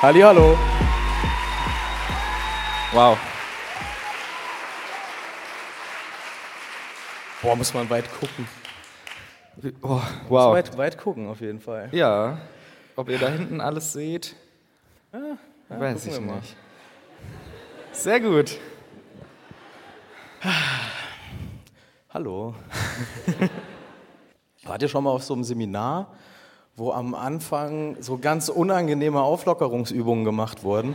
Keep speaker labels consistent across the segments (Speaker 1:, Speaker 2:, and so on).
Speaker 1: Hallihallo. Wow. Boah, muss man weit gucken.
Speaker 2: Oh,
Speaker 1: Muss
Speaker 2: wow.
Speaker 1: weit, weit gucken auf jeden Fall.
Speaker 2: Ja. Ob ihr da hinten alles seht, Ah, weiß
Speaker 1: gucken wir
Speaker 2: ich
Speaker 1: mal.
Speaker 2: nicht. Sehr gut.
Speaker 1: Hallo. Wart ihr schon mal auf so einem Seminar, wo am Anfang so ganz unangenehme Auflockerungsübungen gemacht wurden?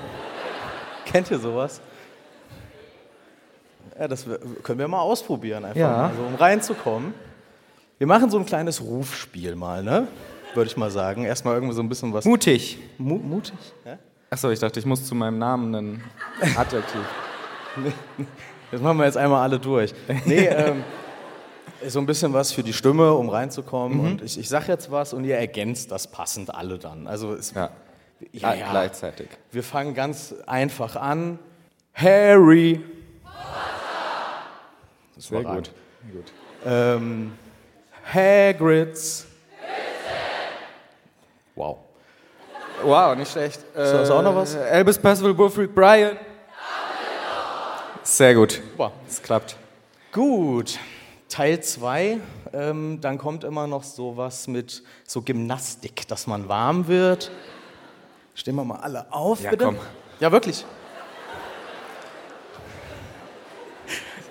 Speaker 1: Kennt ihr sowas? Ja, das w- können wir mal ausprobieren, einfach
Speaker 2: Ja.
Speaker 1: mal, so, um reinzukommen. Wir machen so ein kleines Rufspiel mal, ne? Würde ich mal sagen. Erstmal irgendwie so ein bisschen was.
Speaker 2: Mutig.
Speaker 1: Mu mutig? Ja?
Speaker 2: Achso, ich dachte, ich muss zu meinem Namen einen Adjektiv.
Speaker 1: Das machen wir jetzt einmal alle durch. Nee, ähm, so ein bisschen was für die Stimme, um reinzukommen. Und ich, ich sage jetzt was und ihr ergänzt das passend alle dann. Also es,
Speaker 2: Ja.
Speaker 1: ja,
Speaker 2: Ah,
Speaker 1: ja.
Speaker 2: Gleichzeitig.
Speaker 1: wir fangen ganz einfach an. Harry. Das war
Speaker 2: Sehr gut.
Speaker 1: Ähm, Hagrids. Wow.
Speaker 2: Wow, nicht schlecht. Äh,
Speaker 1: das auch noch was?
Speaker 2: Elvis Percival Wilfried Bryan. Sehr gut.
Speaker 1: Super.
Speaker 2: Es klappt.
Speaker 1: Gut, Teil 2. Ähm, dann kommt immer noch sowas mit so Gymnastik, dass man warm wird. Stehen wir mal alle auf,
Speaker 2: Ja,
Speaker 1: bitte.
Speaker 2: komm.
Speaker 1: Ja, wirklich.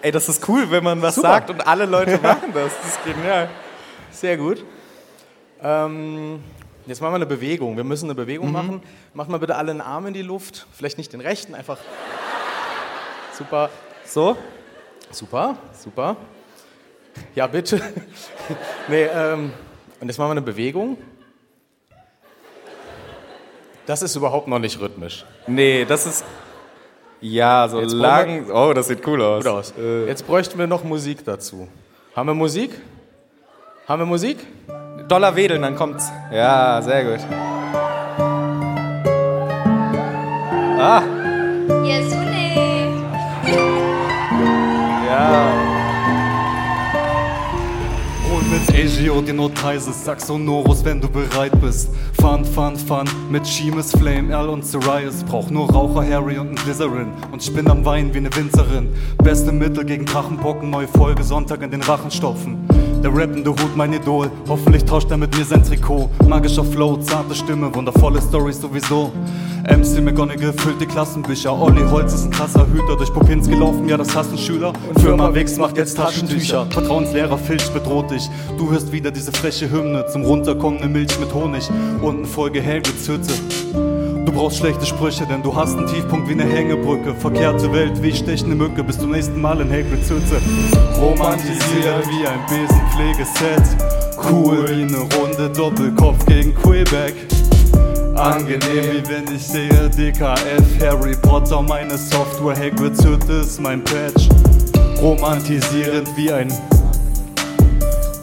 Speaker 2: Ey, das ist cool, wenn man was
Speaker 1: Super.
Speaker 2: sagt und alle Leute machen das. Das ist genial.
Speaker 1: Sehr gut. Ähm, jetzt machen wir eine Bewegung. Wir müssen eine
Speaker 2: Mhm.
Speaker 1: Bewegung machen. Macht mal bitte alle einen Arm in die Luft. Vielleicht nicht den rechten, einfach. Super,
Speaker 2: So?
Speaker 1: super, super. Ja, bitte. nee, ähm, und jetzt machen wir eine Bewegung. Das ist überhaupt noch nicht rhythmisch.
Speaker 2: Nee, das ist. Ja, so
Speaker 1: Jetzt brauchen
Speaker 2: lang. Oh, das sieht cool aus.
Speaker 1: Gut aus. Äh. Jetzt bräuchten wir noch Musik dazu. Haben wir Musik? Haben wir Musik?
Speaker 2: Dollar wedeln, dann kommt's. Ja, sehr gut. Ah,
Speaker 3: Yasune!
Speaker 2: ja.
Speaker 4: Hol mit Egeo den Otheises, sag Sonoros, wenn du bereit bist. Fun, fun, fun, mit Sheamus, Flame, L und Sirius. Brauch nur Raucher, Harry und ein Glycerin und spinn am Wein wie eine Winzerin. Beste Mittel gegen Drachenpocken, neue Folge, Sonntag in den Rachen stopfen. Der rappende Hut, mein Idol, hoffentlich tauscht er mit mir sein Trikot. Magischer Flow, zarte Stimme, wundervolle Stories sowieso. MC McGonagall füllt die Klassenbücher. Olli Holz ist ein krasser Hüter, durch Popinski laufen, ja, das hast ein Schüler. Und Firma Wix macht jetzt Taschentücher. Vertrauenslehrer Filch bedroht dich. Du hörst wieder diese freche Hymne zum Runterkommen eine Milch mit Honig und eine Folge Helgets Hütte. Du brauchst schlechte Sprüche, denn du hast einen Tiefpunkt wie eine Hängebrücke. Verkehrte Welt wie stechende Mücke, bis zum nächsten Mal in Hagrids Hütte. Romantisiert wie ein Besenpflegeset. Cool wie eine Runde Doppelkopf gegen Quebec. Angenehm, wie wenn ich sehe DKF Harry Potter, meine Software Hagrids Hütte ist mein Patch Romantisierend wie ein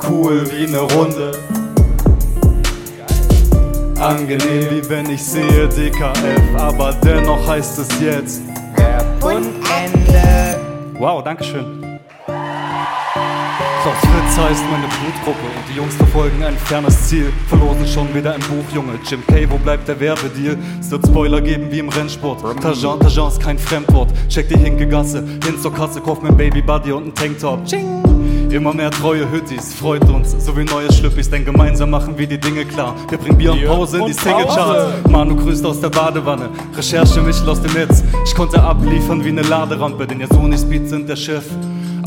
Speaker 4: Cool wie eine Runde Angenehm, wie wenn ich sehe DKF Aber dennoch heißt es jetzt Wow, dankeschön Klaus Fritz heißt meine Blutgruppe und die Jungs verfolgen ein fernes Ziel. Verlosen schon wieder ein Buch, Junge. Jim Kay, wo bleibt der Werbedeal? Es wird Spoiler geben wie im Rennsport. Tajan, Tajan ist kein Fremdwort. Check die hinke Gasse, hin zur Kasse, kauf mir ein Baby Buddy und einen Tanktop. Ching! Immer mehr treue Hüttis, freut uns, sowie neue Schlüppis, denn gemeinsam machen wir die Dinge klar. Wir bringen Bier und Pause in die Singlecharts. Manu grüßt aus der Badewanne, Recherche Michel aus dem Netz. Ich konnte abliefern wie eine Laderampe, denn jetzt ohne Speed sind der Chef.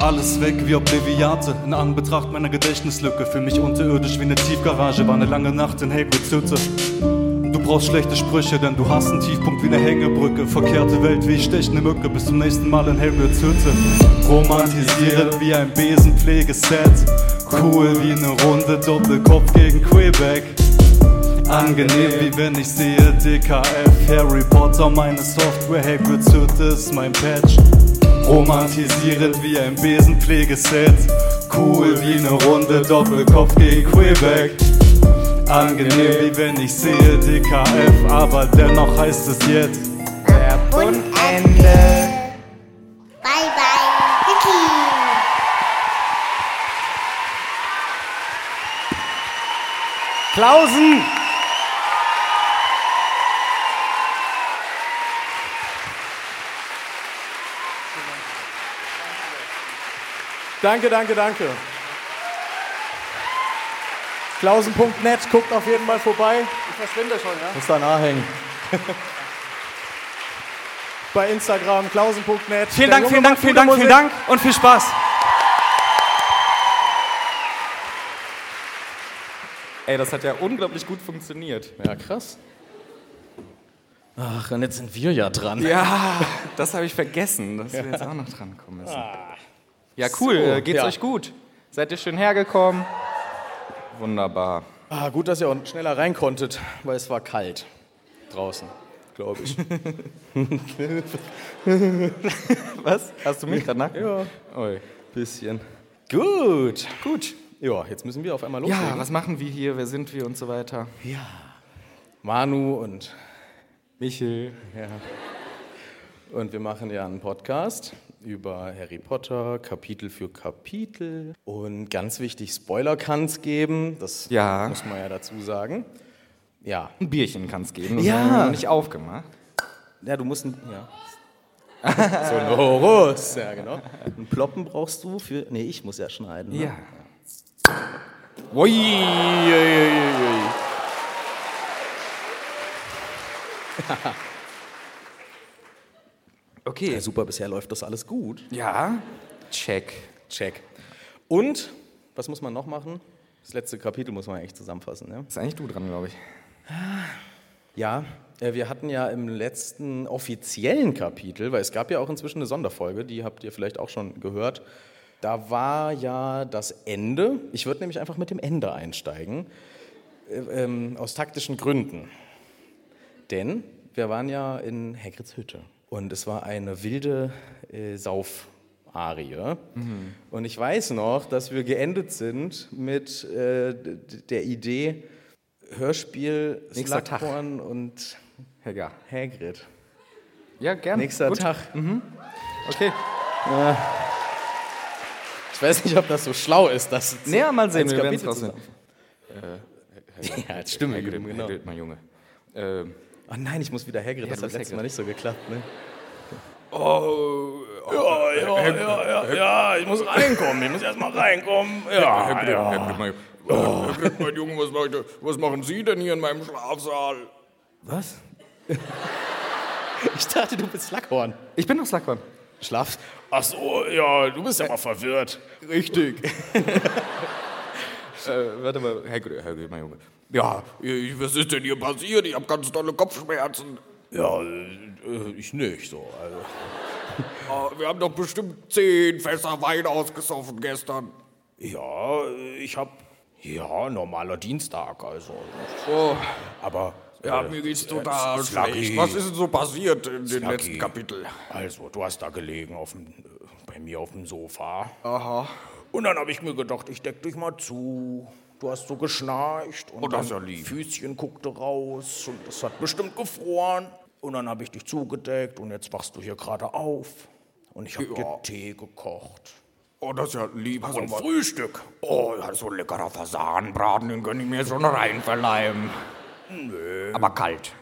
Speaker 4: Alles weg wie Obliviate, in Anbetracht meiner Gedächtnislücke. Für mich unterirdisch wie eine Tiefgarage, war eine lange Nacht in Hagrid's Hütte. Du brauchst schlechte Sprüche, denn du hast einen Tiefpunkt wie eine Hängebrücke. Verkehrte Welt wie stechende Mücke, bis zum nächsten Mal in Hagrid's Hütte. Romantisiert wie ein Besenpflegeset, cool wie eine Runde Doppelkopf gegen Quebec. Angenehm, wie wenn ich sehe DKF, Harry Potter, meine Software, Hagrid's Hütte ist mein Patch. Romantisierend wie ein Besenpflegeset. Cool wie eine Runde Doppelkopf gegen Quebec. Angenehm wie wenn ich sehe DKF, aber dennoch heißt es jetzt.
Speaker 3: Bye bye! Vicky!
Speaker 1: Klausen! Danke, danke, danke. Klausen.net, guckt auf jeden Fall vorbei.
Speaker 5: Ich verschwinde schon, ja?
Speaker 1: Muss da nachhängen. Bei Instagram, klausen.net.
Speaker 5: Vielen
Speaker 1: Der
Speaker 5: Dank,
Speaker 1: Junge
Speaker 5: vielen Dank,
Speaker 1: macht
Speaker 5: vielen
Speaker 1: gute
Speaker 5: Dank, vielen
Speaker 1: Musik.
Speaker 5: Dank und viel Spaß.
Speaker 2: Ey, das hat ja unglaublich gut funktioniert.
Speaker 1: Ja, krass. Ach, und jetzt sind wir ja dran.
Speaker 2: Ja, das habe ich vergessen, dass wir jetzt auch noch dran kommen müssen. Ah. Ja, cool.
Speaker 1: So,
Speaker 2: äh, Geht's
Speaker 1: ja.
Speaker 2: euch gut? Seid ihr schön hergekommen? Wunderbar.
Speaker 1: Ah, gut, dass ihr auch schneller rein konntet, weil es war kalt draußen, glaube ich.
Speaker 2: Was? Hast du mich gerade nach? Ja. Ui.
Speaker 1: Bisschen. Gut. Gut. Ja, jetzt müssen wir auf einmal loslegen.
Speaker 2: Ja, was machen wir hier? Wer sind wir und so weiter?
Speaker 1: Manu und
Speaker 2: Michel.
Speaker 1: Und wir machen ja einen Podcast über Harry Potter, Kapitel für Kapitel. Und ganz wichtig, Spoiler kann es geben. Das
Speaker 2: Ja.
Speaker 1: muss man ja dazu sagen. Ja.
Speaker 2: Ein Bierchen kann es geben. Das
Speaker 1: Ja.
Speaker 2: haben wir noch nicht aufgemacht.
Speaker 1: Ja, du musst ein. Ja. so ein Horus. Ja, genau. Ein Ploppen brauchst du für. Nee, ich muss ja schneiden. Ne?
Speaker 2: Ui.
Speaker 1: Ja,
Speaker 2: Okay.
Speaker 1: super, bisher läuft das alles gut.
Speaker 2: Ja. Check.
Speaker 1: Check. Und, was muss man noch machen? Das letzte Kapitel muss man eigentlich zusammenfassen, ne?
Speaker 2: Ist eigentlich du dran, glaube ich.
Speaker 1: Ja, äh, wir hatten ja im letzten offiziellen Kapitel, weil es gab ja auch inzwischen eine Sonderfolge, die habt ihr vielleicht auch schon gehört. Da war ja das Ende. Ich würde nämlich einfach mit dem Ende einsteigen. Äh, Ähm, aus taktischen Gründen. Denn wir waren ja in Hagrids Hütte. Und es war eine wilde äh, Saufarie.
Speaker 2: Mhm.
Speaker 1: Und ich weiß noch, dass wir geendet sind mit äh, d- d- der Idee, Hörspiel,
Speaker 2: Nächster Tag.
Speaker 1: Slughorn und
Speaker 2: Ja.
Speaker 1: Hagrid.
Speaker 2: Ja, gerne.
Speaker 1: Nächster
Speaker 2: Gut.
Speaker 1: Tag.
Speaker 2: Okay.
Speaker 1: Ich weiß nicht, ob das so schlau ist, dass es
Speaker 2: Näher mal sehen,
Speaker 1: als
Speaker 2: wir werden es
Speaker 1: Kapitel
Speaker 2: rausfinden.
Speaker 1: zusammen- Ja, als Stimme
Speaker 2: Hagrid,
Speaker 1: gegeben, genau.
Speaker 2: Hagrid, mein Junge. Ähm,
Speaker 1: Oh nein, ich muss wieder Hagrid, das
Speaker 2: du
Speaker 1: hat
Speaker 2: bist
Speaker 1: letztes
Speaker 2: Hagrid.
Speaker 1: Mal nicht so geklappt, ne?
Speaker 2: oh,
Speaker 1: Ja, ja, ja, ja, ja, ich muss reinkommen, ich muss erstmal reinkommen. Ja, Oh.
Speaker 2: Hagrid, Hagrid, mein, Hagrid, mein Junge, was, macht, ihr- was machen Sie denn hier in meinem Schlafsaal? Was?
Speaker 1: Ich dachte, du bist Slackhorn.
Speaker 2: Ich bin noch Slughorn.
Speaker 1: Schlaf. Ach so, ja, du bist ja mal verwirrt.
Speaker 2: Richtig. äh, warte mal, Hagrid, Hagrid, mein Junge. Ja, ich- was ist denn hier passiert? Ich habe ganz tolle Kopfschmerzen.
Speaker 1: Ja, äh, ich nicht so. Also.
Speaker 2: Ah, wir haben doch bestimmt zehn Fässer Wein ausgesoffen gestern.
Speaker 1: Ja, ich hab. Ja, normaler Dienstag, also.
Speaker 2: Oh,
Speaker 1: Aber. äh,
Speaker 2: ja, mir geht's total
Speaker 1: Sluggy.
Speaker 2: schlecht. Was ist denn so passiert in den letzten Kapitel?
Speaker 1: Also, du hast da gelegen auf dem, äh, bei mir auf dem Sofa.
Speaker 2: Aha.
Speaker 1: Und dann habe ich mir gedacht, ich deck dich mal zu. Du hast so geschnarcht und
Speaker 2: Oh, das ist
Speaker 1: dann
Speaker 2: ja lieb.
Speaker 1: Füßchen guckte raus und das hat bestimmt gefroren. Und dann habe ich dich zugedeckt und jetzt wachst du hier gerade auf. Und ich habe
Speaker 2: Ja.
Speaker 1: dir Tee gekocht.
Speaker 2: Oh, das ist ja lieb. Hast
Speaker 1: Und Frühstück.
Speaker 2: Oh, ja, so ein leckerer Fasanenbraten, den könnte ich mir schon reinverleihen. Nö. Aber kalt.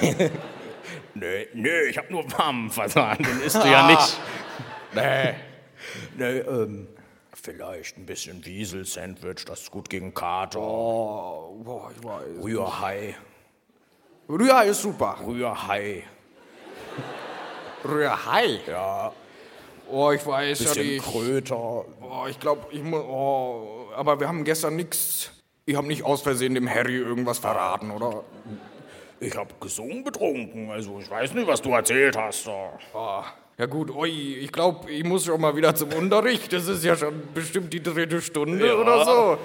Speaker 1: Nee, nee, ich habe nur warmen Fasan, den isst du
Speaker 2: Ah.
Speaker 1: ja nicht.
Speaker 2: Nee.
Speaker 1: Nee, ähm, vielleicht ein bisschen Wiesel-Sandwich, das ist gut gegen Kater.
Speaker 2: Oh, boah, ich weiß.
Speaker 1: Rührhai,
Speaker 2: Rührei ist super.
Speaker 1: Rührhai.
Speaker 2: Rührei? Ja. Oh, ich weiß ja
Speaker 1: Bisschen
Speaker 2: nicht.
Speaker 1: Kröter.
Speaker 2: Oh, ich glaube, ich muss. Oh, aber wir haben gestern nichts. Ich habe nicht aus Versehen dem Harry irgendwas verraten, oder?
Speaker 1: Ich habe gesungen betrunken, also ich weiß nicht, was du erzählt hast. da.
Speaker 2: Ah, ja gut, oi, ich glaube, ich muss schon mal wieder zum Unterricht. Das ist ja schon bestimmt die dritte Stunde
Speaker 1: Ja.
Speaker 2: oder so.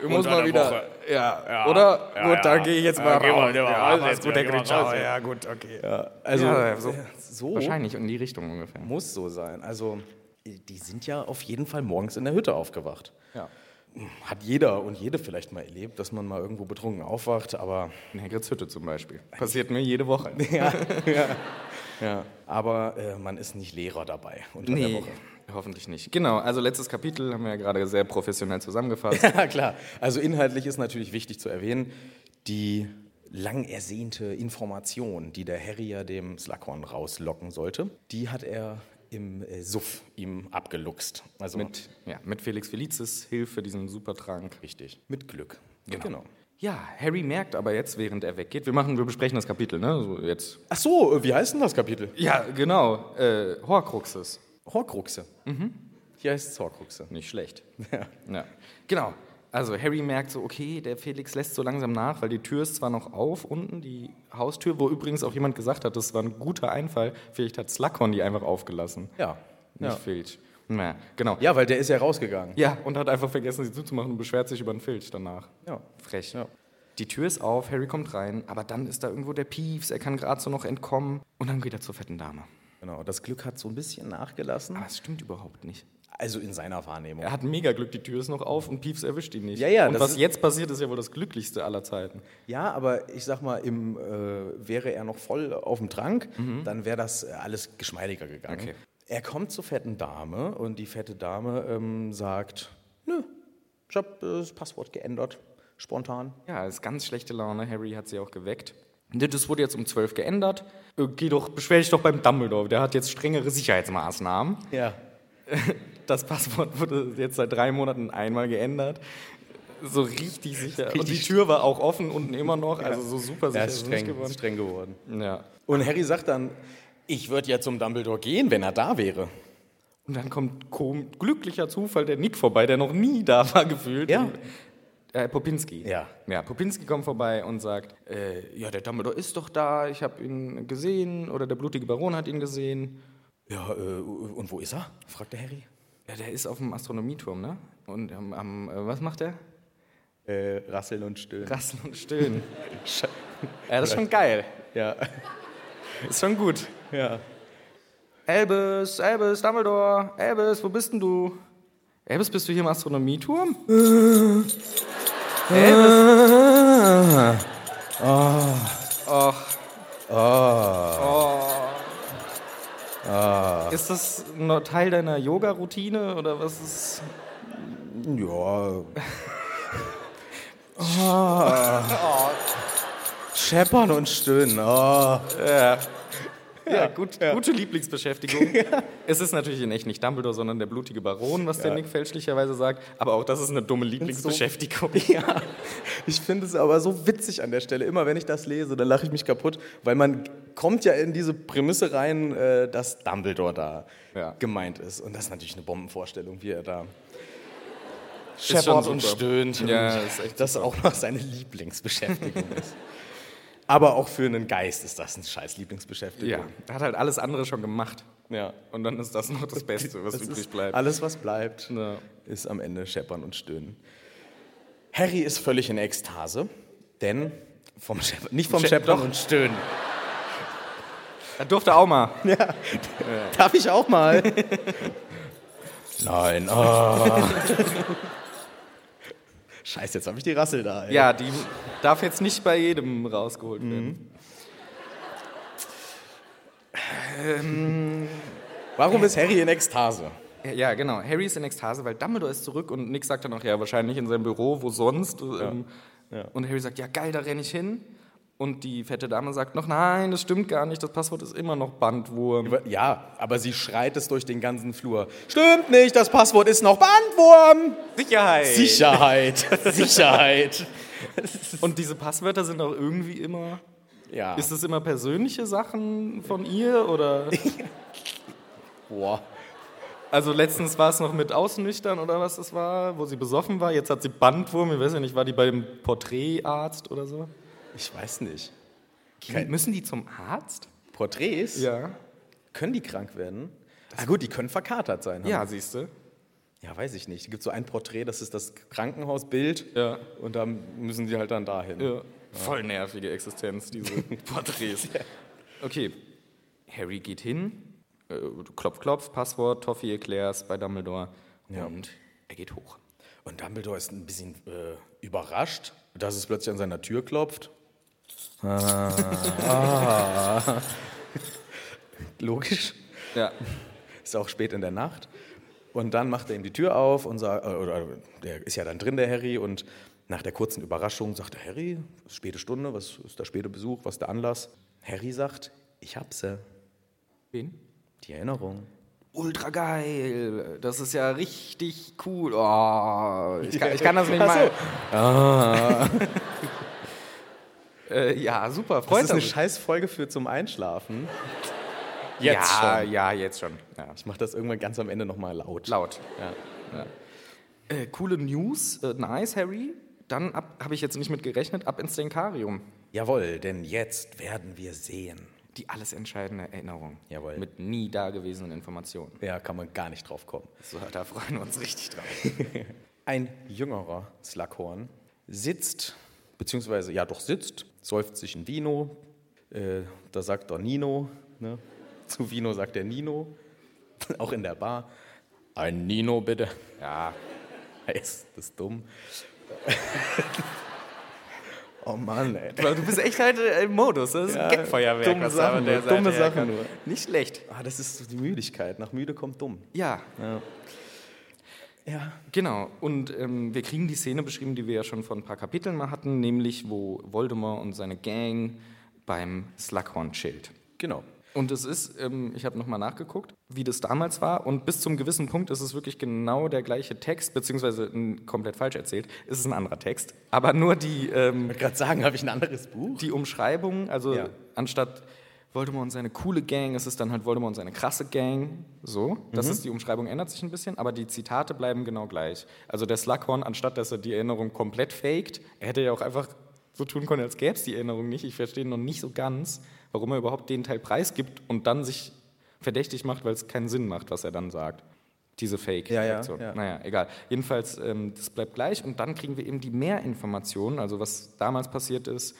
Speaker 2: Ich muss
Speaker 1: Unter
Speaker 2: mal
Speaker 1: der
Speaker 2: wieder.
Speaker 1: Woche.
Speaker 2: Ja, oder?
Speaker 1: ja,
Speaker 2: gut,
Speaker 1: ja.
Speaker 2: dann gehe ich jetzt
Speaker 1: Ja,
Speaker 2: mal
Speaker 1: geh mal,
Speaker 2: raus.
Speaker 1: geh mal
Speaker 2: ja,
Speaker 1: raus
Speaker 2: alles
Speaker 1: jetzt,
Speaker 2: gut,
Speaker 1: ja,
Speaker 2: Herr
Speaker 1: geh mal
Speaker 2: Gritsch, ciao.
Speaker 1: raus jetzt.
Speaker 2: Ja, gut, okay.
Speaker 1: Also,
Speaker 2: Ja, so.
Speaker 1: so
Speaker 2: Wahrscheinlich in die Richtung ungefähr.
Speaker 1: muss so sein. Also, die sind ja auf jeden Fall morgens in der Hütte aufgewacht.
Speaker 2: Ja.
Speaker 1: Hat jeder und jede vielleicht mal erlebt, dass man mal irgendwo betrunken aufwacht, aber
Speaker 2: In Hagrids Hütte zum Beispiel. Passiert mir jede Woche.
Speaker 1: Ja, aber äh, man ist nicht Lehrer dabei unter der
Speaker 2: Nee,
Speaker 1: Woche.
Speaker 2: hoffentlich nicht. Genau, also letztes Kapitel haben wir ja gerade sehr professionell zusammengefasst.
Speaker 1: Ja, klar. Also inhaltlich ist natürlich wichtig zu erwähnen, die lang ersehnte Information, die der Harry ja dem Slughorn rauslocken sollte, die hat er im äh, Suff ihm abgeluchst. Also mit,
Speaker 2: Ja, mit Felix Felicis Hilfe, diesem Supertrank. Richtig.
Speaker 1: mit Glück.
Speaker 2: Genau. Ja, Harry merkt aber jetzt, während er weggeht, wir machen, wir besprechen das Kapitel, ne? So jetzt.
Speaker 1: Ach so, äh, wie heißt denn das Kapitel?
Speaker 2: Ja, genau. Äh, Horcruxes.
Speaker 1: Horcruxe. Hier heißt es Horcruxe.
Speaker 2: Nicht schlecht. Ja. Genau. Also Harry merkt so, okay, der Felix lässt so langsam nach, weil die Tür ist zwar noch auf unten, die Haustür, wo übrigens auch jemand gesagt hat, das war ein guter Einfall. Vielleicht hat Slughorn die einfach aufgelassen.
Speaker 1: Ja.
Speaker 2: Nicht
Speaker 1: Ja.
Speaker 2: Filch. Na, genau.
Speaker 1: ja, weil der ist ja rausgegangen.
Speaker 2: Ja, und hat einfach vergessen, sie zuzumachen und beschwert sich über den Filch danach.
Speaker 1: Ja.
Speaker 2: Frech. Die Tür ist auf, Harry kommt rein, aber dann ist da irgendwo der Peeves, er kann gerade so noch entkommen und dann geht er zur fetten Dame.
Speaker 1: Genau, das Glück hat so ein bisschen nachgelassen.
Speaker 2: Aber es stimmt überhaupt nicht.
Speaker 1: Also in seiner Wahrnehmung.
Speaker 2: Er hat mega Glück, die Tür ist noch auf und Peeves erwischt ihn nicht.
Speaker 1: Ja, ja,
Speaker 2: und
Speaker 1: das
Speaker 2: was
Speaker 1: ist-
Speaker 2: jetzt passiert, ist ja wohl das Glücklichste aller Zeiten.
Speaker 1: Ja, aber ich sag mal, im, äh, wäre er noch voll auf dem Trank, dann wäre das äh, alles geschmeidiger gegangen.
Speaker 2: Okay.
Speaker 1: Er kommt zur fetten Dame und die fette Dame ähm, sagt, nö, ich habe äh, das Passwort geändert, spontan.
Speaker 2: Ja, ist ganz schlechte Laune, Harry hat sie auch geweckt. Ne, Das wurde jetzt um 12 geändert. Äh, Geh doch, beschwer dich doch beim Dumbledore, der hat jetzt strengere Sicherheitsmaßnahmen.
Speaker 1: Ja.
Speaker 2: Das Passwort wurde jetzt seit drei Monaten einmal geändert. So richtig sicher. und die Tür war auch offen unten immer noch. Also so super sicher
Speaker 1: Er
Speaker 2: ist
Speaker 1: ist
Speaker 2: es
Speaker 1: streng,
Speaker 2: nicht geworden.
Speaker 1: streng geworden.
Speaker 2: Ja.
Speaker 1: Und Harry sagt dann, ich würde ja zum Dumbledore gehen, wenn er da wäre.
Speaker 2: Und dann kommt kom glücklicher Zufall der Nick vorbei, der noch nie da war gefühlt.
Speaker 1: Ja.
Speaker 2: Äh, Popinski.
Speaker 1: Ja.
Speaker 2: Ja, Popinski kommt vorbei und sagt, äh, ja, der Dumbledore ist doch da, ich habe ihn gesehen oder der blutige Baron hat ihn gesehen.
Speaker 1: Ja, äh, und wo ist er? fragt der Harry.
Speaker 2: Ja, der ist auf dem Astronomieturm, ne? Und am, am äh, was macht er?
Speaker 1: Äh, rasseln und stöhnen.
Speaker 2: Rasseln und stöhnen. ja, das ist schon geil.
Speaker 1: ja.
Speaker 2: Ist schon gut.
Speaker 1: ja.
Speaker 2: Elbis, Elbis, Dumbledore, Elbis, wo bist denn du? Elbis, bist du hier im Astronomieturm? Elbis. Äh? Oh. Ist das nur Teil deiner Yoga-Routine oder was ist.
Speaker 1: Ja. Ah. Scheppern und stöhnen. ah.
Speaker 2: Ja, gut, gute Lieblingsbeschäftigung. Es ist natürlich in echt nicht Dumbledore, sondern der blutige Baron, was der Nick fälschlicherweise sagt. Aber auch das ist eine dumme Lieblingsbeschäftigung.
Speaker 1: Ja, ich finde es aber so witzig an der Stelle. Immer wenn ich das lese, dann lache ich mich kaputt, weil man kommt ja in diese Prämisse rein, äh, dass Dumbledore da
Speaker 2: Ja.
Speaker 1: gemeint ist. Und das ist natürlich eine Bombenvorstellung, wie er da
Speaker 2: schon
Speaker 1: scheppert und
Speaker 2: super.
Speaker 1: stöhnt.
Speaker 2: Ja,
Speaker 1: und
Speaker 2: ist echt
Speaker 1: das auch noch seine Lieblingsbeschäftigung ist. Aber auch für einen Geist ist das eine scheiß Lieblingsbeschäftigung.
Speaker 2: Ja, er hat halt alles andere schon gemacht.
Speaker 1: ja.
Speaker 2: Und dann ist das noch das Beste, was
Speaker 1: Das
Speaker 2: übrig
Speaker 1: ist
Speaker 2: bleibt.
Speaker 1: Alles, was bleibt,
Speaker 2: Ja.
Speaker 1: ist am Ende scheppern und stöhnen. Harry ist völlig in Ekstase, denn vom Scheppern, nicht vom
Speaker 2: Schep-
Speaker 1: Scheppern
Speaker 2: doch.
Speaker 1: und Stöhnen.
Speaker 2: Er durfte auch mal.
Speaker 1: Darf ich auch mal? Nein. ah. Scheiße, jetzt habe ich die Rassel da. Ey.
Speaker 2: Ja, die darf jetzt nicht bei jedem rausgeholt
Speaker 1: Mhm.
Speaker 2: werden.
Speaker 1: Warum ist Harry in Ekstase?
Speaker 2: Ja, genau. Harry ist in Ekstase, weil Dumbledore ist zurück und Nick sagt dann auch, ja, wahrscheinlich in seinem Büro, wo sonst. Ähm, Und Harry sagt, ja, geil, da renne ich hin. Und die fette Dame sagt noch, nein, das stimmt gar nicht, das Passwort ist immer noch Bandwurm.
Speaker 1: Ja, aber sie schreit es durch den ganzen Flur. Stimmt nicht, das Passwort ist noch Bandwurm.
Speaker 2: Sicherheit!
Speaker 1: Sicherheit, Sicherheit.
Speaker 2: Und diese Passwörter sind auch irgendwie immer.
Speaker 1: Ja.
Speaker 2: Ist es immer persönliche Sachen von ihr oder?
Speaker 1: Boah.
Speaker 2: Also letztens war es noch mit Ausnüchtern oder was es war, wo sie besoffen war. Jetzt hat sie Bandwurm. Ich weiß ja nicht, war die bei dem Porträtarzt oder so?
Speaker 1: Ich weiß nicht.
Speaker 2: Kein. Müssen die zum Arzt?
Speaker 1: Porträts?
Speaker 2: Ja.
Speaker 1: Können die krank werden? ah gut, die können verkatert sein. haben-
Speaker 2: Ja, siehst du.
Speaker 1: ja, weiß ich nicht. Es gibt so ein Porträt, das ist das Krankenhausbild.
Speaker 2: Ja.
Speaker 1: Und da müssen die halt dann dahin.
Speaker 2: ja. Voll nervige Existenz, diese Porträts. Okay. Harry geht hin. Äh, klopf, klopf, Passwort, Toffee erklär's bei Dumbledore. Und er geht hoch.
Speaker 1: Und Dumbledore ist ein bisschen äh, überrascht, dass es plötzlich an seiner Tür klopft.
Speaker 2: Ah.
Speaker 1: Ah. Logisch.
Speaker 2: Ja.
Speaker 1: Ist auch spät in der Nacht. Und dann macht er ihm die Tür auf und sagt, äh, oder der ist ja dann drin, der Harry, und nach der kurzen Überraschung sagt er, Harry, es ist späte Stunde, was ist der späte Besuch, was ist der Anlass? Harry sagt, ich hab sie,
Speaker 2: Wen?
Speaker 1: die Erinnerung.
Speaker 2: ultra geil, das ist ja richtig cool. Oh, ich, kann, ich kann das nicht
Speaker 1: Ach so.
Speaker 2: mal. Ah. Äh, ja, super,
Speaker 1: Das
Speaker 2: freut
Speaker 1: ist eine
Speaker 2: mich.
Speaker 1: Scheißfolge für zum Einschlafen.
Speaker 2: ja, ja, jetzt schon. Ja.
Speaker 1: Ich mache das irgendwann ganz am Ende nochmal laut.
Speaker 2: Laut.
Speaker 1: Ja.
Speaker 2: Äh, coole News, äh, nice, Harry. Dann habe ich jetzt nicht mit gerechnet, ab ins Denkarium.
Speaker 1: Jawohl, denn jetzt werden wir sehen.
Speaker 2: Die alles entscheidende Erinnerung.
Speaker 1: Jawohl.
Speaker 2: Mit nie dagewesenen Informationen.
Speaker 1: Ja, kann man gar nicht drauf kommen.
Speaker 2: So, da freuen wir uns richtig drauf.
Speaker 1: Ein jüngerer Slughorn sitzt, beziehungsweise, ja doch sitzt, säuft sich ein Vino. Äh, da sagt er Nino. Ne? Zu Vino sagt er Nino. Auch in der Bar. Ein Nino bitte.
Speaker 2: Ja,
Speaker 1: Ist das dumm? oh Mann, ey.
Speaker 2: Aber du bist echt halt äh, im Modus. Das ist ein Gagfeuerwerk.
Speaker 1: dumme
Speaker 2: was da
Speaker 1: Sachen
Speaker 2: von der
Speaker 1: nur, dumme
Speaker 2: Seite her
Speaker 1: Sachen
Speaker 2: kommt.
Speaker 1: nur.
Speaker 2: Nicht schlecht.
Speaker 1: Ah, das ist so die Müdigkeit. Nach müde kommt dumm.
Speaker 2: Ja,
Speaker 1: Ja.
Speaker 2: genau. Und ähm, wir kriegen die Szene beschrieben, die wir ja schon vor ein paar Kapiteln mal hatten, nämlich wo Voldemort und seine Gang beim Slughorn chillt.
Speaker 1: Genau.
Speaker 2: Und es ist, ähm, ich habe nochmal nachgeguckt, wie das damals war. Und bis zum gewissen Punkt ist es wirklich genau der gleiche Text, beziehungsweise n, komplett falsch erzählt. Es ist ein anderer Text. Aber nur die, ähm,
Speaker 1: Ich gerade sagen, habe ich ein anderes Buch?
Speaker 2: die Umschreibung, also
Speaker 1: Ja.
Speaker 2: anstatt Voldemort und seine coole Gang, ist es dann halt Voldemort und seine krasse Gang. So, das
Speaker 1: Mhm.
Speaker 2: ist die Umschreibung, ändert sich ein bisschen, aber die Zitate bleiben genau gleich. Also der Slughorn, anstatt dass er die Erinnerung komplett faked, er hätte ja auch einfach so tun können, als gäbe es die Erinnerung nicht. Ich verstehe noch nicht so ganz, warum er überhaupt den Teil preisgibt und dann sich verdächtig macht, weil es keinen Sinn macht, was er dann sagt. Diese Fake.
Speaker 1: Ja, ja,
Speaker 2: Reaktion.
Speaker 1: ja.
Speaker 2: Naja, egal. Jedenfalls, ähm, das bleibt gleich und dann kriegen wir eben die Mehrinformationen, also was damals passiert ist.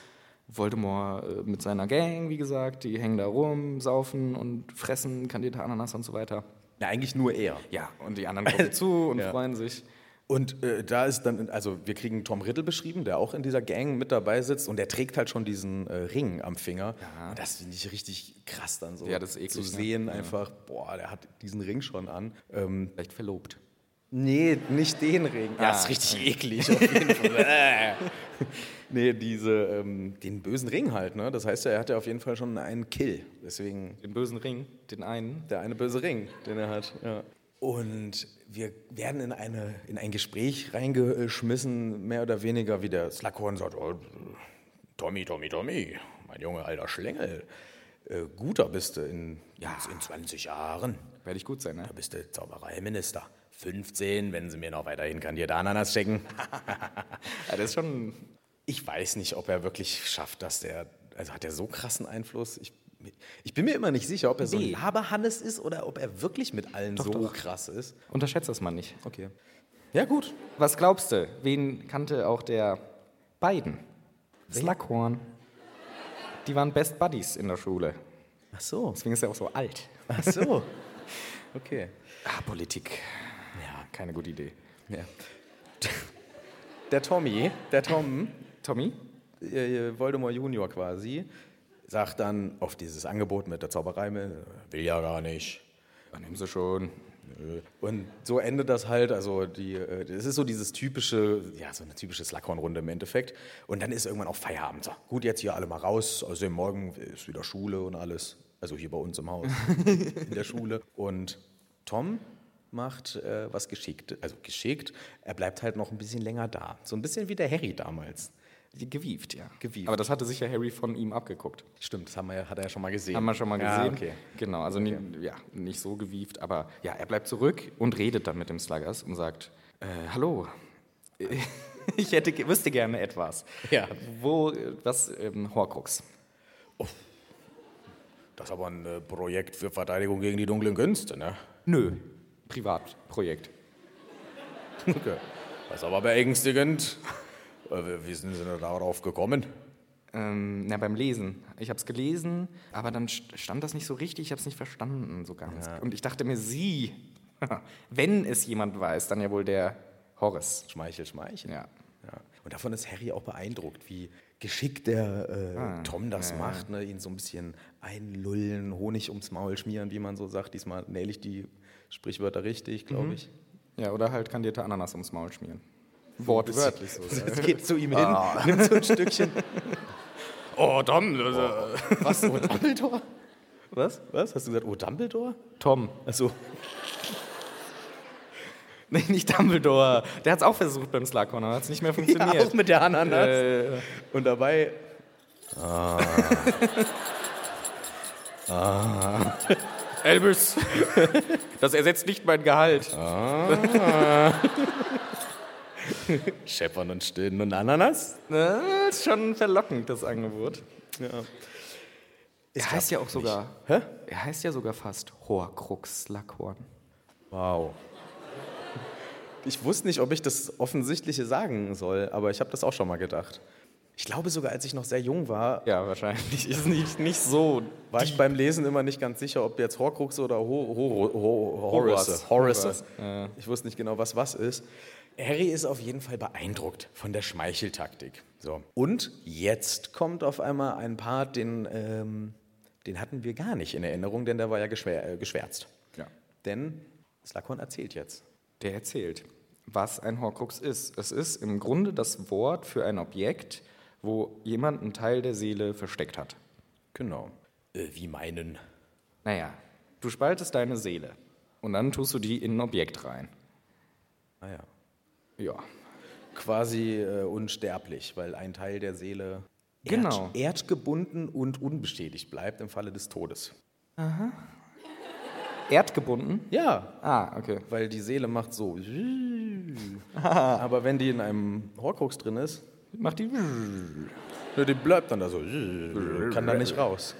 Speaker 2: Voldemort äh, mit seiner Gang, wie gesagt, die hängen da rum, saufen und fressen kandierte Ananas und so weiter.
Speaker 1: Na, eigentlich nur er.
Speaker 2: Ja, und die anderen gucken zu und
Speaker 1: Ja.
Speaker 2: freuen sich.
Speaker 1: Und äh, da ist dann, also wir kriegen Tom Riddle beschrieben, der auch in dieser Gang mit dabei sitzt und der trägt halt schon diesen äh, Ring am Finger. Das finde ich richtig krass dann so.
Speaker 2: Ja, das ist eklig,
Speaker 1: Zu
Speaker 2: ne?
Speaker 1: sehen einfach, boah, der hat diesen Ring schon an. Ähm,
Speaker 2: Vielleicht verlobt.
Speaker 1: nee, nicht den Ah, Ring. Ja, das ist richtig eklig auf jeden Fall. Äh. nee, diese, ähm, den bösen Ring halt, ne? Das heißt ja, er hat ja auf jeden Fall schon einen Kill. Deswegen
Speaker 2: Den bösen Ring, den einen.
Speaker 1: Der eine böse Ring, den er hat. Ja. Und wir werden in, eine, in ein Gespräch reingeschmissen, mehr oder weniger, wie der Slughorn sagt: oh, Tommy, Tommy, Tommy, mein Junge, alter Schlängel. Äh, guter bist du in, in 20 Jahren.
Speaker 2: Werde ich gut sein, ne?
Speaker 1: Da bist du Zaubereiminister. 15, wenn sie mir noch weiterhin kandierte Ananas schicken.
Speaker 2: Ja, das ist schon.
Speaker 1: Ich weiß nicht, ob er wirklich schafft, dass der. Also hat er so krassen Einfluss? Ich, ich bin mir immer nicht sicher, ob er so ein
Speaker 2: Nee.
Speaker 1: Laberhannes ist oder ob er wirklich mit allen so
Speaker 2: doch.
Speaker 1: krass ist.
Speaker 2: Unterschätzt das mal nicht.
Speaker 1: Okay. Ja, gut.
Speaker 2: Was glaubst du? Wen kannte auch der Biden? Slughorn. Die waren Best Buddies in der Schule.
Speaker 1: Ach so.
Speaker 2: Deswegen ist er auch so alt.
Speaker 1: Ach so. Okay.
Speaker 2: Ah, Politik. Ja, keine gute Idee.
Speaker 1: Ja. Der Tommy, der Tom,
Speaker 2: Tommy?
Speaker 1: äh, Voldemort Junior quasi, sagt dann auf dieses Angebot mit der Zauberei, äh, will ja gar nicht.
Speaker 2: Dann nimm sie schon.
Speaker 1: Nö. Und so endet das halt, also die, äh, das ist so dieses typische, ja, so eine typische Slackhorn-Runde im Endeffekt. Und dann ist irgendwann auch Feierabend. So, gut, jetzt hier alle mal raus, also morgen ist wieder Schule und alles. Also hier bei uns im Haus, in der Schule. Und Tom macht äh, was geschickt, also geschickt, er bleibt halt noch ein bisschen länger da. So ein bisschen wie der Harry damals.
Speaker 2: Gewieft, ja.
Speaker 1: Gewieft.
Speaker 2: Aber das hatte sich ja Harry von ihm abgeguckt.
Speaker 1: Stimmt, das haben wir, ja- hat er ja schon mal gesehen.
Speaker 2: Haben wir schon mal
Speaker 1: Ja,
Speaker 2: gesehen.
Speaker 1: okay.
Speaker 2: Genau, also nie- ja, nicht so gewieft, aber ja, er bleibt zurück und redet dann mit dem Sluggers und sagt, äh, hallo, ich hätte, ge- wüsste gerne etwas.
Speaker 1: Ja.
Speaker 2: Wo, äh, was, ähm, Horcrux.
Speaker 1: Das ist aber ein äh, Projekt für Verteidigung gegen die dunklen Künste, ne?
Speaker 2: Nö, Privatprojekt.
Speaker 1: Okay. Das ist aber beängstigend. Äh, Wie sind Sie denn darauf gekommen?
Speaker 2: Ähm, na, beim Lesen. Ich habe es gelesen, aber dann st- stand das nicht so richtig, ich habe es nicht verstanden so ganz. Und ich dachte mir, sie, wenn es jemand weiß, dann ja wohl der Horace.
Speaker 1: Schmeichel, Schmeichel.
Speaker 2: Ja.
Speaker 1: Ja. Und davon ist Harry auch beeindruckt, wie geschickt der äh, Tom das macht. Ne? Ihn so ein bisschen einlullen, Honig ums Maul schmieren, wie man so sagt. Diesmal nähle ich die Sprichwörter richtig, glaube ich.
Speaker 2: Ja, oder halt kandierte Ananas ums Maul schmieren. Wortwörtlich so.
Speaker 1: Das geht zu ihm hin, nimmt so ein Stückchen.
Speaker 2: Oh, Dom,
Speaker 1: Oh, Was, so ein Doppeltor?
Speaker 2: Was?
Speaker 1: Was? Hast du gesagt, oh, Dumbledore?
Speaker 2: Tom. Also.
Speaker 1: Achso.
Speaker 2: Nee, nicht Dumbledore. Der hat es auch versucht beim Slughorn, aber hat es nicht mehr
Speaker 1: Ja,
Speaker 2: funktioniert.
Speaker 1: auch mit der Ananas.
Speaker 2: Äh,
Speaker 1: Und dabei.
Speaker 2: Elvis, das ersetzt nicht mein Gehalt.
Speaker 1: Scheppern und stillen und Ananas?
Speaker 2: Na, Ne? ist schon verlockend, das Angebot. Er heißt ja auch sogar.
Speaker 1: Hä?
Speaker 2: Er heißt ja sogar fast Horcrux Slughorn.
Speaker 1: Wow. Ich wusste nicht, ob ich das Offensichtliche sagen soll, aber ich habe das auch schon mal gedacht. Ich glaube sogar, als ich noch sehr jung war,
Speaker 2: Ja, wahrscheinlich. Ist nicht, nicht so.
Speaker 1: war ich beim Lesen immer nicht ganz sicher, ob jetzt Horcrux oder Ho Ho Ho Horace.
Speaker 2: Horus.
Speaker 1: Horace.
Speaker 2: Horus, ja.
Speaker 1: Ich wusste nicht genau, was was ist. Harry ist auf jeden Fall beeindruckt von der Schmeicheltaktik. So. Und jetzt kommt auf einmal ein Part, den, ähm, den hatten wir gar nicht in Erinnerung, denn der war ja geschwär, äh, geschwärzt.
Speaker 2: Ja.
Speaker 1: Denn Slughorn erzählt jetzt.
Speaker 2: Der erzählt, was ein Horcrux ist. Es ist im Grunde das Wort für ein Objekt, wo jemand einen Teil der Seele versteckt hat.
Speaker 1: Genau. Äh, wie meinen?
Speaker 2: Naja, du spaltest deine Seele und dann tust du die in ein Objekt rein.
Speaker 1: Ah ja.
Speaker 2: Ja.
Speaker 1: Quasi äh, unsterblich, weil ein Teil der Seele
Speaker 2: Genau.
Speaker 1: erd erdgebunden und unbeschädigt bleibt im Falle des Todes.
Speaker 2: Erdgebunden?
Speaker 1: Ja,
Speaker 2: Ah, okay.
Speaker 1: weil die Seele macht so. Aber wenn die in einem Horcrux drin ist,
Speaker 2: Mach die.
Speaker 1: ne, die bleibt dann da so. Kann da nicht raus.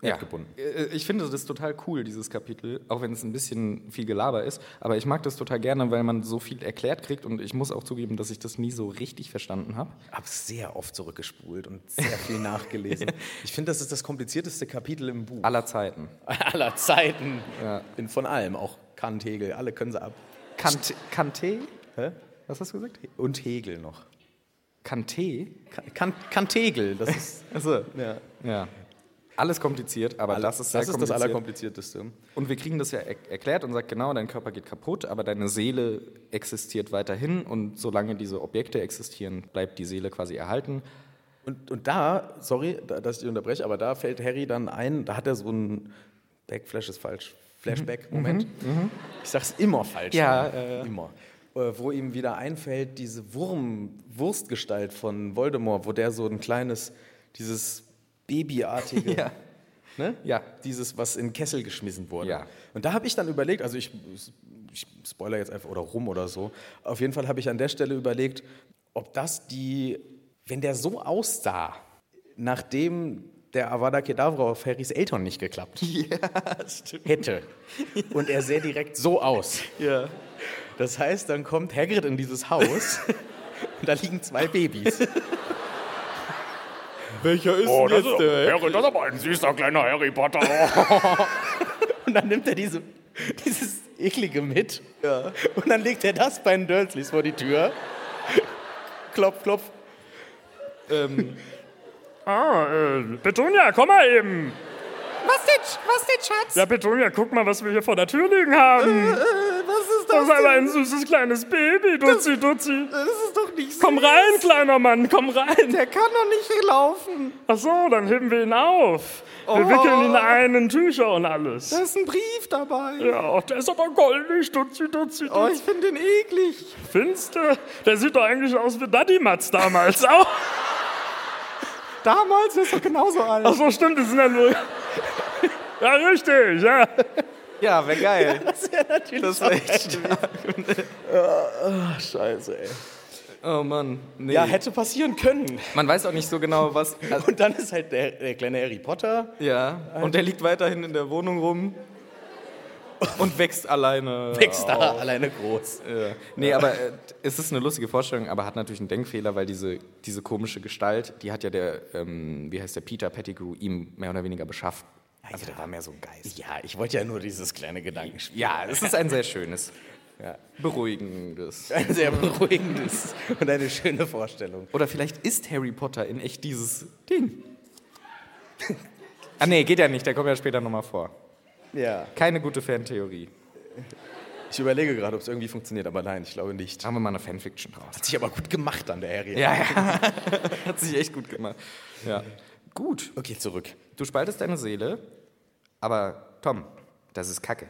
Speaker 2: Erdgebunden. Äh, Ich finde das total cool, dieses Kapitel, auch wenn es ein bisschen viel Gelaber ist. Aber ich mag das total gerne, weil man so viel erklärt kriegt und ich muss auch zugeben, dass ich das nie so richtig verstanden habe.
Speaker 1: Hab's sehr oft zurückgespult und sehr viel nachgelesen. Ich finde, das ist das komplizierteste Kapitel im Buch.
Speaker 2: Aller Zeiten.
Speaker 1: Aller Zeiten. In, von allem, auch Kant, Hegel, alle können sie ab.
Speaker 2: Kant Kanté?
Speaker 1: Hä?
Speaker 2: Was hast du gesagt?
Speaker 1: Und Hegel noch.
Speaker 2: Kanté?
Speaker 1: Kan Kantegel, das ist
Speaker 2: Achso.
Speaker 1: ja.
Speaker 2: Ja. Alles kompliziert, aber das ist sehr
Speaker 1: das, ist das
Speaker 2: kompliziert.
Speaker 1: Allerkomplizierteste.
Speaker 2: Und wir kriegen das ja er erklärt und sagt, genau, dein Körper geht kaputt, aber deine Seele existiert weiterhin und solange diese Objekte existieren, bleibt die Seele quasi erhalten.
Speaker 1: Und, und da, sorry, da, dass ich dich unterbreche, aber da fällt Harry dann ein, da hat er so ein Backflash ist falsch, Flashback-Moment. Ich sag's immer falsch.
Speaker 2: Mhm. Ja,
Speaker 1: ne?
Speaker 2: äh, ja.
Speaker 1: immer. Äh, Wo ihm wieder einfällt, diese Wurm-Wurstgestalt von Voldemort, wo der so ein kleines, dieses babyartige
Speaker 2: Ja.
Speaker 1: Ne?
Speaker 2: Ja.
Speaker 1: Dieses, was in den Kessel geschmissen wurde.
Speaker 2: Ja.
Speaker 1: Und da habe ich dann überlegt, also ich, ich spoiler jetzt einfach oder rum oder so, auf jeden Fall habe ich an der Stelle überlegt, ob das die, wenn der so aussah, nachdem der Avada Kedavra auf Harrys Eltern nicht geklappt hätte und er sähe direkt so aus.
Speaker 2: Ja.
Speaker 1: Das heißt, dann kommt Hagrid in dieses Haus und da liegen zwei Babys.
Speaker 2: Welcher ist
Speaker 6: Oh,
Speaker 2: denn
Speaker 6: das
Speaker 2: jetzt
Speaker 6: ist,
Speaker 2: der?
Speaker 6: Harry, das ist aber ein süßer kleiner Harry Potter.
Speaker 1: Und dann nimmt er diese, dieses Eklige mit. Und dann legt er das bei den Dursleys vor die Tür. klopf, klopf.
Speaker 2: Ähm,
Speaker 6: ah, äh, Petunia, komm mal eben.
Speaker 2: was denn, was denn, Schatz?
Speaker 6: Ja, Petunia, guck mal, was wir hier vor der Tür liegen haben.
Speaker 2: Äh, was ist
Speaker 6: Das
Speaker 2: das?
Speaker 6: ist aber ein süßes kleines Baby, Dutzi, Dutzi.
Speaker 2: Das ist doch nicht so.
Speaker 6: Komm rein, kleiner Mann, komm rein.
Speaker 2: Der kann doch nicht laufen. Oh.
Speaker 6: Ach so, dann heben wir ihn auf. Wir wickeln ihn ein in Tücher und alles.
Speaker 2: Da ist ein Brief dabei.
Speaker 6: Ja, der ist aber goldig, Dutzi, Dutzi,
Speaker 2: Oh,
Speaker 6: Dutzi.
Speaker 2: ich finde den eklig.
Speaker 6: Finster. Der sieht doch eigentlich aus wie Daddy Matz damals auch.
Speaker 2: Damals ist er genauso alt.
Speaker 6: Ach so, stimmt, die sind ja nur... Ja, richtig, ja.
Speaker 2: Ja, wäre geil.
Speaker 1: Das wäre natürlich Ah,
Speaker 2: Das wäre echt stark.
Speaker 1: scheiße, ey.
Speaker 2: Oh Mann. Nee.
Speaker 1: Ja, hätte passieren können.
Speaker 2: Man weiß auch nicht so genau, was. Also,
Speaker 1: Und dann ist halt der, der kleine Harry Potter.
Speaker 2: ja. Und der liegt weiterhin in der Wohnung rum und wächst alleine.
Speaker 1: Wächst da alleine groß.
Speaker 2: Ja. Nee, aber äh, es ist eine lustige Vorstellung, aber hat natürlich einen Denkfehler, weil diese, diese komische Gestalt, die hat ja der, ähm, wie heißt der, Peter Pettigrew ihm mehr oder weniger beschafft.
Speaker 1: Ah,
Speaker 2: Also der war mehr so ein Geist.
Speaker 1: Ja, ich wollte ja nur dieses kleine Gedankenspiel.
Speaker 2: Ja, es ist ein sehr schönes, beruhigendes.
Speaker 1: Ein sehr beruhigendes und eine schöne Vorstellung.
Speaker 2: Oder vielleicht ist Harry Potter in echt dieses Ding. ah nee, geht ja nicht, der kommt ja später nochmal vor.
Speaker 1: Ja.
Speaker 2: Keine gute Fantheorie.
Speaker 1: Ich überlege gerade, ob es irgendwie funktioniert, aber nein, ich glaube nicht. Hat
Speaker 2: Machen wir mal eine Fanfiction draus.
Speaker 1: sich aber gut gemacht an der Harry.
Speaker 2: Ja, ja. Hat sich echt gut gemacht. Ja. Gut.
Speaker 1: Okay, zurück
Speaker 2: Du spaltest deine Seele, aber Tom, das ist Kacke.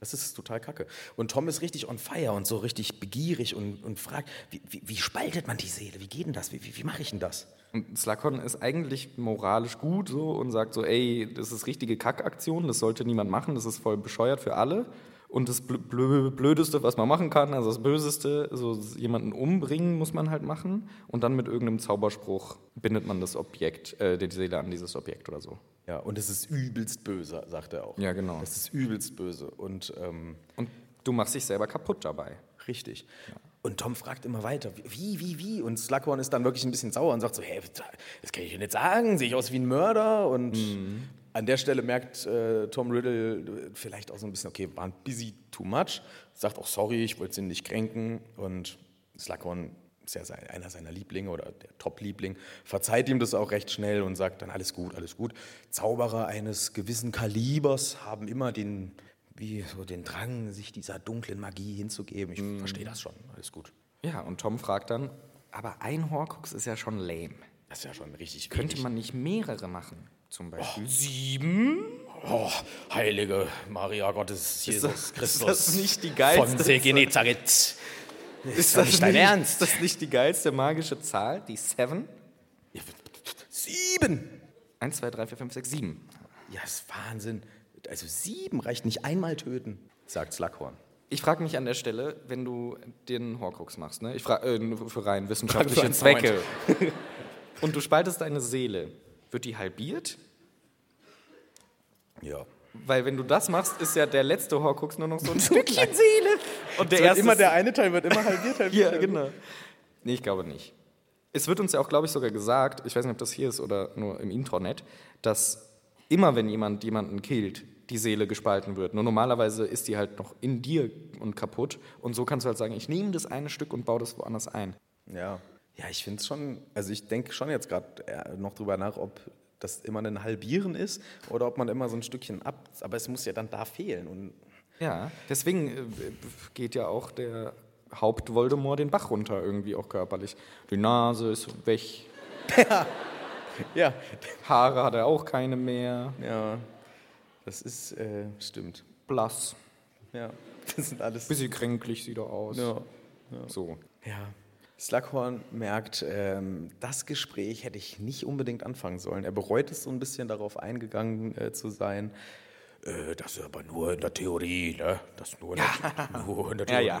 Speaker 1: Das ist total kacke. Und Tom ist richtig on fire und so richtig begierig und, und fragt, wie, wie, wie spaltet man die Seele? Wie geht denn das? Wie, wie, wie mache ich denn das?
Speaker 2: Und Slakon ist eigentlich moralisch gut so und sagt so, ey, das ist richtige Kackaktion, das sollte niemand machen, das ist voll bescheuert für alle. Und das Blö- Blö- Blödeste, was man machen kann, also das Böseste, so jemanden umbringen muss man halt machen. Und dann mit irgendeinem Zauberspruch bindet man das Objekt, äh, die Seele an dieses Objekt oder so.
Speaker 1: Ja, und es ist übelst böse, sagt er auch.
Speaker 2: Ja, genau.
Speaker 1: Es ist übelst böse. Und ähm,
Speaker 2: Und du machst dich selber kaputt dabei.
Speaker 1: Richtig. Und Tom fragt immer weiter, wie, wie, wie? Und Slughorn ist dann wirklich ein bisschen sauer und sagt so, hey, das kann ich dir nicht sagen, sehe ich aus wie ein Mörder? Und an der Stelle merkt äh, Tom Riddle äh, vielleicht auch so ein bisschen, okay, war ein busy too much. Sagt auch, sorry, ich wollte sie nicht kränken. Und Slughorn ist ja sein, einer seiner Lieblinge oder der Top-Liebling, verzeiht ihm das auch recht schnell und sagt dann, alles gut, alles gut. Zauberer eines gewissen Kalibers haben immer den wie so den Drang, sich dieser dunklen Magie hinzugeben. Ich
Speaker 2: Mhm.
Speaker 1: verstehe das schon. Alles gut.
Speaker 2: Ja, und Tom fragt dann, aber ein Horcrux ist ja schon lame.
Speaker 1: Das ist ja schon richtig. Oh,
Speaker 2: Könnte
Speaker 1: wenig.
Speaker 2: man nicht mehrere machen, zum Beispiel?
Speaker 1: sieben? Oh, heilige Maria Gottes Jesus
Speaker 2: das- ist
Speaker 1: Christus.
Speaker 2: das nicht die geilste-
Speaker 1: Von Genezareth.
Speaker 2: Ist
Speaker 1: das nicht dein Ernst?
Speaker 2: Ist das nicht die geilste magische Zahl? Die 7?
Speaker 1: Sieben!
Speaker 2: 1, 2, 3, 4, 5, 6, 7.
Speaker 1: Ja, ist Wahnsinn. Also sieben reicht nicht einmal töten, sagt Slughorn.
Speaker 2: Ich frage mich an der Stelle, wenn du den Horcrux machst, ne? Ich frage äh, nur für rein
Speaker 1: für
Speaker 2: wissenschaftliche
Speaker 1: einen
Speaker 2: Zwecke. Und du spaltest deine Seele. Wird die halbiert?
Speaker 1: Ja.
Speaker 2: Weil wenn du das machst, ist ja der letzte Horcrux nur noch so ein Stückchen Seele. Und der erste ist-
Speaker 1: eine Teil wird immer halt- halbiert, halbiert.
Speaker 2: Ja, genau. Nee, ich glaube nicht. Es wird uns ja auch, glaube ich, sogar gesagt, ich weiß nicht, ob das hier ist oder nur im Intranet, dass immer, wenn jemand jemanden killt, die Seele gespalten wird. Nur normalerweise ist die halt noch in dir und kaputt. Und so kannst du halt sagen, ich nehme das eine Stück und baue das woanders ein.
Speaker 1: Ja. Ja, ich finde es schon, also ich denke schon jetzt gerade äh, noch drüber nach, ob das immer ein Halbieren ist oder ob man immer so ein Stückchen ab. Aber es muss ja dann da fehlen. Und
Speaker 2: Ja, deswegen äh, geht ja auch der Haupt-Voldemort den Bach runter, irgendwie auch körperlich. Die Nase ist weg,
Speaker 1: ja,
Speaker 2: Haare hat er auch keine mehr,
Speaker 1: ja, das ist, äh, stimmt.
Speaker 2: blass,
Speaker 1: Ja, das sind alles.
Speaker 2: bisschen kränklich sieht er aus.
Speaker 1: Ja.
Speaker 2: So.
Speaker 1: ja. Slughorn merkt, ähm, das Gespräch hätte ich nicht unbedingt anfangen sollen. Er bereut es so ein bisschen darauf eingegangen äh, zu sein. Äh, das ist aber nur in der Theorie, ne? Das nur in der, nur in der
Speaker 2: Ja,
Speaker 1: Theorie.
Speaker 2: ja.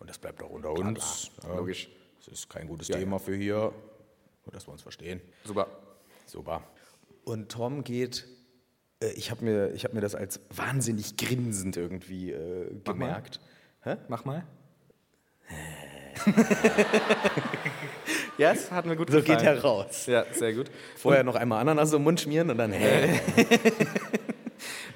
Speaker 1: Und das bleibt auch unter uns. ne?
Speaker 2: Logisch.
Speaker 1: Das ist kein gutes Thema für hier. Nur, dass wir uns verstehen.
Speaker 2: Super.
Speaker 1: Super. Und Tom geht, äh, ich habe mir, ich hab mir das als wahnsinnig grinsend irgendwie äh,
Speaker 2: Mach mal.
Speaker 1: gemerkt.
Speaker 2: Mach mal. ja, das hat mir gut
Speaker 1: So
Speaker 2: gefallen.
Speaker 1: geht er raus.
Speaker 2: Ja, sehr gut.
Speaker 1: Vorher noch einmal Ananas im Mund schmieren und dann, hä?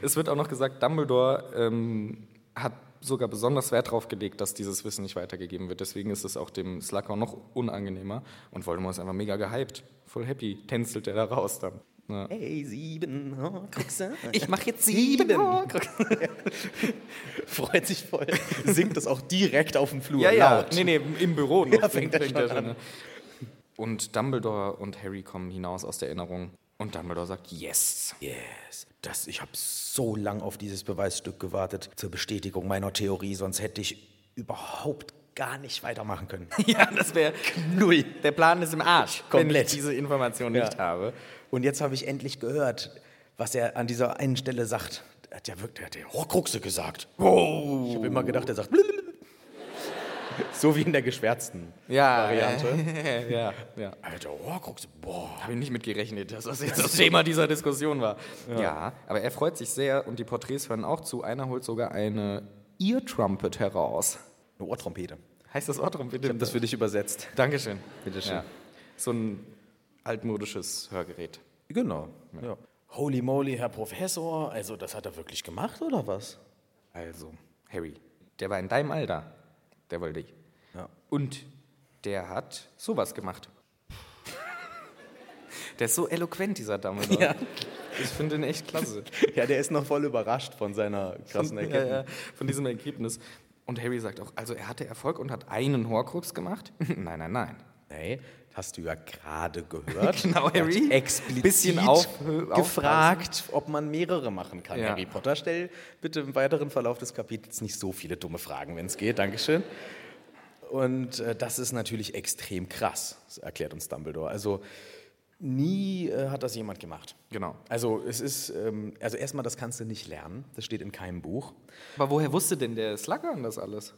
Speaker 2: Es wird auch noch gesagt, Dumbledore ähm, hat sogar besonders Wert darauf gelegt, dass dieses Wissen nicht weitergegeben wird. Deswegen ist es auch dem Slughorn noch unangenehmer. Und Voldemort ist einfach mega gehypt. Voll happy. Tänzelt er da raus dann. Ja.
Speaker 1: Hey, sieben oh, Horcruxe.
Speaker 2: Ich mache jetzt
Speaker 1: Freut sich voll. Singt das auch direkt auf dem Flur.
Speaker 2: Ja, ja.
Speaker 1: Laut.
Speaker 2: Nee, nee, im Büro noch.
Speaker 1: Ja, fängt er schon an.
Speaker 2: Und Dumbledore und Harry kommen hinaus aus der Erinnerung. Und Dumbledore sagt, yes.
Speaker 1: Yes. Das, ich habe so lang auf dieses Beweisstück gewartet zur Bestätigung meiner Theorie, sonst hätte ich überhaupt gar nicht weitermachen können.
Speaker 2: Ja, das wäre null. Der Plan ist im Arsch, wenn
Speaker 1: Komplett.
Speaker 2: ich diese Information
Speaker 1: Ja.
Speaker 2: nicht habe.
Speaker 1: Und jetzt habe ich endlich gehört, was er an dieser einen Stelle sagt. Er hat ja wirklich, er hat ja Horcruxe gesagt. Ich habe immer gedacht, er sagt blablabla. so wie in der geschwärzten
Speaker 2: Ja,
Speaker 1: Variante.
Speaker 2: äh, ja, ja.
Speaker 1: Alter, Horcruxe, boah.
Speaker 2: Habe ich nicht mitgerechnet, dass das jetzt das Thema dieser Diskussion war. Ja. aber er freut sich sehr und die Porträts hören auch zu. Einer holt sogar eine Ear Trumpet heraus.
Speaker 1: Eine Ohrtrompete.
Speaker 2: Heißt das Wort bitte?
Speaker 1: Das für dich übersetzt.
Speaker 2: Dankeschön.
Speaker 1: Bitteschön.
Speaker 2: Ja. So ein altmodisches Hörgerät.
Speaker 1: Genau. Ja. Holy moly, Herr Professor, also das hat er wirklich gemacht oder was?
Speaker 2: Also, Harry, der war in deinem Alter, der wollte ich.
Speaker 1: Ja.
Speaker 2: Und der hat sowas gemacht. Der ist so eloquent, dieser Dumbledore.
Speaker 1: Ja.
Speaker 2: Ich finde ihn echt klasse.
Speaker 1: Ja, der ist noch voll überrascht von seiner krassen
Speaker 2: Ja,
Speaker 1: Erkenntnis.
Speaker 2: ja, von diesem Ergebnis. Und Harry sagt auch, also er hatte Erfolg und hat einen Horcrux gemacht? nein, nein, nein.
Speaker 1: Nee, Hast du ja gerade gehört.
Speaker 2: Genau,
Speaker 1: Er hat
Speaker 2: Harry.
Speaker 1: Explizit
Speaker 2: Bisschen aufhö-
Speaker 1: gefragt, ob man mehrere machen kann.
Speaker 2: Ja.
Speaker 1: Harry Potter, stell bitte im weiteren Verlauf des Kapitels nicht so viele dumme Fragen, wenn es geht. Dankeschön. Und äh, das ist natürlich extrem krass, das erklärt uns Dumbledore. Also nie äh, hat das jemand gemacht.
Speaker 2: Genau.
Speaker 1: Also es ist, ähm, also erstmal, das kannst du nicht lernen. Das steht in keinem Buch.
Speaker 2: Aber woher wusste denn der Slughorn das alles?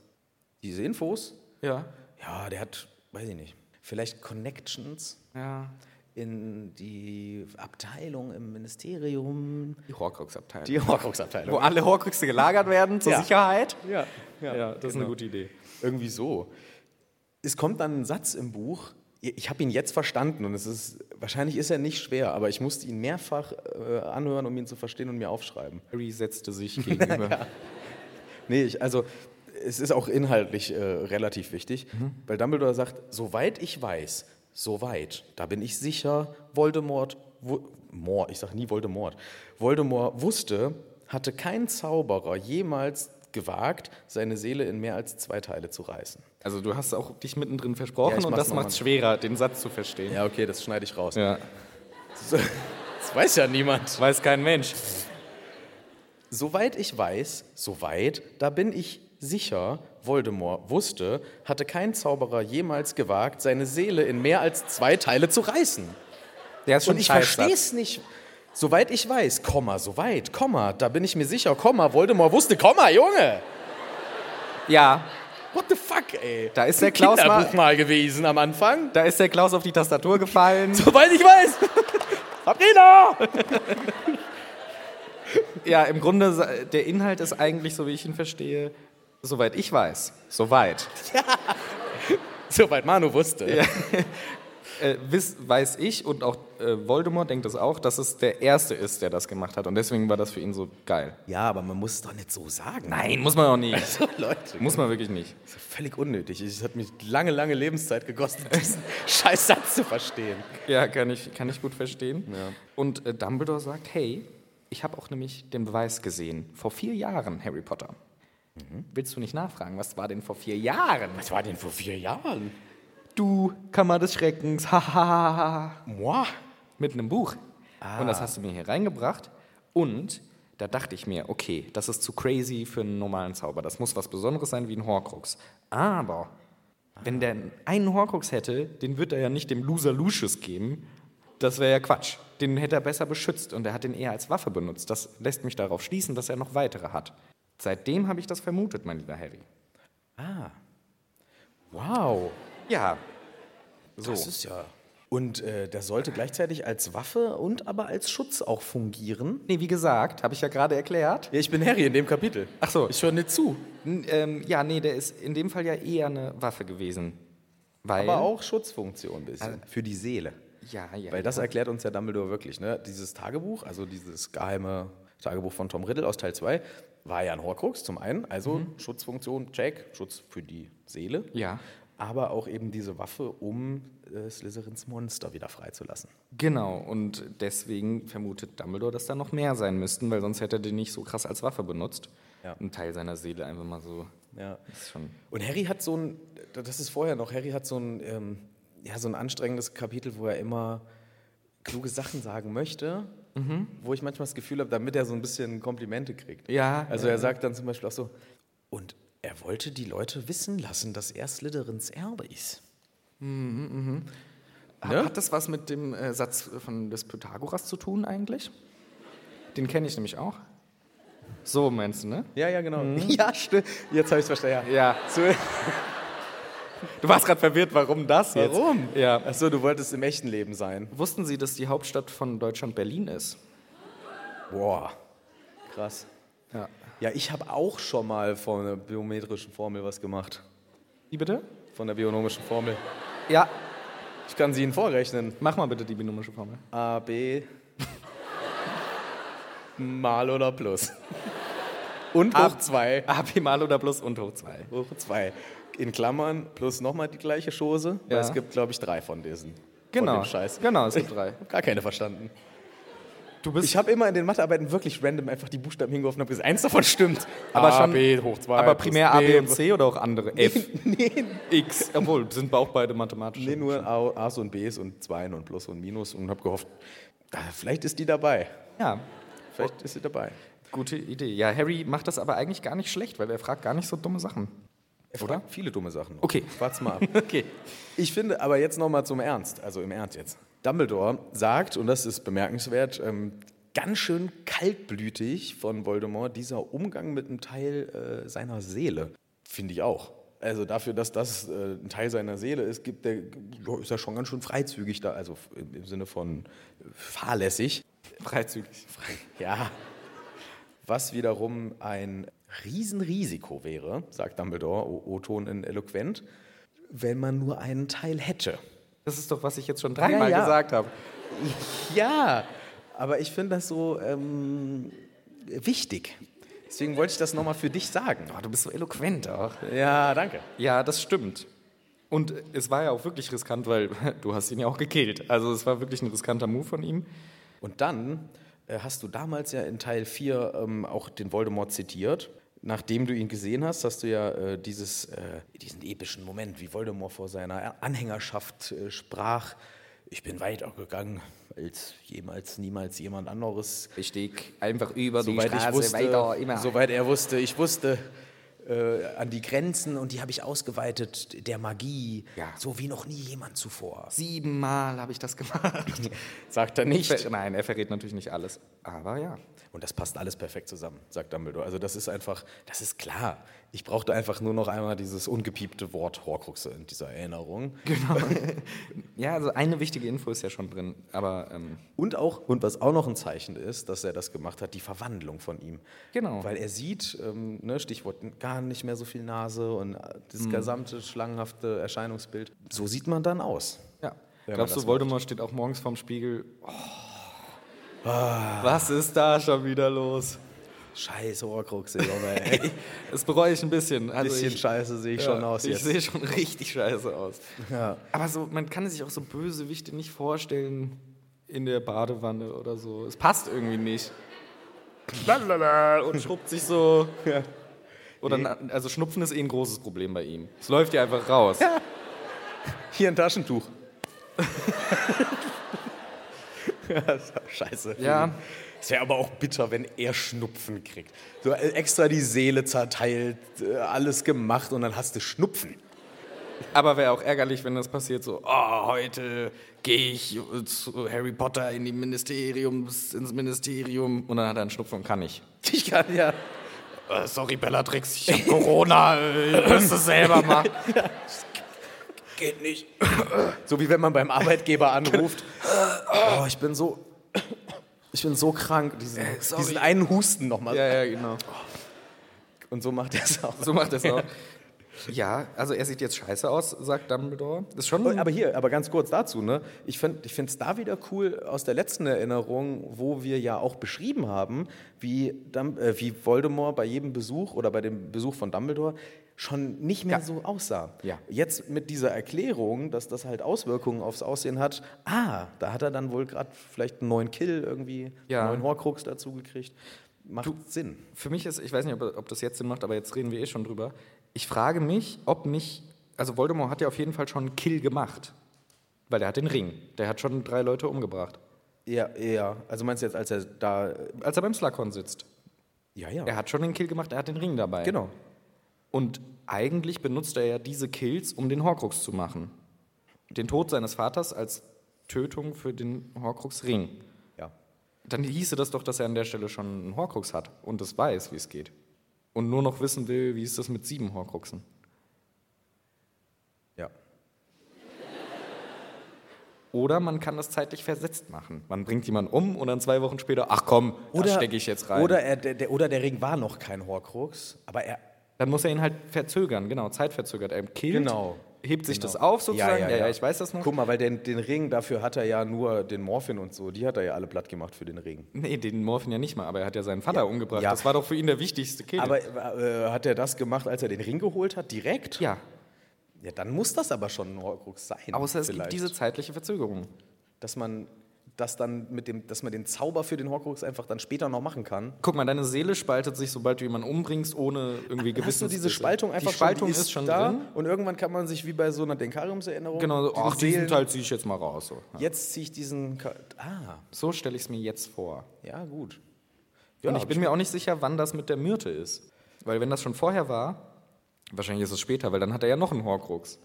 Speaker 1: Diese Infos,
Speaker 2: Ja.
Speaker 1: ja, der hat, weiß ich nicht, vielleicht Connections
Speaker 2: Ja.
Speaker 1: in die Abteilung im Ministerium.
Speaker 2: Die Horcrux-Abteilung.
Speaker 1: Die Horcrux-Abteilung.
Speaker 2: Wo alle Horcruxe gelagert werden zur
Speaker 1: Ja.
Speaker 2: Sicherheit.
Speaker 1: Ja, ja, genau.
Speaker 2: Idee.
Speaker 1: Irgendwie so. Es kommt dann ein Satz im Buch, ich ich habe ihn jetzt verstanden und es ist, wahrscheinlich ist er nicht schwer, aber ich musste ihn mehrfach äh, anhören, um ihn zu verstehen und mir aufschreiben.
Speaker 2: Harry setzte sich gegenüber.
Speaker 1: Nee, ich, also es ist auch inhaltlich äh, relativ wichtig, weil Dumbledore sagt, soweit ich weiß, soweit, da bin ich sicher, Voldemort, wo, Mor, ich sag nie Voldemort, Voldemort wusste, hatte kein Zauberer jemals gewagt, seine Seele in mehr als zwei Teile zu reißen.
Speaker 2: Also du hast auch dich mittendrin versprochen
Speaker 1: Ja, ich
Speaker 2: und
Speaker 1: mach's
Speaker 2: das
Speaker 1: nochmal.
Speaker 2: macht es schwerer, den Satz zu verstehen.
Speaker 1: Ja, okay, das schneide ich raus.
Speaker 2: Ja.
Speaker 1: Das weiß ja niemand.
Speaker 2: Weiß kein Mensch.
Speaker 1: Soweit ich weiß, soweit, da bin ich sicher, Voldemort wusste, hatte kein Zauberer jemals gewagt, seine Seele in mehr als zwei Teile zu reißen.
Speaker 2: Der ist schon
Speaker 1: Und ich
Speaker 2: scheiß
Speaker 1: verstehe es nicht. Soweit ich weiß, Komma, soweit, Komma, da bin ich mir sicher, Komma, Voldemort wusste, Komma, Junge!
Speaker 2: Satz. Ja,
Speaker 1: What the fuck, ey?
Speaker 2: Da ist der
Speaker 1: Ein
Speaker 2: Klaus mal-
Speaker 1: Kinderbuch mal gewesen am Anfang.
Speaker 2: da ist der Klaus auf die Tastatur gefallen.
Speaker 1: Soweit ich weiß! Sabrina!
Speaker 2: Ja, im Grunde, sa- der Inhalt ist eigentlich, so wie ich ihn verstehe, soweit ich weiß, soweit,
Speaker 1: Soweit Manu wusste.
Speaker 2: äh, wiss, weiß ich und auch äh, Voldemort denkt das auch, dass es der Erste ist, der das gemacht hat. Und deswegen war das für ihn so geil.
Speaker 1: Ja, aber man muss es doch nicht so sagen.
Speaker 2: Nein, muss man auch nicht.
Speaker 1: So, Leute.
Speaker 2: Muss man wirklich nicht.
Speaker 1: Völlig unnötig. Es hat mich lange, lange Lebenszeit gekostet, diesen scheiß Satz zu verstehen.
Speaker 2: Ja, kann ich, kann ich gut verstehen. Und äh, Dumbledore sagt, hey, ich habe auch nämlich den Beweis gesehen, vor vier Jahren, Harry Potter. Willst du nicht nachfragen, was war denn vor vier Jahren?
Speaker 1: Was war denn vor vier Jahren?
Speaker 2: Du, Kammer des Schreckens, hahaha.
Speaker 1: Moi.
Speaker 2: Mit einem Buch. Und das hast du mir hier reingebracht. Und da dachte ich mir, okay, das ist zu crazy für einen normalen Zauber. Das muss was Besonderes sein wie ein Horcrux. Aber wenn der einen Horcrux hätte, den wird er ja nicht dem Loser Lucius geben. Das wäre ja Quatsch. Den hätte er besser beschützt und er hat den eher als Waffe benutzt. Das lässt mich darauf schließen, dass er noch weitere hat. Seitdem habe ich das vermutet, mein lieber Harry.
Speaker 1: Wow.
Speaker 2: Ja. So.
Speaker 1: Das ist ja. Und äh, das sollte gleichzeitig als Waffe und aber als Schutz auch fungieren.
Speaker 2: Nee, wie gesagt, habe ich ja gerade erklärt.
Speaker 1: Ja, ich bin Harry in dem Kapitel.
Speaker 2: Ach so.
Speaker 1: Ich höre nicht zu.
Speaker 2: N- Ähm, ja, nee, der ist in dem Fall ja eher eine Waffe gewesen. Weil,
Speaker 1: Aber auch Schutzfunktion ein bisschen. Also Für die Seele.
Speaker 2: Ja, ja.
Speaker 1: Weil das erklärt uns ja Dumbledore wirklich. Ne? Dieses Tagebuch, also dieses geheime Tagebuch von Tom Riddle aus Teil 2, war ja ein Horcrux zum einen. Also Schutzfunktion, check. Schutz für die Seele.
Speaker 2: Ja.
Speaker 1: Aber auch eben diese Waffe, um äh, Slytherins Monster wieder freizulassen.
Speaker 2: Genau, und deswegen vermutet Dumbledore, dass da noch mehr sein müssten, weil sonst hätte er den nicht so krass als Waffe benutzt.
Speaker 1: Ja.
Speaker 2: Ein Teil seiner Seele einfach mal so.
Speaker 1: Ja.
Speaker 2: Ist schon
Speaker 1: Und Harry hat so ein, das ist vorher noch, Harry hat so ein, ähm, ja, so ein anstrengendes Kapitel, wo er immer kluge Sachen sagen möchte, wo ich manchmal das Gefühl habe, damit er so ein bisschen Komplimente kriegt.
Speaker 2: Ja,
Speaker 1: Also
Speaker 2: ja,
Speaker 1: er sagt dann zum Beispiel auch so, und er wollte die Leute wissen lassen, dass er Slytherins Erbe ist. Ne?
Speaker 2: Hat das was mit dem äh, Satz von des Pythagoras zu tun eigentlich? Den kenne ich nämlich auch. So meinst du, ne?
Speaker 1: Ja, ja, genau. Ja, stimmt. Jetzt habe ich es verstanden.
Speaker 2: Ja.
Speaker 1: So,
Speaker 2: Du warst gerade verwirrt, warum das jetzt?
Speaker 1: warum?
Speaker 2: Ja.
Speaker 1: Achso, du wolltest im echten Leben sein.
Speaker 2: Wussten Sie, dass die Hauptstadt von Deutschland Berlin ist?
Speaker 1: Boah, krass.
Speaker 2: Ja.
Speaker 1: Ja, ich habe auch schon mal von der biometrischen Formel was gemacht.
Speaker 2: Wie bitte?
Speaker 1: Von der bionomischen Formel.
Speaker 2: Ja,
Speaker 1: Ich kann sie Ihnen vorrechnen.
Speaker 2: Mach mal bitte die binomische Formel.
Speaker 1: A, B, mal oder plus. Und
Speaker 2: A-
Speaker 1: hoch 2.
Speaker 2: AP mal oder plus und hoch 2.
Speaker 1: Hoch 2. In Klammern plus nochmal die gleiche Chose. Weil
Speaker 2: Ja.
Speaker 1: es gibt, glaube ich, drei von diesen. Von dem Scheiß.
Speaker 2: Genau, es gibt Genau, drei.
Speaker 1: Gar keine verstanden.
Speaker 2: Du bist
Speaker 1: Ich habe immer in den Mathearbeiten wirklich random einfach die Buchstaben hingeworfen und habe gesagt, eins davon stimmt. Aber
Speaker 2: A,
Speaker 1: schon.
Speaker 2: B hoch 2. Aber primär A, B und C oder auch andere? F,
Speaker 1: Nee,
Speaker 2: X. Obwohl, sind wir auch beide mathematisch.
Speaker 1: nee, nur A- A's und B's und Zweien und Plus und Minus und habe gehofft, ah, vielleicht ist die dabei.
Speaker 2: Ja, Oh.
Speaker 1: Vielleicht ist sie dabei.
Speaker 2: gute Idee. Ja, Harry macht das aber eigentlich gar nicht schlecht, weil er fragt gar nicht so dumme Sachen.
Speaker 1: Er fragt viele dumme Sachen.
Speaker 2: Okay.
Speaker 1: Wart's mal ab.
Speaker 2: Okay.
Speaker 1: Ich finde, aber jetzt nochmal zum Ernst, also im Ernst jetzt. Dumbledore sagt, und das ist bemerkenswert, ähm, ganz schön kaltblütig von Voldemort, dieser Umgang mit einem Teil äh, seiner Seele. Finde ich auch. Also dafür, dass das äh, ein Teil seiner Seele ist, gibt der, ja, ist er schon ganz schön freizügig da, also f- im im Sinne von äh, fahrlässig.
Speaker 2: Freizügig.
Speaker 1: Ja. Was wiederum ein Riesenrisiko wäre, sagt Dumbledore, O- O-Ton in Eloquent, wenn man nur einen Teil hätte.
Speaker 2: Das ist doch, was ich jetzt schon
Speaker 1: Ja,
Speaker 2: dreimal
Speaker 1: ja.
Speaker 2: gesagt habe.
Speaker 1: Ja, aber ich finde das so ähm, wichtig. Deswegen wollte ich das nochmal für dich sagen.
Speaker 2: Oh, du bist so eloquent auch.
Speaker 1: Ja, danke.
Speaker 2: Ja, das stimmt. Und es war ja auch wirklich riskant, weil du hast ihn ja auch gekillt. Also es war wirklich ein riskanter Move von ihm.
Speaker 1: Und dann äh, hast du damals ja in Teil 4 ähm, auch den Voldemort zitiert. Nachdem du ihn gesehen hast, hast du ja äh, dieses, äh, diesen epischen Moment, wie Voldemort vor seiner Anhängerschaft äh, sprach. Ich bin weiter gegangen als jemals, niemals jemand anderes.
Speaker 2: Ich stieg einfach über
Speaker 1: soweit ich wusste,
Speaker 2: weiter, immer.
Speaker 1: soweit er wusste, ich wusste äh, an die Grenzen und die habe ich ausgeweitet der Magie,
Speaker 2: Ja.
Speaker 1: so wie noch nie jemand zuvor.
Speaker 2: Siebenmal habe ich das gemacht.
Speaker 1: Sagt er
Speaker 2: Ver-
Speaker 1: nicht.
Speaker 2: Nein, er verrät natürlich nicht alles. Aber ja.
Speaker 1: Und das passt alles perfekt zusammen, sagt Dumbledore. Also das ist einfach, das ist klar. Ich brauchte einfach nur noch einmal dieses ungepiepte Wort Horcruxe in dieser Erinnerung.
Speaker 2: Ja, also eine wichtige Info ist ja schon drin. Aber ähm,
Speaker 1: Und auch, und was auch noch ein Zeichen ist, dass er das gemacht hat, die Verwandlung von ihm.
Speaker 2: Genau.
Speaker 1: Weil er sieht, ähm, ne, Stichwort gar nicht mehr so viel Nase und äh, das
Speaker 2: Mhm.
Speaker 1: gesamte schlangenhafte Erscheinungsbild. So sieht man dann aus.
Speaker 2: ja.
Speaker 1: Wenn man
Speaker 2: Glaubst du,
Speaker 1: das
Speaker 2: Voldemort steht auch morgens vorm Spiegel? Oh. Was ist da schon wieder los?
Speaker 1: Scheiße Horcruxe, Junge. Ey.
Speaker 2: Das bereue ich ein bisschen. Also
Speaker 1: bisschen
Speaker 2: ich,
Speaker 1: scheiße sehe ich schon
Speaker 2: Ja,
Speaker 1: aus
Speaker 2: ich
Speaker 1: jetzt.
Speaker 2: sehe schon richtig scheiße aus. Aber so, man kann sich auch so Bösewichte nicht vorstellen in der Badewanne oder so. Es passt irgendwie nicht. Lalala, und schrubbt sich so. Oder na, also Schnupfen ist eh ein großes Problem bei ihm. Es läuft ja einfach raus.
Speaker 1: Hier ein Taschentuch. Ja, ist auch Scheiße.
Speaker 2: Ja.
Speaker 1: Es wäre aber auch bitter, wenn er Schnupfen kriegt. So äh, extra die Seele zerteilt, äh, alles gemacht und dann hast du Schnupfen.
Speaker 2: Aber wäre auch ärgerlich, wenn das passiert so, oh, heute gehe ich äh, zu Harry Potter in die Ministerium, ins Ministerium und dann hat er einen Schnupfen und kann nicht.
Speaker 1: Ich kann ja.
Speaker 2: Äh, sorry, Bellatrix, ich hab Corona, äh, ihr müsst es selber machen.
Speaker 1: Geht nicht. So wie wenn man beim Arbeitgeber anruft. Oh, ich bin so. Ich bin so krank. Diesen,
Speaker 2: Äh, sorry.
Speaker 1: diesen einen Husten nochmal.
Speaker 2: Ja, ja, genau.
Speaker 1: Und so macht er es auch.
Speaker 2: So macht er es auch. Ja, also er sieht jetzt scheiße aus, sagt Dumbledore. Das ist schon.
Speaker 1: Und, Oh, aber hier, aber ganz kurz dazu, ne? Ich finde es da wieder cool aus der letzten Erinnerung, wo wir ja auch beschrieben haben, wie, Dum äh, wie Voldemort bei jedem Besuch oder bei dem Besuch von Dumbledore schon nicht mehr
Speaker 2: Ja.
Speaker 1: so aussah.
Speaker 2: Ja.
Speaker 1: Jetzt mit dieser Erklärung, dass das halt Auswirkungen aufs Aussehen hat, ah, da hat er dann wohl gerade vielleicht einen neuen Kill irgendwie,
Speaker 2: Ja.
Speaker 1: einen neuen Horcrux dazu gekriegt. Macht Sinn.
Speaker 2: für mich ist, ich weiß nicht, ob, ob das jetzt Sinn macht, aber jetzt reden wir eh schon drüber. Ich frage mich, ob nicht. Also Voldemort hat ja auf jeden Fall schon einen Kill gemacht. Weil er hat den Ring. Der hat schon drei Leute umgebracht.
Speaker 1: Ja, ja. Also meinst du jetzt, als er da. äh,
Speaker 2: Als er beim Slughorn sitzt.
Speaker 1: Ja, ja.
Speaker 2: Er hat schon den Kill gemacht, er hat den Ring dabei.
Speaker 1: Genau.
Speaker 2: Und eigentlich benutzt er ja diese Kills, um den Horcrux zu machen. Den Tod seines Vaters als Tötung für den Horcrux-Ring.
Speaker 1: Ja.
Speaker 2: Dann hieße das doch, dass er an der Stelle schon einen Horcrux hat und es weiß, wie es geht. Und nur noch wissen will, wie ist das mit sieben Horcruxen.
Speaker 1: Ja.
Speaker 2: Oder man kann das zeitlich versetzt machen. Man bringt jemanden um und dann zwei Wochen später, ach komm, da stecke ich jetzt rein.
Speaker 1: Oder, er, der, der, oder der Ring war noch kein Horcrux, aber er.
Speaker 2: dann muss er ihn halt verzögern, genau, zeitverzögert. Er killt,
Speaker 1: Genau.
Speaker 2: hebt sich das auf sozusagen. Ja, ja, ich weiß das noch.
Speaker 1: Guck mal, weil den, den Ring, dafür hat er ja nur den Morphin und so, die hat er ja alle platt gemacht für den Ring.
Speaker 2: Nee, den Morphin ja nicht mal, aber er hat ja seinen Vater umgebracht.
Speaker 1: Ja.
Speaker 2: Das war doch für ihn der wichtigste Kill.
Speaker 1: Aber äh, hat er das gemacht, als er den Ring geholt hat, direkt?
Speaker 2: ja,
Speaker 1: Ja, dann muss das aber schon ein Horcrux sein.
Speaker 2: außer es
Speaker 1: vielleicht.
Speaker 2: gibt diese zeitliche Verzögerung.
Speaker 1: Dass man dass, dann mit dem, dass man den Zauber für den Horcrux einfach dann später noch machen kann.
Speaker 2: Guck mal, deine Seele spaltet sich, sobald du jemanden umbringst, ohne irgendwie Gewissen.
Speaker 1: Hast du diese Spaltung einfach
Speaker 2: Die Spaltung
Speaker 1: schon,
Speaker 2: ist, schon
Speaker 1: da
Speaker 2: drin.
Speaker 1: und irgendwann kann man sich wie bei so einer Denkariumserinnerung
Speaker 2: Genau, so,
Speaker 1: diesen
Speaker 2: ach, diesen
Speaker 1: Seelen-
Speaker 2: Teil ziehe ich jetzt mal raus. So, ja.
Speaker 1: Jetzt ziehe ich diesen. Ka ah,
Speaker 2: so stelle ich es mir jetzt vor.
Speaker 1: ja, gut.
Speaker 2: und
Speaker 1: hab
Speaker 2: ich bin mir auch nicht sicher, wann das mit der Myrte ist. Weil wenn das schon vorher war, wahrscheinlich ist es später, weil dann hat er ja noch einen Horcrux.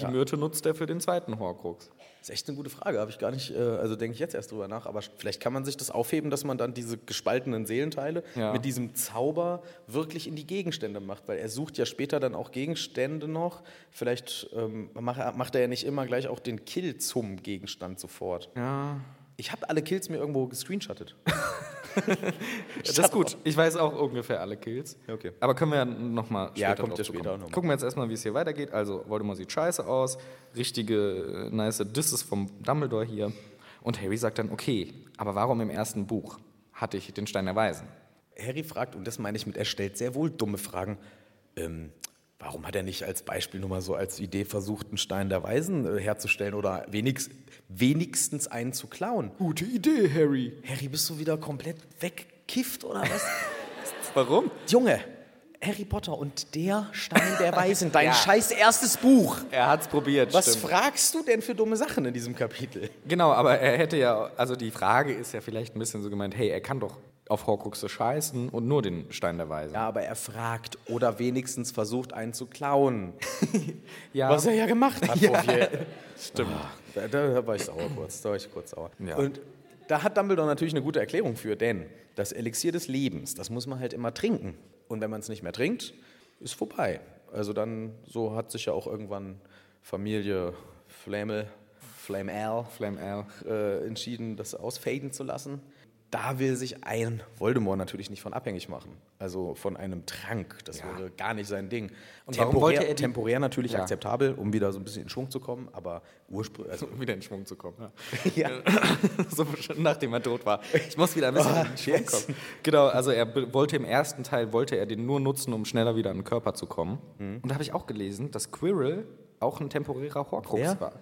Speaker 2: Die Myrte nutzt er für den zweiten Horcrux.
Speaker 1: Das ist echt eine gute Frage, habe ich gar nicht, äh, also denke ich jetzt erst drüber nach, aber vielleicht kann man sich das aufheben, dass man dann diese gespaltenen Seelenteile
Speaker 2: Ja.
Speaker 1: mit diesem Zauber wirklich in die Gegenstände macht, weil er sucht ja später dann auch Gegenstände noch, vielleicht ähm, mach, er- macht er ja nicht immer gleich auch den Kill zum Gegenstand sofort.
Speaker 2: Ja.
Speaker 1: Ich habe alle Kills mir irgendwo gescreenshottet.
Speaker 2: Das ist gut. Ich weiß auch ungefähr alle Kills.
Speaker 1: Ja, okay.
Speaker 2: Aber können wir ja nochmal später
Speaker 1: Ja, kommt
Speaker 2: drauf
Speaker 1: ja
Speaker 2: zu
Speaker 1: später
Speaker 2: kommen.
Speaker 1: auch noch mal.
Speaker 2: Gucken wir jetzt erstmal, wie es hier weitergeht. Also, Voldemort sieht scheiße aus. Richtige, äh, nice Disses vom Dumbledore hier. Und Harry sagt dann, okay, aber warum im ersten Buch hatte ich den Stein der Weisen?
Speaker 1: Harry fragt, und das meine ich mit, er stellt sehr wohl dumme Fragen. Ähm, warum hat er nicht als Beispiel nur mal so als Idee versucht, einen Stein der Weisen äh, herzustellen oder wenigst, wenigstens einen zu klauen?
Speaker 2: Gute Idee, Harry.
Speaker 1: Harry, bist du wieder komplett weggekifft oder was?
Speaker 2: Warum?
Speaker 1: Junge, Harry Potter und der Stein der Weisen, dein scheiß erstes Buch.
Speaker 2: Er hat's probiert.
Speaker 1: Was
Speaker 2: stimmt.
Speaker 1: fragst du denn für dumme Sachen in diesem Kapitel?
Speaker 2: Genau, aber er hätte ja, also die Frage ist ja vielleicht ein bisschen so gemeint, hey, er kann doch auf Horcruxe scheißen und nur den Stein der Weisen.
Speaker 1: Ja, aber er fragt oder wenigstens versucht, einen zu klauen.
Speaker 2: Ja.
Speaker 1: Was er ja gemacht hat. Ah.
Speaker 2: Ja,
Speaker 1: Stimmt. da, da war ich sauer kurz. Da war ich kurz sauer.
Speaker 2: Ja.
Speaker 1: Und da hat Dumbledore natürlich eine gute Erklärung für, denn das Elixier des Lebens, das muss man halt immer trinken. Und wenn man es nicht mehr trinkt, ist vorbei. Also dann, so hat sich ja auch irgendwann Familie Flammel, Flame Al,
Speaker 2: Flame Al.
Speaker 1: äh, entschieden, das ausfaden zu lassen. Da will sich ein Voldemort natürlich nicht von abhängig machen. Also von einem Trank. Das wäre gar nicht sein Ding. Und
Speaker 2: warum
Speaker 1: temporär,
Speaker 2: wollte er die-
Speaker 1: temporär natürlich
Speaker 2: Ja.
Speaker 1: akzeptabel, um wieder so ein bisschen in Schwung zu kommen, aber ursprünglich. Also,
Speaker 2: Um wieder in Schwung zu kommen.
Speaker 1: ja.
Speaker 2: so schon nachdem er tot war. Ich muss wieder ein bisschen
Speaker 1: Ah,
Speaker 2: in den Schwung
Speaker 1: yes.
Speaker 2: kommen. Genau, also er be- wollte im ersten Teil, wollte er den nur nutzen, um schneller wieder in den Körper zu kommen.
Speaker 1: Mhm.
Speaker 2: Und da habe ich auch gelesen, dass Quirrell auch ein temporärer Horcrux
Speaker 1: Wer?
Speaker 2: war.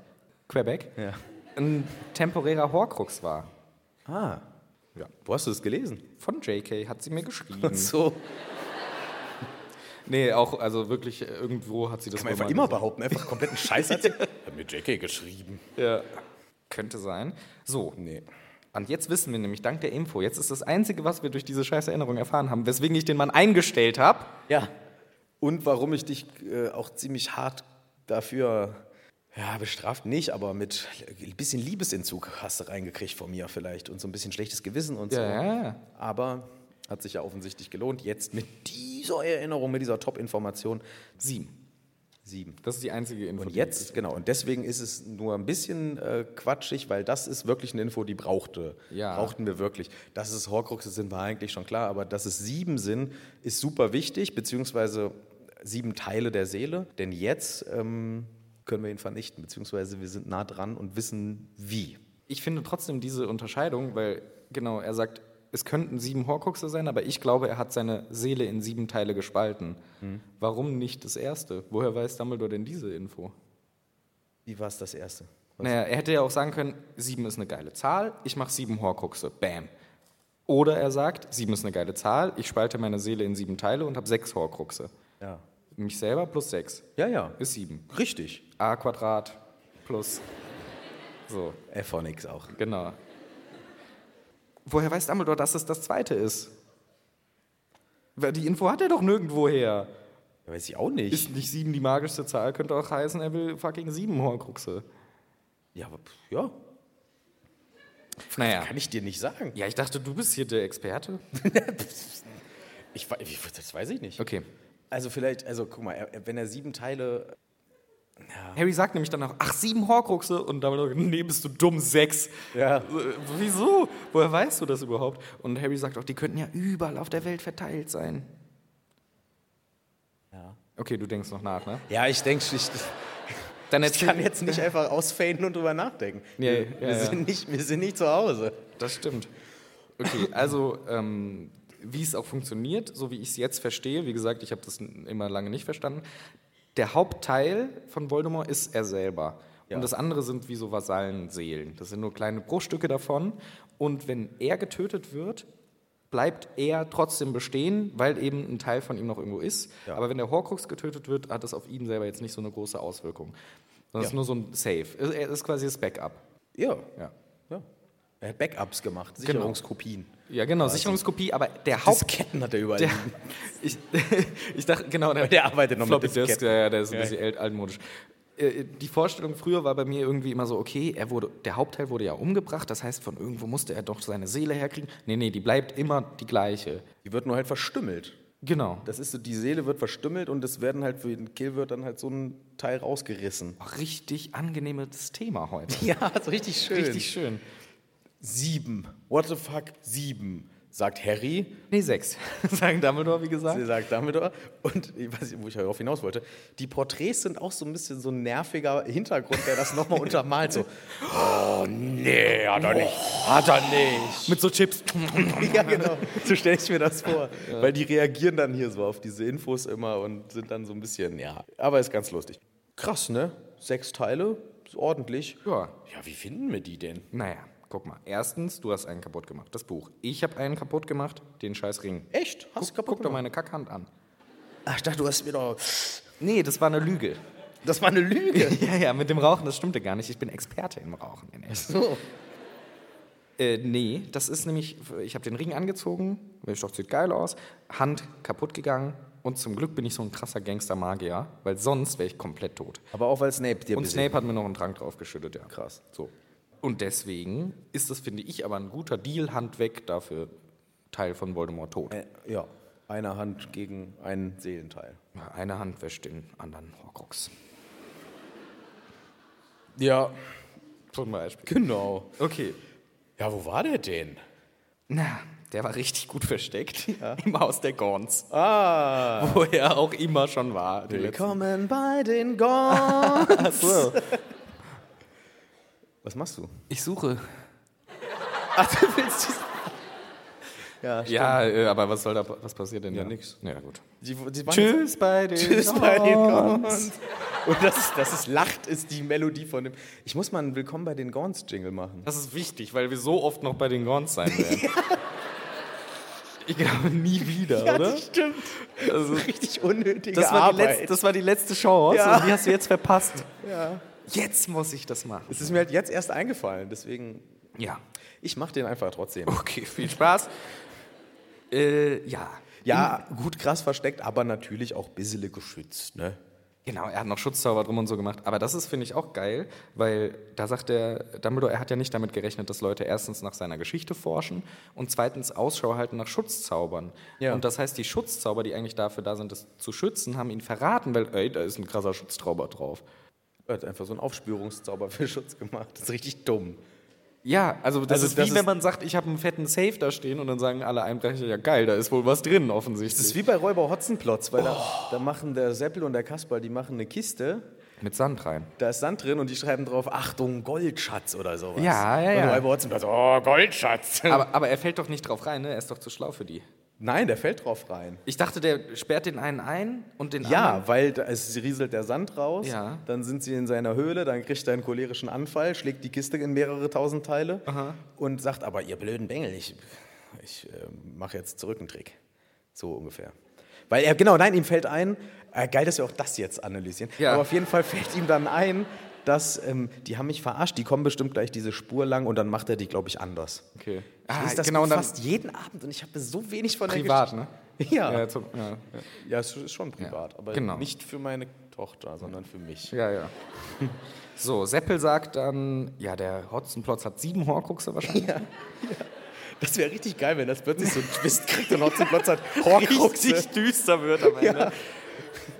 Speaker 2: Quebec? Ein temporärer Horcrux war.
Speaker 1: Ah. Ja. Wo hast du das gelesen?
Speaker 2: Von JK hat sie mir geschrieben.
Speaker 1: So.
Speaker 2: Nee, auch, also wirklich, irgendwo hat sie das
Speaker 1: Kann man einfach
Speaker 2: mal
Speaker 1: immer
Speaker 2: gesagt.
Speaker 1: behaupten, einfach kompletten Scheiß hat sie- Hat mir JK geschrieben.
Speaker 2: Könnte sein. So,
Speaker 1: Nee.
Speaker 2: und jetzt wissen wir nämlich, dank der Info, jetzt ist das Einzige, was wir durch diese scheiß Erinnerung erfahren haben, weswegen ich den Mann eingestellt habe.
Speaker 1: Ja. Und warum ich dich äh, auch ziemlich hart dafür, ja, bestraft nicht, aber mit ein bisschen Liebesentzug hast du reingekriegt von mir vielleicht und so ein bisschen schlechtes Gewissen und so.
Speaker 2: ja.
Speaker 1: Aber hat sich ja offensichtlich gelohnt. Jetzt mit dieser Erinnerung, mit dieser Top-Information
Speaker 2: Sieben.
Speaker 1: sieben.
Speaker 2: Das ist die einzige Info.
Speaker 1: Und
Speaker 2: die-
Speaker 1: jetzt, genau, und deswegen ist es nur ein bisschen äh, quatschig, weil das ist wirklich eine Info, die brauchte.
Speaker 2: Ja.
Speaker 1: Brauchten wir wirklich. Dass es Horcruxe sind, war eigentlich schon klar, aber dass es sieben sind, ist super wichtig, beziehungsweise sieben Teile der Seele, denn jetzt ähm, können wir ihn vernichten, beziehungsweise wir sind nah dran und wissen wie.
Speaker 2: Ich finde trotzdem diese Unterscheidung, weil, genau, er sagt, es könnten sieben Horcruxe sein, aber ich glaube, er hat seine Seele in sieben Teile gespalten.
Speaker 1: Hm.
Speaker 2: Warum nicht das erste? Woher weiß Dumbledore denn diese Info?
Speaker 1: Wie war es das Erste? Was-
Speaker 2: Naja, er hätte ja auch sagen können, sieben ist eine geile Zahl, ich mache sieben Horcruxe, bam. Oder er sagt, sieben ist eine geile Zahl, ich spalte meine Seele in sieben Teile und habe sechs Horcruxe.
Speaker 1: Ja.
Speaker 2: Mich selber plus sechs
Speaker 1: ja, ja.
Speaker 2: ist sieben.
Speaker 1: Richtig.
Speaker 2: A Quadrat plus. So,
Speaker 1: Phonix auch.
Speaker 2: genau. Woher weiß Dumbledore, dass es das zweite ist? Weil Die Info hat er doch nirgendwoher.
Speaker 1: Ja, weiß ich auch nicht.
Speaker 2: Ist nicht sieben die magischste Zahl, könnte auch heißen, er will fucking sieben Horcruxe.
Speaker 1: ja, aber, pff, ja,
Speaker 2: Naja.
Speaker 1: kann ich dir nicht sagen.
Speaker 2: Ja, ich dachte, du bist hier der Experte.
Speaker 1: Ich, wei- ich, das weiß ich nicht.
Speaker 2: Okay.
Speaker 1: Also vielleicht, also guck mal, er- wenn er sieben Teile,
Speaker 2: Harry sagt nämlich dann auch, ach, sieben Horcruxe. Und Dumbledore, nee, bist du dumm, sechs.
Speaker 1: Ja.
Speaker 2: Äh, Wieso? Woher weißt du das überhaupt? Und Harry sagt auch, die könnten ja überall auf der Welt verteilt sein.
Speaker 1: Ja.
Speaker 2: Okay, du denkst noch nach, ne?
Speaker 1: ja, ich denke, ich,
Speaker 2: Dann
Speaker 1: ich kann jetzt nicht einfach ausfaden und drüber nachdenken.
Speaker 2: Nee,
Speaker 1: wir,
Speaker 2: ja,
Speaker 1: wir,
Speaker 2: ja.
Speaker 1: Sind nicht, wir sind nicht zu Hause.
Speaker 2: Das stimmt. Okay, also ähm, wie es auch funktioniert, so wie ich es jetzt verstehe, wie gesagt, ich habe das n- immer lange nicht verstanden, der Hauptteil von Voldemort ist er selber. Und das andere sind wie so Vasallenseelen. Das sind nur kleine Bruchstücke davon. Und wenn er getötet wird, bleibt er trotzdem bestehen, weil eben ein Teil von ihm noch irgendwo ist. Aber wenn der Horcrux getötet wird, hat das auf ihn selber jetzt nicht so eine große Auswirkung. Das ist nur so ein Save. Er ist quasi das Backup.
Speaker 1: Ja.
Speaker 2: Ja.
Speaker 1: ja. Er hat Backups gemacht, Sicherungskopien.
Speaker 2: Ja, genau, Sicherungskopie, aber der Haupt.
Speaker 1: Disketten hat er überall.
Speaker 2: Der, ich, ich dachte, genau, der,
Speaker 1: der arbeitet noch mit
Speaker 2: Floppy Disk,
Speaker 1: Disketten.
Speaker 2: ja, ja, der ist ein bisschen alt- altmodisch. Äh, Die Vorstellung früher war bei mir irgendwie immer so, okay, er wurde, der Hauptteil wurde ja umgebracht, das heißt, von irgendwo musste er doch seine Seele herkriegen. Nee, nee, die bleibt immer die gleiche.
Speaker 1: Die wird nur halt verstümmelt.
Speaker 2: Genau.
Speaker 1: Das ist so, die Seele wird verstümmelt und es werden halt für den Kill wird dann halt so ein Teil rausgerissen.
Speaker 2: Richtig angenehmes Thema heute.
Speaker 1: Ja, so richtig schön.
Speaker 2: Richtig schön.
Speaker 1: Sieben. What the fuck? Sieben. Sagt Harry.
Speaker 2: Nee, sechs. Sagen Dumbledore, wie gesagt.
Speaker 1: Sie sagt Dumbledore. Und ich weiß nicht, wo ich darauf hinaus wollte. Die Porträts sind auch so ein bisschen so ein nerviger Hintergrund, der das nochmal untermalt. So, oh nee, hat er nicht. Hat er nicht.
Speaker 2: Mit so Chips.
Speaker 1: Ja, genau. So stelle ich mir das vor. Weil die reagieren dann hier so auf diese Infos immer und sind dann so ein bisschen, ja. Aber ist ganz lustig. Krass, ne? Sechs Teile, ist ordentlich.
Speaker 2: Ja.
Speaker 1: Ja, wie finden wir die denn?
Speaker 2: Naja, guck mal. Erstens, du hast einen kaputt gemacht, das Buch. Ich habe einen kaputt gemacht, den scheiß Ring.
Speaker 1: Echt? Hast
Speaker 2: Guck, guck doch meine Kackhand an.
Speaker 1: Ach, ich dachte, du hast mir doch.
Speaker 2: Nee, das war eine Lüge.
Speaker 1: Das war eine Lüge.
Speaker 2: ja, ja, mit dem Rauchen, das stimmte gar nicht. Ich bin Experte im Rauchen. In echt.
Speaker 1: so.
Speaker 2: Äh, nee, das ist nämlich, ich habe den Ring angezogen, ich dachte, sieht geil aus, Hand kaputt gegangen und zum Glück bin ich so ein krasser Gangster-Magier, weil sonst wäre ich komplett tot.
Speaker 1: Aber auch weil Snape dir
Speaker 2: Und
Speaker 1: bisschen-
Speaker 2: Snape hat mir noch einen Trank draufgeschüttet, ja. Krass. So. Und deswegen ist das, finde ich, aber ein guter Deal, Hand weg, dafür Teil von Voldemort tot.
Speaker 1: Äh, ja. Eine Hand gegen einen Seelenteil.
Speaker 2: Eine Hand wäscht den anderen Horcrux.
Speaker 1: Ja,
Speaker 2: Zum Beispiel.
Speaker 1: genau.
Speaker 2: Okay.
Speaker 1: Ja, wo war der denn?
Speaker 2: Na, der war richtig gut versteckt im Haus der Gorns,
Speaker 1: Ah.
Speaker 2: wo er auch immer schon war. die
Speaker 1: Willkommen bei den Gorn.
Speaker 2: letzten- Ach so.
Speaker 1: Was machst du?
Speaker 2: Ich suche.
Speaker 1: Ach, du willst diesen- Ja, stimmt.
Speaker 2: Ja, äh, aber was soll da, was passiert denn? Ja,
Speaker 1: nix.
Speaker 2: Ja, gut.
Speaker 1: Die, die waren jetzt-
Speaker 2: Tschüss bei den
Speaker 1: Tschüss bei den Gorns. Und das ist, das ist Lacht, ist die Melodie von dem. Ich muss mal einen Willkommen bei den Gorns-Jingle machen.
Speaker 2: Das ist wichtig, weil wir so oft noch bei den Gorns sein werden. Ich glaube, nie wieder, oder?
Speaker 1: stimmt. Das ist richtig unnötige
Speaker 2: Das war, die
Speaker 1: Arbeit.
Speaker 2: letzte, das war die letzte Chance
Speaker 1: Ja.
Speaker 2: und die hast du jetzt verpasst. Jetzt muss ich das machen.
Speaker 1: es ist mir halt jetzt erst eingefallen, deswegen.
Speaker 2: Ja.
Speaker 1: Ich mache den einfach trotzdem.
Speaker 2: Okay, viel Spaß. Äh, ja.
Speaker 1: Ja, gut krass versteckt, aber natürlich auch bissele geschützt, ne?
Speaker 2: Genau, er hat noch Schutzzauber drum und so gemacht. Aber das ist, finde ich, auch geil, weil da sagt der Dumbledore, er hat ja nicht damit gerechnet, dass Leute erstens nach seiner Geschichte forschen und zweitens Ausschau halten nach Schutzzaubern.
Speaker 1: Ja.
Speaker 2: Und das heißt, die Schutzzauber, die eigentlich dafür da sind, das zu schützen, haben ihn verraten, weil, ey, da ist ein krasser Schutzzauber drauf.
Speaker 1: Er hat einfach so einen Aufspürungszauber für Schutz gemacht. Das ist richtig dumm.
Speaker 2: Ja, also das
Speaker 1: Also
Speaker 2: ist
Speaker 1: das
Speaker 2: wie
Speaker 1: ist-
Speaker 2: wenn man sagt, ich habe einen fetten Safe da stehen und dann sagen alle Einbrecher, ja geil, da ist wohl was drin
Speaker 1: Das ist
Speaker 2: offensichtlich.
Speaker 1: wie bei Räuber Hotzenplotz, weil
Speaker 2: Oh.
Speaker 1: da, da machen der Seppel und der Kasperl, die machen eine Kiste
Speaker 2: Mit Sand rein.
Speaker 1: da ist Sand drin und die schreiben drauf, Achtung, Goldschatz oder sowas.
Speaker 2: Ja, ja,
Speaker 1: Und
Speaker 2: ja.
Speaker 1: Räuber Hotzenplotz, oh, Goldschatz.
Speaker 2: Aber, aber er fällt doch nicht drauf rein, ne? Er ist doch zu schlau für die.
Speaker 1: Nein, der fällt drauf rein.
Speaker 2: Ich dachte, der sperrt den einen ein und den anderen.
Speaker 1: Ja, weil da, es rieselt der Sand raus,
Speaker 2: Ja.
Speaker 1: dann sind sie in seiner Höhle, dann kriegt er einen cholerischen Anfall, schlägt die Kiste in mehrere tausend Teile und sagt, aber ihr blöden Bengel, ich, ich äh, mache jetzt zurück einen Trick. So ungefähr. Weil er, genau, nein, ihm fällt ein, äh, geil, dass wir auch das jetzt analysieren,
Speaker 2: Ja.
Speaker 1: aber auf jeden Fall fällt ihm dann ein, dass, ähm, die haben mich verarscht, die kommen bestimmt gleich diese Spur lang und dann macht er die, glaube ich, anders.
Speaker 2: Okay.
Speaker 1: Ich
Speaker 2: Ah,
Speaker 1: lese das genau
Speaker 2: genau, und dann
Speaker 1: fast jeden Abend und ich habe so wenig von
Speaker 2: privat,
Speaker 1: der
Speaker 2: ne?
Speaker 1: Geschichte. Ja.
Speaker 2: Ja, zum, ja,
Speaker 1: Ja, es ist schon privat,
Speaker 2: Ja,
Speaker 1: aber
Speaker 2: genau.
Speaker 1: nicht für meine Tochter, sondern für mich.
Speaker 2: ja, ja. So, Seppel sagt dann, ja, der Hotzenplotz hat sieben Horcruxe wahrscheinlich.
Speaker 1: Das wäre richtig geil, wenn das plötzlich so einen Twist kriegt und Hotzenplotz hat Horcruxe.
Speaker 2: düster wird am Ende.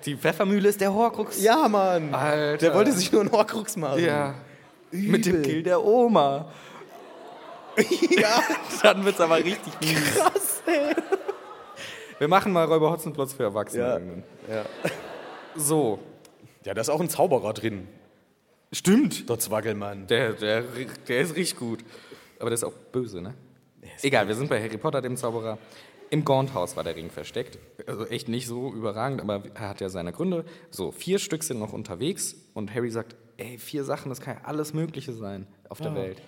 Speaker 2: Die Pfeffermühle ist der Horcrux.
Speaker 1: Ja, Mann.
Speaker 2: Alter.
Speaker 1: Der wollte sich nur einen Horcrux machen.
Speaker 2: Ja. Mit dem
Speaker 1: Übel.
Speaker 2: Kill der Oma.
Speaker 1: ja.
Speaker 2: Dann wird's aber richtig mies.
Speaker 1: Krass, ey.
Speaker 2: Wir machen mal Räuber Hotzenplotz für Erwachsene.
Speaker 1: Ja.
Speaker 2: irgendwann.
Speaker 1: Ja.
Speaker 2: So.
Speaker 1: ja, da ist auch ein Zauberer drin.
Speaker 2: Stimmt.
Speaker 1: Dort Wackelmann.
Speaker 2: Der, der, der ist richtig gut. Aber der ist auch böse, ne? Egal, wir sind bei Harry Potter, dem Zauberer. Im Gaunt-Haus war der Ring versteckt. Also echt nicht so überragend, aber er hat ja seine Gründe. So, vier Stück sind noch unterwegs und Harry sagt, ey, vier Sachen, das kann ja alles Mögliche sein auf der Welt.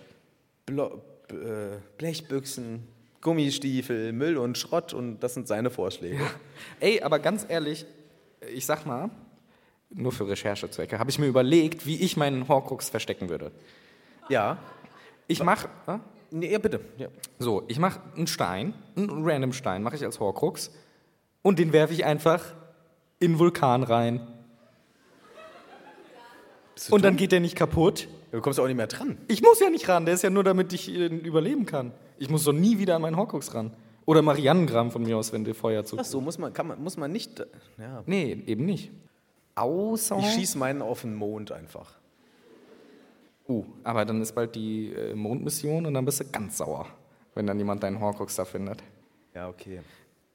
Speaker 1: Blo b- äh, Blechbüchsen, Gummistiefel, Müll und Schrott und das sind seine Vorschläge.
Speaker 2: Ey, aber ganz ehrlich, ich sag mal, nur für Recherchezwecke, habe ich mir überlegt, wie ich meinen Horcrux verstecken würde.
Speaker 1: Ja.
Speaker 2: Ich mache
Speaker 1: Nee, ja, bitte. Ja.
Speaker 2: so, ich mache einen Stein, einen random Stein mache ich als Horcrux und den werfe ich einfach in den Vulkan rein. Und dann geht der nicht kaputt.
Speaker 1: Du kommst auch nicht mehr dran.
Speaker 2: Ich muss ja nicht ran, der ist ja nur, damit ich äh, überleben kann. Ich muss doch nie wieder an meinen Horcrux ran. Oder Marianengramm von mir aus, wenn dir Feuer zu.
Speaker 1: Ach so, muss man, kann man, muss man nicht. äh, Ja.
Speaker 2: Nee, eben nicht. Außer.
Speaker 1: Ich schieß meinen auf den Mond einfach.
Speaker 2: Uh, aber dann ist bald die äh, Mondmission und dann bist du ganz sauer, wenn dann jemand deinen Horcrux da findet.
Speaker 1: Ja, okay.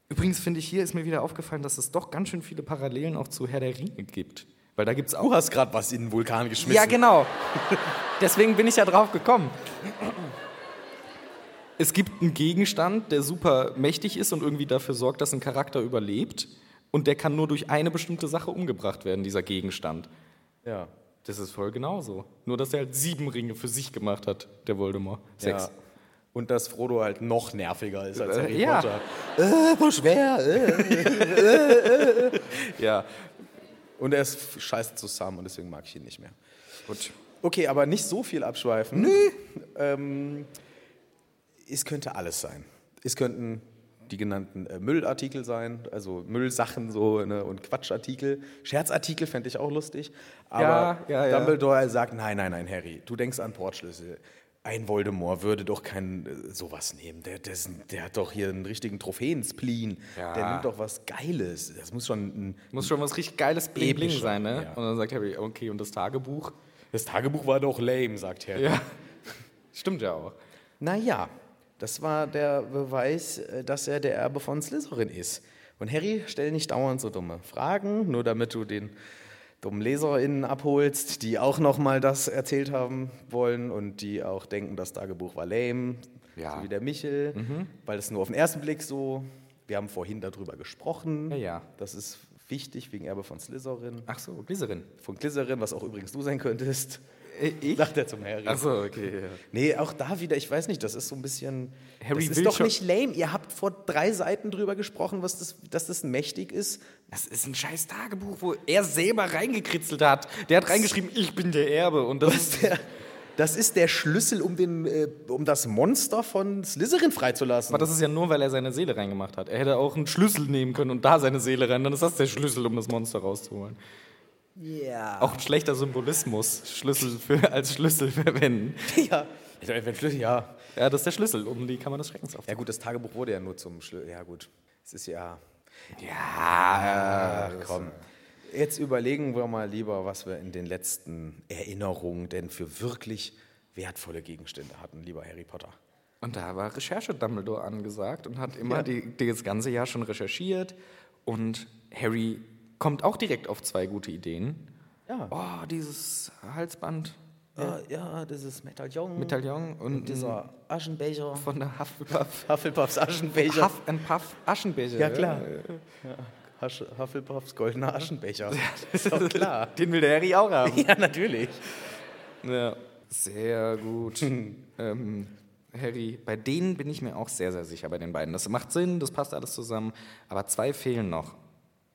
Speaker 2: Übrigens finde ich, hier ist mir wieder aufgefallen, dass es doch ganz schön viele Parallelen auch zu Herr der Ringe gibt. Weil da gibt es
Speaker 1: Du
Speaker 2: auch.
Speaker 1: hast gerade was in den Vulkan geschmissen.
Speaker 2: Ja, genau. Deswegen bin ich ja drauf gekommen. Es gibt einen Gegenstand, der super mächtig ist und irgendwie dafür sorgt, dass ein Charakter überlebt. Und der kann nur durch eine bestimmte Sache umgebracht werden, dieser Gegenstand.
Speaker 1: Ja.
Speaker 2: Das ist voll genauso. Nur, dass er halt sieben Ringe für sich gemacht hat, der Voldemort. Sechs.
Speaker 1: Ja. Und dass Frodo halt noch nerviger ist als
Speaker 2: Äh,
Speaker 1: Harry
Speaker 2: ja.
Speaker 1: Potter. Äh, voll schwer. Äh.
Speaker 2: äh. Ja,
Speaker 1: Und er ist f- scheiße zusammen und deswegen mag ich ihn nicht mehr.
Speaker 2: gut.
Speaker 1: Okay, aber nicht so viel abschweifen. Nö. Ähm, es könnte alles sein. Es könnten die genannten äh, Müllartikel sein, also Müllsachen so ne, und Quatschartikel. Scherzartikel fände ich auch lustig. Aber
Speaker 2: Ja, ja, ja.
Speaker 1: Dumbledore sagt, nein, nein, nein, Harry, du denkst an Portschlüssel. Ein Voldemort würde doch kein äh, sowas nehmen. Der, der, ist ein- der hat doch hier einen richtigen Trophäen-Spleen.
Speaker 2: Ja.
Speaker 1: Der nimmt doch was Geiles. Das muss schon ein
Speaker 2: Muss schon was richtig geiles Bling Bling
Speaker 1: Epischer,
Speaker 2: sein, ne?
Speaker 1: ja.
Speaker 2: Und dann sagt Harry, okay, und das Tagebuch?
Speaker 1: Das Tagebuch war doch lame, sagt Harry.
Speaker 2: Ja. Stimmt ja auch.
Speaker 1: Naja, das war der Beweis, äh, dass er der Erbe von Slytherin ist. Und Harry, stell nicht dauernd so dumme Fragen, nur damit du den dummen LeserInnen abholst, die auch nochmal das erzählt haben wollen und die auch denken, das Tagebuch war lame,
Speaker 2: Ja. Mhm.
Speaker 1: so wie der Michel, weil es nur auf den ersten Blick so, wir haben vorhin darüber gesprochen,
Speaker 2: Ja, ja.
Speaker 1: das ist wichtig wegen Erbe von Slytherin,
Speaker 2: Ach so, Glycerin.
Speaker 1: von Glytherin, was auch übrigens du sein könntest,
Speaker 2: Äh, Ich?
Speaker 1: sagt er zum Harry.
Speaker 2: Ach so, okay. Ja.
Speaker 1: Nee, auch da wieder, ich weiß nicht, das ist so ein bisschen.
Speaker 2: Harry
Speaker 1: das
Speaker 2: will
Speaker 1: ist doch
Speaker 2: schon-
Speaker 1: nicht lame. Ihr habt vor drei Seiten drüber gesprochen, was das, dass das mächtig ist.
Speaker 2: Das ist ein scheiß Tagebuch, wo er selber reingekritzelt hat. Der hat reingeschrieben, ich bin der Erbe. Und das ist der.
Speaker 1: Das ist der Schlüssel, um, den, äh, um das Monster von Slytherin freizulassen.
Speaker 2: Aber das ist ja nur, weil er seine Seele reingemacht hat. Er hätte auch einen Schlüssel nehmen können und da seine Seele rein. Dann ist das der Schlüssel, um das Monster rauszuholen.
Speaker 1: Ja.
Speaker 2: Auch ein schlechter Symbolismus, Schlüssel für, als Schlüssel verwenden.
Speaker 1: ja. Ich sag, wenn Schlüssel, ja.
Speaker 2: Ja, das ist der Schlüssel, um die Kammer des Schreckens
Speaker 1: Ja,
Speaker 2: aufzunehmen.
Speaker 1: gut, das Tagebuch wurde ja nur zum Schlüssel. Ja, gut. Es ist ja. Ja, komm. Jetzt überlegen wir mal lieber, was wir in den letzten Erinnerungen denn für wirklich wertvolle Gegenstände hatten, lieber Harry Potter.
Speaker 2: Und da war Recherche Dumbledore angesagt und hat immer die, die das ganze Jahr schon recherchiert. Und Harry kommt auch direkt auf zwei gute Ideen.
Speaker 1: Ja.
Speaker 2: Oh, dieses Halsband,
Speaker 1: Ja, Ah, ja, das ist Medaillon.
Speaker 2: Medaillon und, dieser
Speaker 1: Aschenbecher.
Speaker 2: von der Hufflepuff.
Speaker 1: Mhm. Hufflepuffs Aschenbecher.
Speaker 2: Huff and Puff Aschenbecher.
Speaker 1: ja, klar. Hasch, Hufflepuffs goldener Aschenbecher. ist doch klar.
Speaker 2: Den will der Harry auch haben.
Speaker 1: ja, natürlich.
Speaker 2: Ja. Sehr gut. ähm, Harry, bei denen bin ich mir auch sehr, sehr sicher, bei den beiden. Das macht Sinn, das passt alles zusammen. Aber zwei fehlen noch.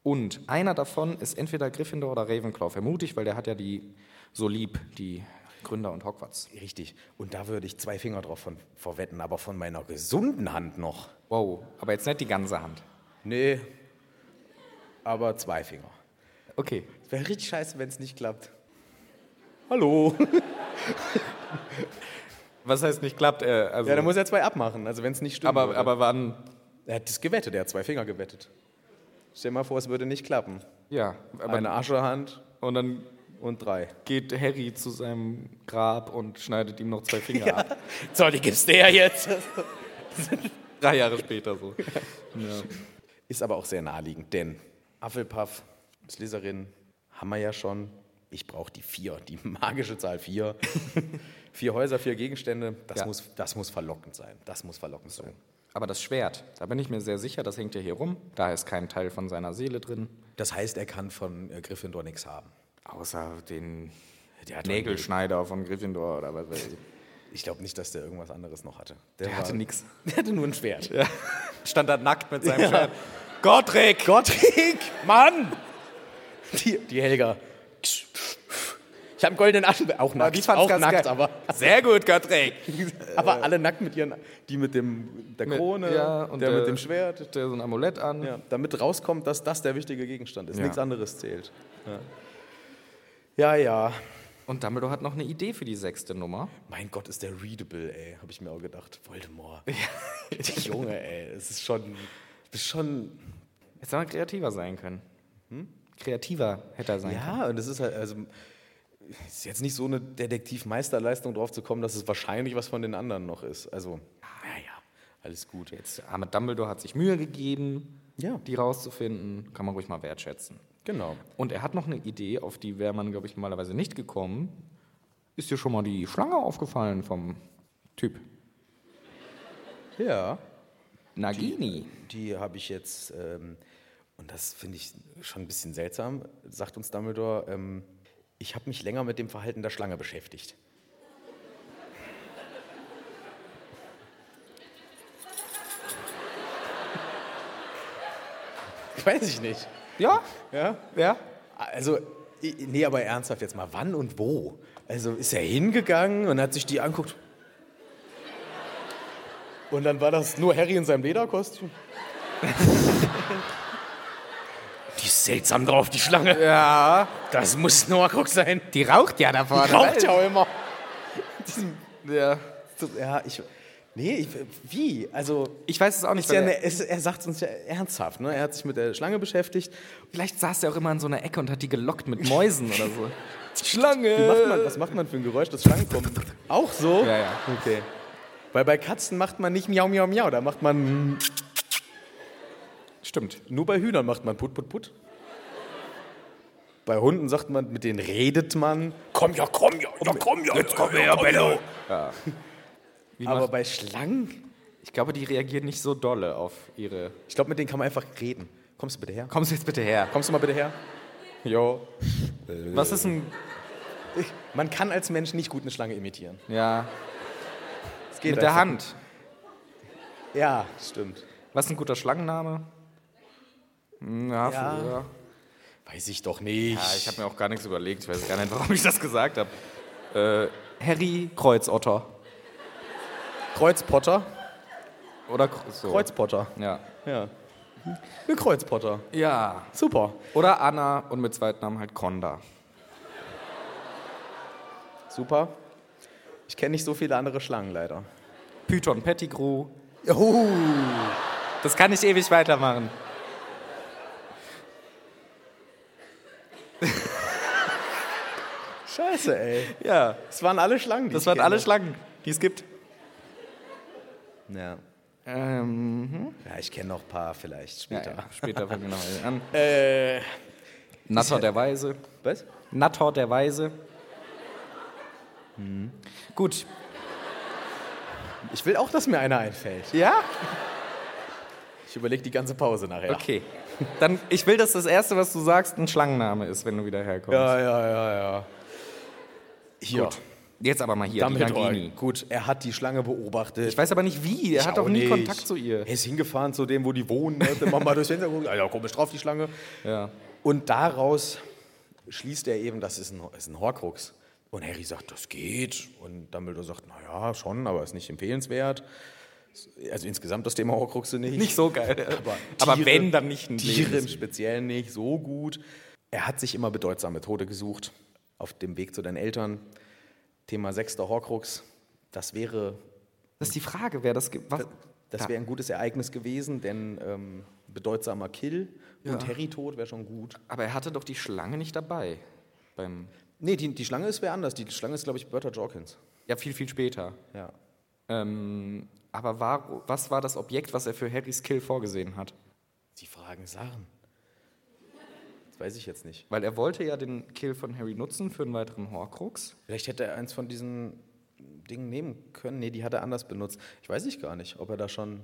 Speaker 2: Und einer davon ist entweder Gryffindor oder Ravenclaw, vermute ich, weil der hat ja die so lieb, die Gründer und Hogwarts.
Speaker 1: Richtig. Und da würde ich zwei Finger drauf von, verwetten, aber von meiner gesunden Hand noch.
Speaker 2: Wow, aber jetzt nicht die ganze Hand.
Speaker 1: Nee. Aber zwei Finger.
Speaker 2: Okay.
Speaker 1: Es wäre richtig scheiße, wenn es nicht klappt. Hallo.
Speaker 2: Was heißt nicht klappt? Äh, also,
Speaker 1: Ja, da muss er zwei abmachen, also wenn es nicht stimmt.
Speaker 2: aber, aber wann?
Speaker 1: er hat das gewettet, er hat zwei Finger gewettet. Stell dir mal vor, es würde nicht klappen.
Speaker 2: Ja, aber,
Speaker 1: Eine Aschehand
Speaker 2: und dann
Speaker 1: und drei.
Speaker 2: geht Harry zu seinem Grab und schneidet ihm noch zwei Finger ab.
Speaker 1: So, die gibt's der jetzt.
Speaker 2: Drei Jahre später so. ja.
Speaker 1: Ist aber auch sehr naheliegend, denn Hufflepuff, Slytherin haben wir ja schon. Ich brauche die vier, die magische Zahl vier. vier Häuser, vier Gegenstände. Das,
Speaker 2: Ja.
Speaker 1: muss, das muss verlockend sein. Das muss verlockend sein.
Speaker 2: Aber das Schwert, da bin ich mir sehr sicher, das hängt ja hier rum. Da ist kein Teil von seiner Seele drin.
Speaker 1: Das heißt, er kann von äh, Gryffindor nichts haben.
Speaker 2: Außer den
Speaker 1: Der hat
Speaker 2: Nägelschneider von Gryffindor oder was weiß ich.
Speaker 1: Ich glaube nicht, dass der irgendwas anderes noch hatte. Der,
Speaker 2: Der hatte nix.
Speaker 1: der hatte nur ein Schwert.
Speaker 2: Stand da nackt mit seinem
Speaker 1: Ja.
Speaker 2: Schwert. Gottrick!
Speaker 1: Gottrick, Mann! Die, die Helga. Ich habe einen goldenen Aschenbecher. Auch nackt,
Speaker 2: die fand's
Speaker 1: auch
Speaker 2: ganz
Speaker 1: nackt
Speaker 2: geil.
Speaker 1: aber,
Speaker 2: Sehr gut, Gottrick!
Speaker 1: aber alle nackt mit ihren, die mit dem, der
Speaker 2: Mit-
Speaker 1: Krone,
Speaker 2: ja, und
Speaker 1: der,
Speaker 2: der-
Speaker 1: mit dem Schwert.
Speaker 2: Der so ein Amulett an.
Speaker 1: Ja, damit rauskommt, dass das der wichtige Gegenstand ist.
Speaker 2: Ja.
Speaker 1: Nichts anderes zählt. Ja. ja,
Speaker 2: Und Dumbledore hat noch eine Idee für die sechste Nummer.
Speaker 1: Mein Gott, ist der readable, ey. Habe ich mir auch gedacht. Voldemort. Junge, ey. Es ist schon... du bist schon...
Speaker 2: Jetzt hätte er kreativer sein können. Hm? Kreativer hätte er sein können.
Speaker 1: Ja, und es ist halt... Also, es ist jetzt nicht so eine Detektivmeisterleistung drauf zu kommen, dass es wahrscheinlich was von den anderen noch ist. Also, naja, alles gut.
Speaker 2: Jetzt, äh, arme Dumbledore hat sich Mühe gegeben,
Speaker 1: Ja.
Speaker 2: die rauszufinden. Kann man ruhig mal wertschätzen.
Speaker 1: Genau.
Speaker 2: Und er hat noch eine Idee, auf die wäre man, glaube ich, normalerweise nicht gekommen. Ist dir schon mal die Schlange aufgefallen vom Typ?
Speaker 1: Ja.
Speaker 2: Nagini.
Speaker 1: Die habe ich jetzt, ähm, und das finde ich schon ein bisschen seltsam, sagt uns Dumbledore, ähm, ich habe mich länger mit dem Verhalten der Schlange beschäftigt. Weiß ich nicht.
Speaker 2: Ja?
Speaker 1: Ja?
Speaker 2: Ja?
Speaker 1: Also, i- nee, aber ernsthaft jetzt mal, wann und wo? Also ist er hingegangen und hat sich die anguckt. Und dann war das nur Harry in seinem Lederkostüm. die ist seltsam drauf, die Schlange.
Speaker 2: Ja.
Speaker 1: Das muss Norcock sein.
Speaker 2: Die raucht ja da vorne.
Speaker 1: Die raucht ja auch immer.
Speaker 2: ja.
Speaker 1: Ja, ich. Nee, ich, wie? Also,
Speaker 2: Ich weiß es auch nicht.
Speaker 1: ist ja
Speaker 2: weil er-
Speaker 1: eine, es- er sagt es uns ja ernsthaft. Ne? Er hat sich mit der Schlange beschäftigt.
Speaker 2: vielleicht saß er auch immer in so einer Ecke und hat die gelockt mit Mäusen oder so. Schlange!
Speaker 1: Wie macht man, was macht man für ein Geräusch, das Schlangen kommen? Auch so?
Speaker 2: Ja, ja.
Speaker 1: Okay. Weil bei Katzen macht man nicht miau, miau, miau. Da macht man.
Speaker 2: Stimmt.
Speaker 1: Nur bei Hühnern macht man put, put, put. Bei Hunden sagt man, mit denen redet man. Komm ja, komm ja, ja komm ja. Jetzt komm her, Bello.
Speaker 2: Wie
Speaker 1: Aber
Speaker 2: macht-
Speaker 1: bei Schlangen?
Speaker 2: ich glaube, die reagieren nicht so dolle auf ihre.
Speaker 1: Ich glaube, mit denen kann man einfach reden. Kommst du bitte her?
Speaker 2: Kommst du jetzt bitte her?
Speaker 1: Kommst du mal bitte her? Jo.
Speaker 2: Was ist ein.
Speaker 1: Man kann als Mensch nicht gut eine Schlange imitieren.
Speaker 2: Ja,
Speaker 1: Es
Speaker 2: mit der Hand.
Speaker 1: Ja, stimmt.
Speaker 2: Was ist ein guter Schlangenname? Ja,
Speaker 1: Ja.
Speaker 2: früher.
Speaker 1: Weiß ich doch nicht.
Speaker 2: Ja, ich habe mir auch gar nichts überlegt. Ich weiß gar nicht, warum ich das gesagt habe. Äh, Harry Kreuzotter.
Speaker 1: Kreuzpotter.
Speaker 2: Oder Kr- so.
Speaker 1: Kreuzpotter.
Speaker 2: Ja.
Speaker 1: Ja. Hm. Eine Kreuzpotter.
Speaker 2: ja.
Speaker 1: Super.
Speaker 2: Oder Anna und mit Zweitnamen halt Conda.
Speaker 1: Super. Ich kenne nicht so viele andere Schlangen leider.
Speaker 2: Python Pettigrew.
Speaker 1: Oh.
Speaker 2: Das kann ich ewig weitermachen.
Speaker 1: Scheiße, ey.
Speaker 2: Ja,
Speaker 1: Das waren alle Schlangen, die
Speaker 2: das
Speaker 1: ich
Speaker 2: waren
Speaker 1: kenne.
Speaker 2: alle Schlangen, die es gibt.
Speaker 1: Ja.
Speaker 2: Ähm,
Speaker 1: ja, ich kenne noch ein paar vielleicht
Speaker 2: ja,
Speaker 1: später.
Speaker 2: ja, später fangen wir noch mal an.
Speaker 1: Äh,
Speaker 2: Natter der Weise.
Speaker 1: was?
Speaker 2: Natter der Weise. Hm. Gut.
Speaker 1: Ich will auch, dass mir einer einfällt.
Speaker 2: Ja?
Speaker 1: Ich überlege die ganze Pause nachher.
Speaker 2: Okay. Dann, ich will, dass das Erste, was du sagst, ein Schlangenname ist, wenn du wieder herkommst.
Speaker 1: Ja, ja, ja, ja. Hier.
Speaker 2: Gut. Jetzt aber mal hier, die
Speaker 1: Dumbledore.
Speaker 2: Nagini.
Speaker 1: Gut, er hat die Schlange beobachtet.
Speaker 2: Ich weiß aber nicht wie, er
Speaker 1: Ich
Speaker 2: hat auch
Speaker 1: auch
Speaker 2: nie
Speaker 1: nicht.
Speaker 2: Kontakt zu ihr.
Speaker 1: Er ist hingefahren zu dem, wo die wohnen, hat immer mal durchs Fenster geguckt, Alter, komisch drauf, die Schlange.
Speaker 2: Ja.
Speaker 1: Und daraus schließt er eben, das ist ein, ist ein Horcrux. Und Harry sagt, das geht. Und Dumbledore sagt, naja, schon, aber ist nicht empfehlenswert. Also insgesamt das Thema Horcruxe nicht.
Speaker 2: Nicht so geil. Aber,
Speaker 1: Tiere-
Speaker 2: wenn, dann nicht ein
Speaker 1: Tiere im
Speaker 2: Lebens-
Speaker 1: Speziellen nicht so gut. Er hat sich immer bedeutsame Tode gesucht auf dem Weg zu deinen Eltern. Thema sechster Horcrux. Das wäre
Speaker 2: Das ist die Frage, wer das gibt. Was?
Speaker 1: das
Speaker 2: Da-
Speaker 1: wäre ein gutes Ereignis gewesen, denn ähm, bedeutsamer Kill und Harry tot wäre schon gut.
Speaker 2: Aber er hatte doch die Schlange nicht dabei. Beim,
Speaker 1: Nee, die, die Schlange ist wer anders. Die Schlange ist, glaube ich, Bertha Jorkins.
Speaker 2: ja, viel, viel später.
Speaker 1: Ja.
Speaker 2: Ähm, aber war, was war das Objekt, was er für Harrys Kill vorgesehen hat?
Speaker 1: Sie fragen Sachen. Das weiß ich jetzt nicht.
Speaker 2: Weil er wollte ja den Kill von Harry nutzen für einen weiteren Horcrux.
Speaker 1: Vielleicht hätte er eins von diesen Dingen nehmen können. Nee, die hat er anders benutzt. Ich weiß ich gar nicht, ob er da schon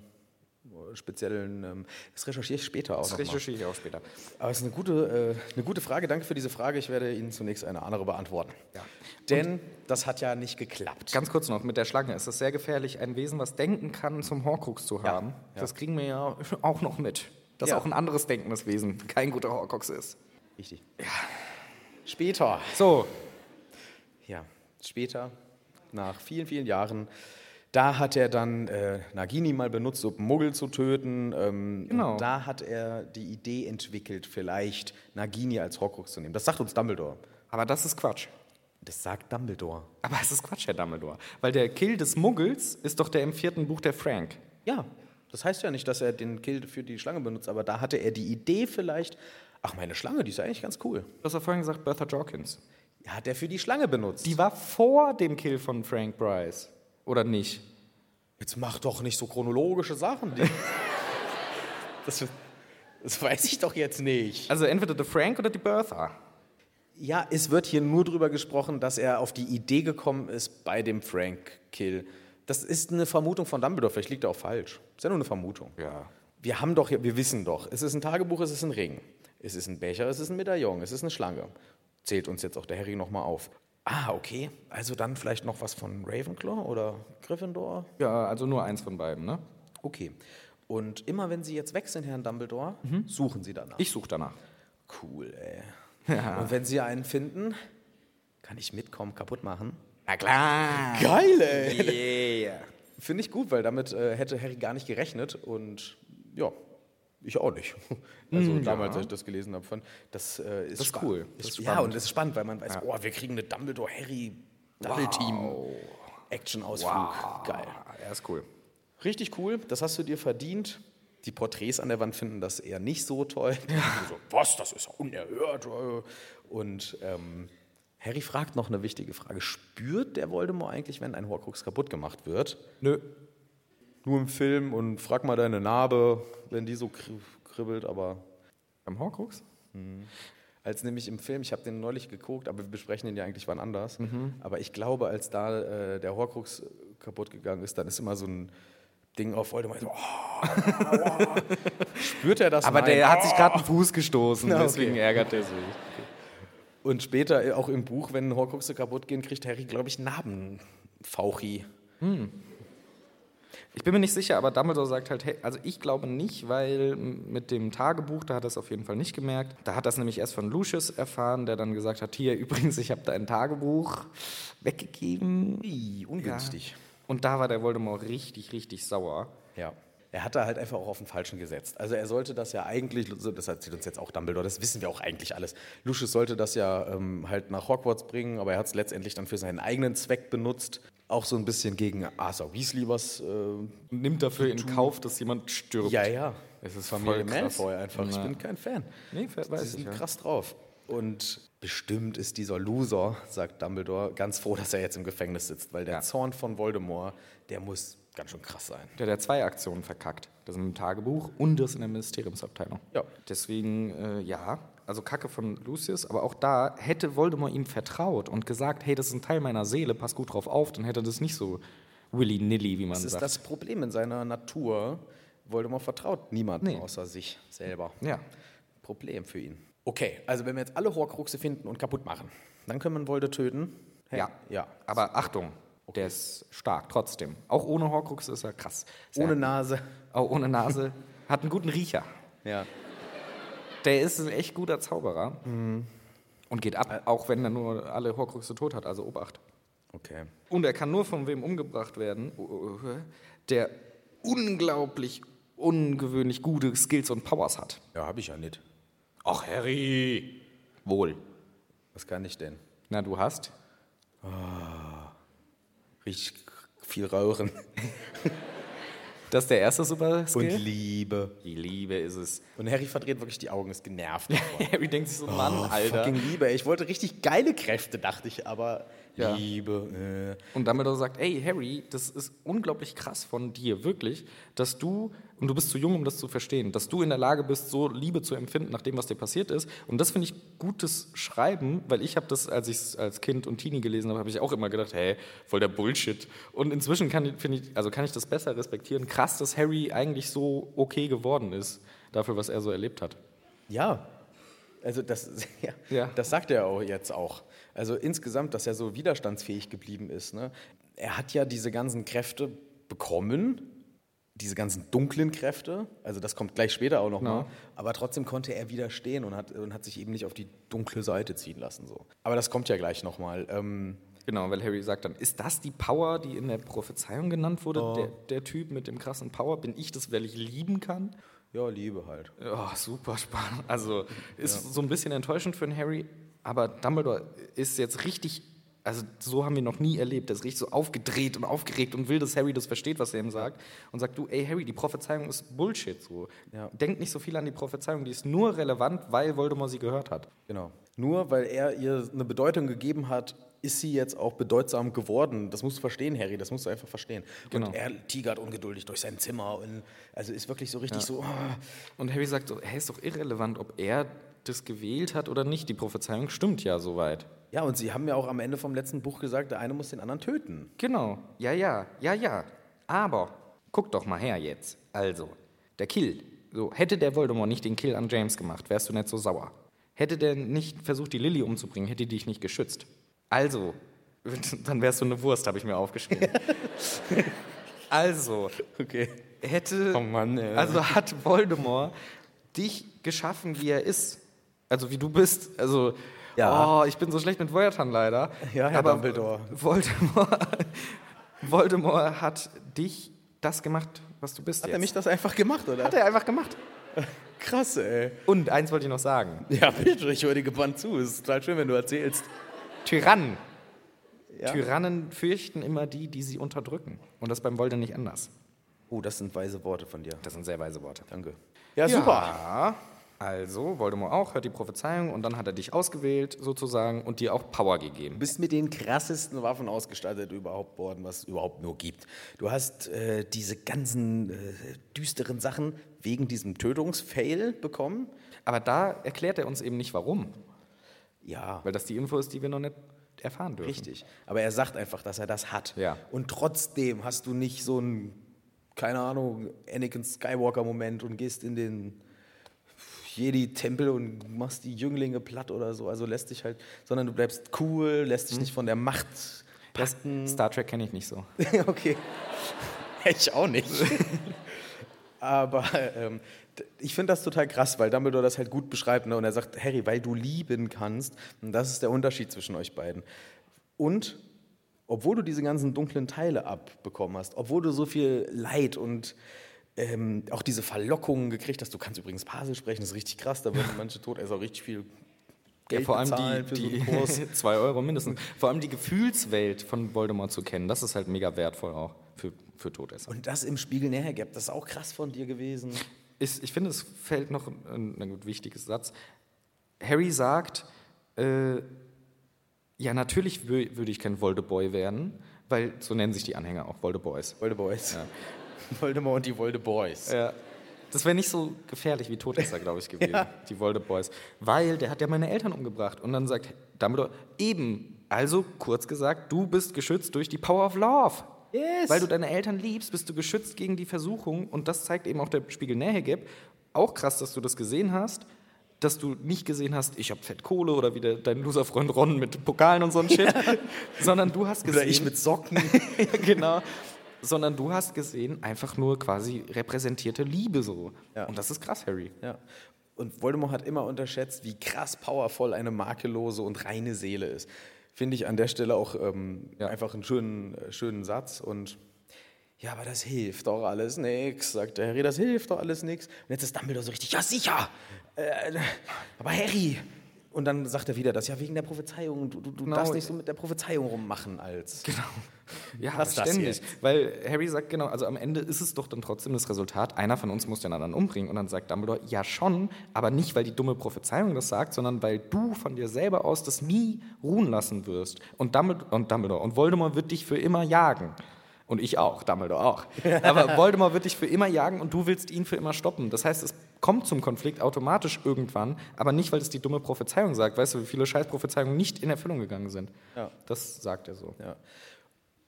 Speaker 1: speziellen. Ähm, das recherchiere ich später auch.
Speaker 2: Das
Speaker 1: noch mal.
Speaker 2: recherchiere ich auch später.
Speaker 1: Aber es ist eine gute, äh, eine gute Frage. Danke für diese Frage. Ich werde Ihnen zunächst eine andere beantworten. Denn das hat ja nicht geklappt.
Speaker 2: Ganz kurz noch mit der Schlange. Es ist sehr gefährlich, ein Wesen, was denken kann, zum Horcrux zu haben.
Speaker 1: ja.
Speaker 2: Das kriegen wir ja auch noch mit. Dass
Speaker 1: Ja.
Speaker 2: auch ein anderes denkendes Wesen kein guter Horcrux ist.
Speaker 1: Richtig. Später.
Speaker 2: So,
Speaker 1: Ja, später, nach vielen, vielen Jahren. Da hat er dann äh, Nagini mal benutzt, um Muggel zu töten. Ähm,
Speaker 2: Genau.
Speaker 1: und Da hat er die Idee entwickelt, vielleicht Nagini als Horcrux zu nehmen. Das sagt uns Dumbledore.
Speaker 2: aber das ist Quatsch.
Speaker 1: Das sagt Dumbledore.
Speaker 2: Aber es ist Quatsch, Herr Dumbledore. Weil der Kill des Muggels ist doch der im vierten Buch der Frank.
Speaker 1: Ja, das heißt ja nicht, dass er den Kill für die Schlange benutzt, aber da hatte er die Idee vielleicht, ach, meine Schlange, die ist ja eigentlich ganz cool.
Speaker 2: Du hast ja vorhin gesagt, Bertha Jorkins.
Speaker 1: Hat er für die Schlange benutzt.
Speaker 2: Die war vor dem Kill von Frank Bryce. Oder nicht?
Speaker 1: Jetzt mach doch nicht so chronologische Sachen. Die das, das weiß ich doch jetzt nicht.
Speaker 2: Also entweder der Frank oder die Bertha.
Speaker 1: Ja, es wird hier nur drüber gesprochen, dass er auf die Idee gekommen ist bei dem Frank-Kill. Das ist eine Vermutung von Dumbledore, vielleicht liegt er auch falsch. Ist ja nur eine Vermutung.
Speaker 2: Ja.
Speaker 1: Wir haben doch, hier- wir wissen doch, es ist ein Tagebuch, es ist ein Ring, es ist ein Becher, es ist ein Medaillon, es ist eine Schlange. Zählt uns jetzt auch der Harry nochmal auf. Ah, okay. Also dann vielleicht noch was von Ravenclaw oder Gryffindor?
Speaker 2: Ja, also nur eins von beiden, ne?
Speaker 1: Okay. Und immer wenn Sie jetzt wechseln, Herrn Dumbledore, suchen Sie danach.
Speaker 2: Mhm. Ich suche danach.
Speaker 1: Cool, ey. Und wenn Sie einen finden, kann ich mitkommen, kaputt machen.
Speaker 2: Na klar.
Speaker 1: Geil, ey.
Speaker 2: Yeah.
Speaker 1: Finde ich gut, weil damit äh, hätte Harry gar nicht gerechnet und ja, ich auch nicht. Also damals, als ich das gelesen habe, fand das äh, ist,
Speaker 2: Mm, Das ist
Speaker 1: spa-
Speaker 2: cool.
Speaker 1: Ist,
Speaker 2: Das ist
Speaker 1: ja,
Speaker 2: spannend.
Speaker 1: und es ist spannend, weil man weiß, oh, wir kriegen eine Dumbledore-Harry-Double-Team-Action-Ausflug. Geil.
Speaker 2: Ah, er ist cool.
Speaker 1: Richtig cool, das hast du dir verdient. Die Porträts an der Wand finden das eher nicht so toll. Die So, was, das ist ja unerhört. äh. Und ähm, Harry fragt noch eine wichtige Frage. Spürt der Voldemort eigentlich, wenn ein Horcrux kaputt gemacht wird?
Speaker 2: Nö.
Speaker 1: Nur im Film und frag mal deine Narbe, wenn die so kri- kribbelt, aber
Speaker 2: Beim Horcrux?
Speaker 1: als nämlich im Film, ich habe den neulich geguckt, aber wir besprechen den ja eigentlich wann anders.
Speaker 2: Mhm.
Speaker 1: Aber ich glaube, als da äh, der Horcrux kaputt gegangen ist, dann ist immer so ein Ding auf Voldemort. So, oh, oh. Spürt er das?
Speaker 2: Aber
Speaker 1: Nein.
Speaker 2: der hat sich gerade einen Fuß gestoßen,
Speaker 1: Na, okay.
Speaker 2: deswegen ärgert er sich.
Speaker 1: Und später äh, auch im Buch, wenn Horcruxe kaputt gehen, kriegt Harry, glaube ich, Narbenfauchi.
Speaker 2: Ich bin mir nicht sicher, aber Dumbledore sagt halt, hey, also ich glaube nicht, weil mit dem Tagebuch, da hat er es auf jeden Fall nicht gemerkt. Da hat er es nämlich erst von Lucius erfahren, der dann gesagt hat, hier übrigens, ich habe dein Tagebuch weggegeben.
Speaker 1: Ih, ungünstig.
Speaker 2: Und da war der Voldemort richtig, richtig sauer.
Speaker 1: Ja. Er hat da halt einfach auch auf den Falschen gesetzt. Also er sollte das ja eigentlich, das erzählt uns jetzt auch Dumbledore, das wissen wir auch eigentlich alles. Lucius sollte das ja ähm, halt nach Hogwarts bringen, aber er hat es letztendlich dann für seinen eigenen Zweck benutzt. Auch so ein bisschen gegen Arthur Weasley was. Äh,
Speaker 2: Und nimmt dafür in Kauf, dass jemand stirbt.
Speaker 1: ja, ja.
Speaker 2: Es ist
Speaker 1: Familie
Speaker 2: voll krass.
Speaker 1: Malfoy einfach. Ich
Speaker 2: Ja.
Speaker 1: bin kein Fan.
Speaker 2: Nee, weiß
Speaker 1: Die
Speaker 2: ich,
Speaker 1: sind
Speaker 2: ja.
Speaker 1: krass drauf. Und bestimmt ist dieser Loser, sagt Dumbledore, ganz froh, dass er jetzt im Gefängnis sitzt, weil der
Speaker 2: Ja.
Speaker 1: Zorn von Voldemort, der muss ganz schön krass sein.
Speaker 2: Der hat ja zwei Aktionen verkackt. Das im Tagebuch und das in der Ministeriumsabteilung.
Speaker 1: Ja.
Speaker 2: Deswegen, äh, ja, also Kacke von Lucius, aber auch da hätte Voldemort ihm vertraut und gesagt, hey, das ist ein Teil meiner Seele, pass gut drauf auf, dann hätte er das nicht so willy-nilly, wie man
Speaker 1: Das ist
Speaker 2: sagt.
Speaker 1: das Problem in seiner Natur. Voldemort vertraut niemandem
Speaker 2: Nee.
Speaker 1: außer sich selber.
Speaker 2: Ja.
Speaker 1: Problem für ihn. Okay, also wenn wir jetzt alle Horcruxe finden und kaputt machen, dann können wir einen Volde töten. Hey,
Speaker 2: ja.
Speaker 1: Ja.
Speaker 2: Aber Achtung, der ist stark trotzdem. Auch ohne Horcrux ist er krass. Ist
Speaker 1: Ohne
Speaker 2: er,
Speaker 1: Nase.
Speaker 2: auch ohne Nase. Hat einen guten Riecher.
Speaker 1: Ja.
Speaker 2: Der ist ein echt guter Zauberer.
Speaker 1: Mhm.
Speaker 2: Und geht ab, auch wenn er nur alle Horcruxe tot hat, also Obacht.
Speaker 1: Okay.
Speaker 2: Und er kann nur von wem umgebracht werden, oh, der unglaublich ungewöhnlich gute Skills und Powers hat.
Speaker 1: Ja, habe ich ja nicht.
Speaker 2: Ach, Harry! Wohl.
Speaker 1: Was kann ich denn?
Speaker 2: Na, du hast?
Speaker 1: Richtig viel rauchen.
Speaker 2: Das ist der erste Super-Skill?
Speaker 1: Liebe.
Speaker 2: Die Liebe ist es.
Speaker 1: Und Harry verdreht wirklich die Augen, ist genervt.
Speaker 2: Harry denkt sich so, Mann, Alter.
Speaker 1: Fucking Liebe. ey. Ich wollte richtig geile Kräfte, dachte ich, aber
Speaker 2: Ja.
Speaker 1: Liebe. Äh.
Speaker 2: Und Dumbledore sagt, ey Harry, das ist unglaublich krass von dir, wirklich, dass du, und du bist zu jung, um das zu verstehen, dass du in der Lage bist, so Liebe zu empfinden nach dem, was dir passiert ist. Und das finde ich gutes Schreiben, weil ich habe das, als ich es als Kind und Teenie gelesen habe, habe ich auch immer gedacht, hey, voll der Bullshit. Und inzwischen kann, ich- finde ich, also kann ich das besser respektieren. Krass, dass Harry eigentlich so okay geworden ist, dafür, was er so erlebt hat.
Speaker 1: Ja. Also das, ja,
Speaker 2: Ja.
Speaker 1: das sagt er auch jetzt auch. Also insgesamt, dass er so widerstandsfähig geblieben ist. Ne? Er hat ja diese ganzen Kräfte bekommen, diese ganzen dunklen Kräfte. Also das kommt gleich später auch nochmal.
Speaker 2: Ja.
Speaker 1: Aber trotzdem konnte er widerstehen und hat, und hat sich eben nicht auf die dunkle Seite ziehen lassen. So. Aber das kommt ja gleich nochmal. Ähm,
Speaker 2: Genau, weil Harry sagt dann, ist das die Power, die in der Prophezeiung genannt wurde? Der, der Typ mit dem krassen Power, bin ich das, weil ich lieben kann?
Speaker 1: ja, Liebe halt.
Speaker 2: Ja, super spannend. Also ist so ein bisschen enttäuschend für den Harry, aber Dumbledore ist jetzt richtig, also so haben wir noch nie erlebt. Er ist richtig so aufgedreht und aufgeregt und will, dass Harry das versteht, was er ihm sagt. Und sagt, du, ey Harry, die Prophezeiung ist Bullshit. So. Denk nicht so viel an die Prophezeiung, die ist nur relevant, weil Voldemort sie gehört hat.
Speaker 1: Genau. Nur weil er ihr eine Bedeutung gegeben hat, ist sie jetzt auch bedeutsam geworden. Das musst du verstehen, Harry, das musst du einfach verstehen.
Speaker 2: Genau.
Speaker 1: Und er tigert ungeduldig durch sein Zimmer und also ist wirklich so richtig so. ah.
Speaker 2: Und Harry sagt, so, hey, ist doch irrelevant, ob er das gewählt hat oder nicht. Die Prophezeiung stimmt ja soweit.
Speaker 1: Ja, und sie haben ja auch am Ende vom letzten Buch gesagt, der eine muss den anderen töten.
Speaker 2: Genau, ja, ja, ja, ja. Aber guck doch mal her jetzt. Also, der Kill. So, hätte der Voldemort nicht den Kill an James gemacht, wärst du nicht so sauer. Hätte der nicht versucht, die Lilly umzubringen, hätte die dich nicht geschützt. Also, dann wärst du eine Wurst, habe ich mir aufgeschrieben. also,
Speaker 1: Okay.
Speaker 2: hätte.
Speaker 1: Oh Mann, ey.
Speaker 2: Also hat Voldemort dich geschaffen, wie er ist. Also wie du bist. Also.
Speaker 1: Ja.
Speaker 2: Oh, ich bin so schlecht mit Wörtern leider.
Speaker 1: Ja, Herr Dumbledore.
Speaker 2: Voldemort, Voldemort hat dich das gemacht, was du bist.
Speaker 1: Hat
Speaker 2: jetzt.
Speaker 1: er mich das einfach gemacht, oder?
Speaker 2: hat er einfach gemacht.
Speaker 1: Krass, ey.
Speaker 2: Und eins wollte ich noch sagen:
Speaker 1: Ja, bitte, ich höre dir gebannt zu. Es ist total schön, wenn du erzählst.
Speaker 2: Tyrannen.
Speaker 1: Ja.
Speaker 2: Tyrannen fürchten immer die, die sie unterdrücken. Und das ist beim Voldemort nicht anders.
Speaker 1: Oh, das sind weise Worte von dir.
Speaker 2: Das sind sehr weise Worte.
Speaker 1: Danke. Ja, super.
Speaker 2: Ja, also Voldemort auch, hört die Prophezeiung und dann hat er dich ausgewählt sozusagen und dir auch Power gegeben.
Speaker 1: bist mit den krassesten Waffen ausgestattet überhaupt worden, was es überhaupt nur gibt. Du hast äh, diese ganzen äh, düsteren Sachen wegen diesem Tötungsfail bekommen.
Speaker 2: Aber da erklärt er uns eben nicht warum,
Speaker 1: Ja,
Speaker 2: weil das die Info ist, die wir noch nicht erfahren dürfen.
Speaker 1: richtig. Aber er sagt einfach, dass er das hat.
Speaker 2: Ja.
Speaker 1: Und trotzdem hast du nicht so einen, keine Ahnung, Anakin Skywalker-Moment und gehst in den Jedi-Tempel und machst die Jünglinge platt oder so. Also lässt dich halt, sondern du bleibst cool, lässt
Speaker 2: Mhm.
Speaker 1: dich nicht von der Macht.
Speaker 2: Das Star Trek kenne ich nicht so.
Speaker 1: okay. Ich auch nicht. Aber ähm, d- ich finde das total krass, weil Dumbledore das halt gut beschreibt. Ne? Und er sagt, Harry, weil du lieben kannst. Und das ist der Unterschied zwischen euch beiden. Und obwohl du diese ganzen dunklen Teile abbekommen hast, obwohl du so viel Leid und ähm, auch diese Verlockungen gekriegt hast, du kannst übrigens Basel sprechen, das ist richtig krass, da werden manche tot, also richtig viel Geld
Speaker 2: Ja, vor allem
Speaker 1: bezahlen für so
Speaker 2: die,
Speaker 1: einen Kurs.
Speaker 2: die zwei Euro mindestens. Vor allem die Gefühlswelt von Voldemort zu kennen, das ist halt mega wertvoll auch für, für Todesser.
Speaker 1: Und das im Spiegel näher gibt, das ist auch krass von dir gewesen.
Speaker 2: Ich, ich finde, es fällt noch ein, ein gut, wichtiges Satz. Harry sagt, äh, ja, natürlich wür- würde ich kein Voldeboy werden, weil so nennen sich die Anhänger auch, Voldeboys.
Speaker 1: Voldeboys. Ja. Voldemort und die Voldeboys.
Speaker 2: Ja. Das wäre nicht so gefährlich wie Todesser, glaube ich, gewesen, die Voldeboys. Weil der hat ja meine Eltern umgebracht. Und dann sagt Dumbledore, eben, also kurz gesagt, du bist geschützt durch die Power of Love.
Speaker 1: Yes.
Speaker 2: Weil du deine Eltern liebst, bist du geschützt gegen die Versuchung. Und das zeigt eben auch der Spiegel Nähegeb. Auch krass, dass du das gesehen hast. Dass du nicht gesehen hast, ich hab Fettkohle oder wie der, dein Loser-Freund Ron mit Pokalen und so ein Shit. Sondern du hast gesehen.
Speaker 1: Oder ich mit Socken.
Speaker 2: Ja, genau. Sondern du hast gesehen, einfach nur quasi repräsentierte Liebe so.
Speaker 1: Ja.
Speaker 2: Und das ist krass, Harry.
Speaker 1: ja. Und Voldemort hat immer unterschätzt, wie krass powervoll eine makellose und reine Seele ist. Finde ich an der Stelle auch ähm,
Speaker 2: Ja.
Speaker 1: einfach einen schönen, äh, schönen Satz. Und ja, aber das hilft doch alles nix, sagt der Harry, das hilft doch alles nix. Und jetzt ist Dumbledore so richtig, ja sicher. Äh, aber Harry, Und dann sagt er wieder das, ja, wegen der Prophezeiung. Du, du, du
Speaker 2: Genau.
Speaker 1: darfst nicht so mit der Prophezeiung rummachen als. Genau.
Speaker 2: Ja,
Speaker 1: Was ist das
Speaker 2: ständig.
Speaker 1: jetzt?
Speaker 2: Weil Harry sagt genau, also am Ende ist es doch dann trotzdem das Resultat, einer von uns muss den anderen umbringen. Und dann sagt Dumbledore, ja schon, aber nicht, weil die dumme Prophezeiung das sagt, sondern weil du von dir selber aus das nie ruhen lassen wirst. Und Dumbledore und, Dumbledore, und Voldemort wird dich für immer jagen. Und ich auch, Dumbledore auch. Aber Voldemort wird dich für immer jagen und du willst ihn für immer stoppen. Das heißt, es kommt zum Konflikt automatisch irgendwann, aber nicht, weil es die dumme Prophezeiung sagt. Weißt du, wie viele Scheißprophezeiungen nicht in Erfüllung gegangen sind?
Speaker 1: Ja.
Speaker 2: Das sagt er so.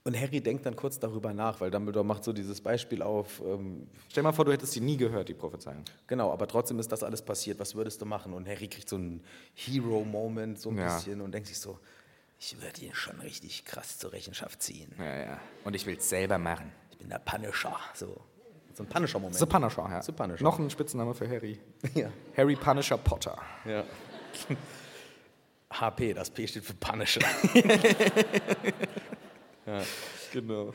Speaker 1: Und Harry denkt dann kurz darüber nach, weil Dumbledore macht so dieses Beispiel auf, ähm,
Speaker 2: Stell mal vor, du hättest die nie gehört, die Prophezeiung.
Speaker 1: genau, aber trotzdem ist das alles passiert, was würdest du machen? Und Harry kriegt so einen Hero-Moment so ein
Speaker 2: Ja.
Speaker 1: bisschen und denkt sich so, ich werde ihn schon richtig krass zur Rechenschaft ziehen.
Speaker 2: Ja, ja. Und ich will es selber machen.
Speaker 1: Ich bin der Punisher. So, so ein Punisher-Moment.
Speaker 2: The Punisher, ja.
Speaker 1: The Punisher.
Speaker 2: Noch ein Spitzname für Harry.
Speaker 1: Ja.
Speaker 2: Harry Punisher Potter.
Speaker 1: Ja. HP, das P steht für Punisher.
Speaker 2: Genau.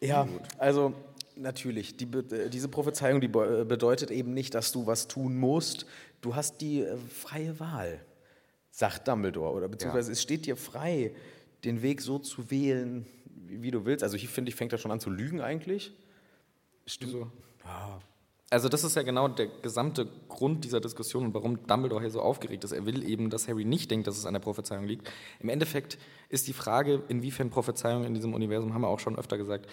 Speaker 1: Ja, also natürlich, die, be- äh, diese Prophezeiung die be- äh, bedeutet eben nicht, dass du was tun musst. Du hast die äh, freie Wahl, sagt Dumbledore. Oder beziehungsweise es steht dir frei, den Weg so zu wählen, wie wie du willst. Also hier finde ich, fängt er schon an zu lügen eigentlich.
Speaker 2: Wieso? Also das ist ja genau der gesamte Grund dieser Diskussion und warum Dumbledore hier so aufgeregt ist. Er will eben, dass Harry nicht denkt, dass es an der Prophezeiung liegt. Im Endeffekt ist die Frage, inwiefern Prophezeiungen in diesem Universum, haben wir auch schon öfter gesagt,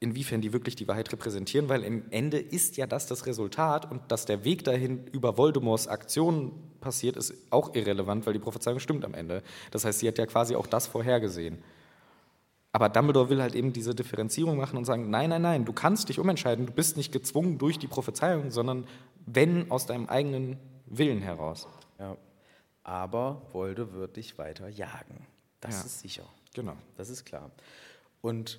Speaker 2: inwiefern die wirklich die Wahrheit repräsentieren, weil im Ende ist ja das das Resultat und dass der Weg dahin über Voldemorts Aktionen passiert, ist auch irrelevant, weil die Prophezeiung stimmt am Ende. Das heißt, sie hat ja quasi auch das vorhergesehen. Aber Dumbledore will halt eben diese Differenzierung machen und sagen, nein, nein, nein, du kannst dich umentscheiden, du bist nicht gezwungen durch die Prophezeiung, sondern wenn aus deinem eigenen Willen heraus.
Speaker 1: Ja. Aber Wolde wird dich weiter jagen. Das
Speaker 2: Ja.
Speaker 1: ist sicher.
Speaker 2: Genau.
Speaker 1: Das ist klar. Und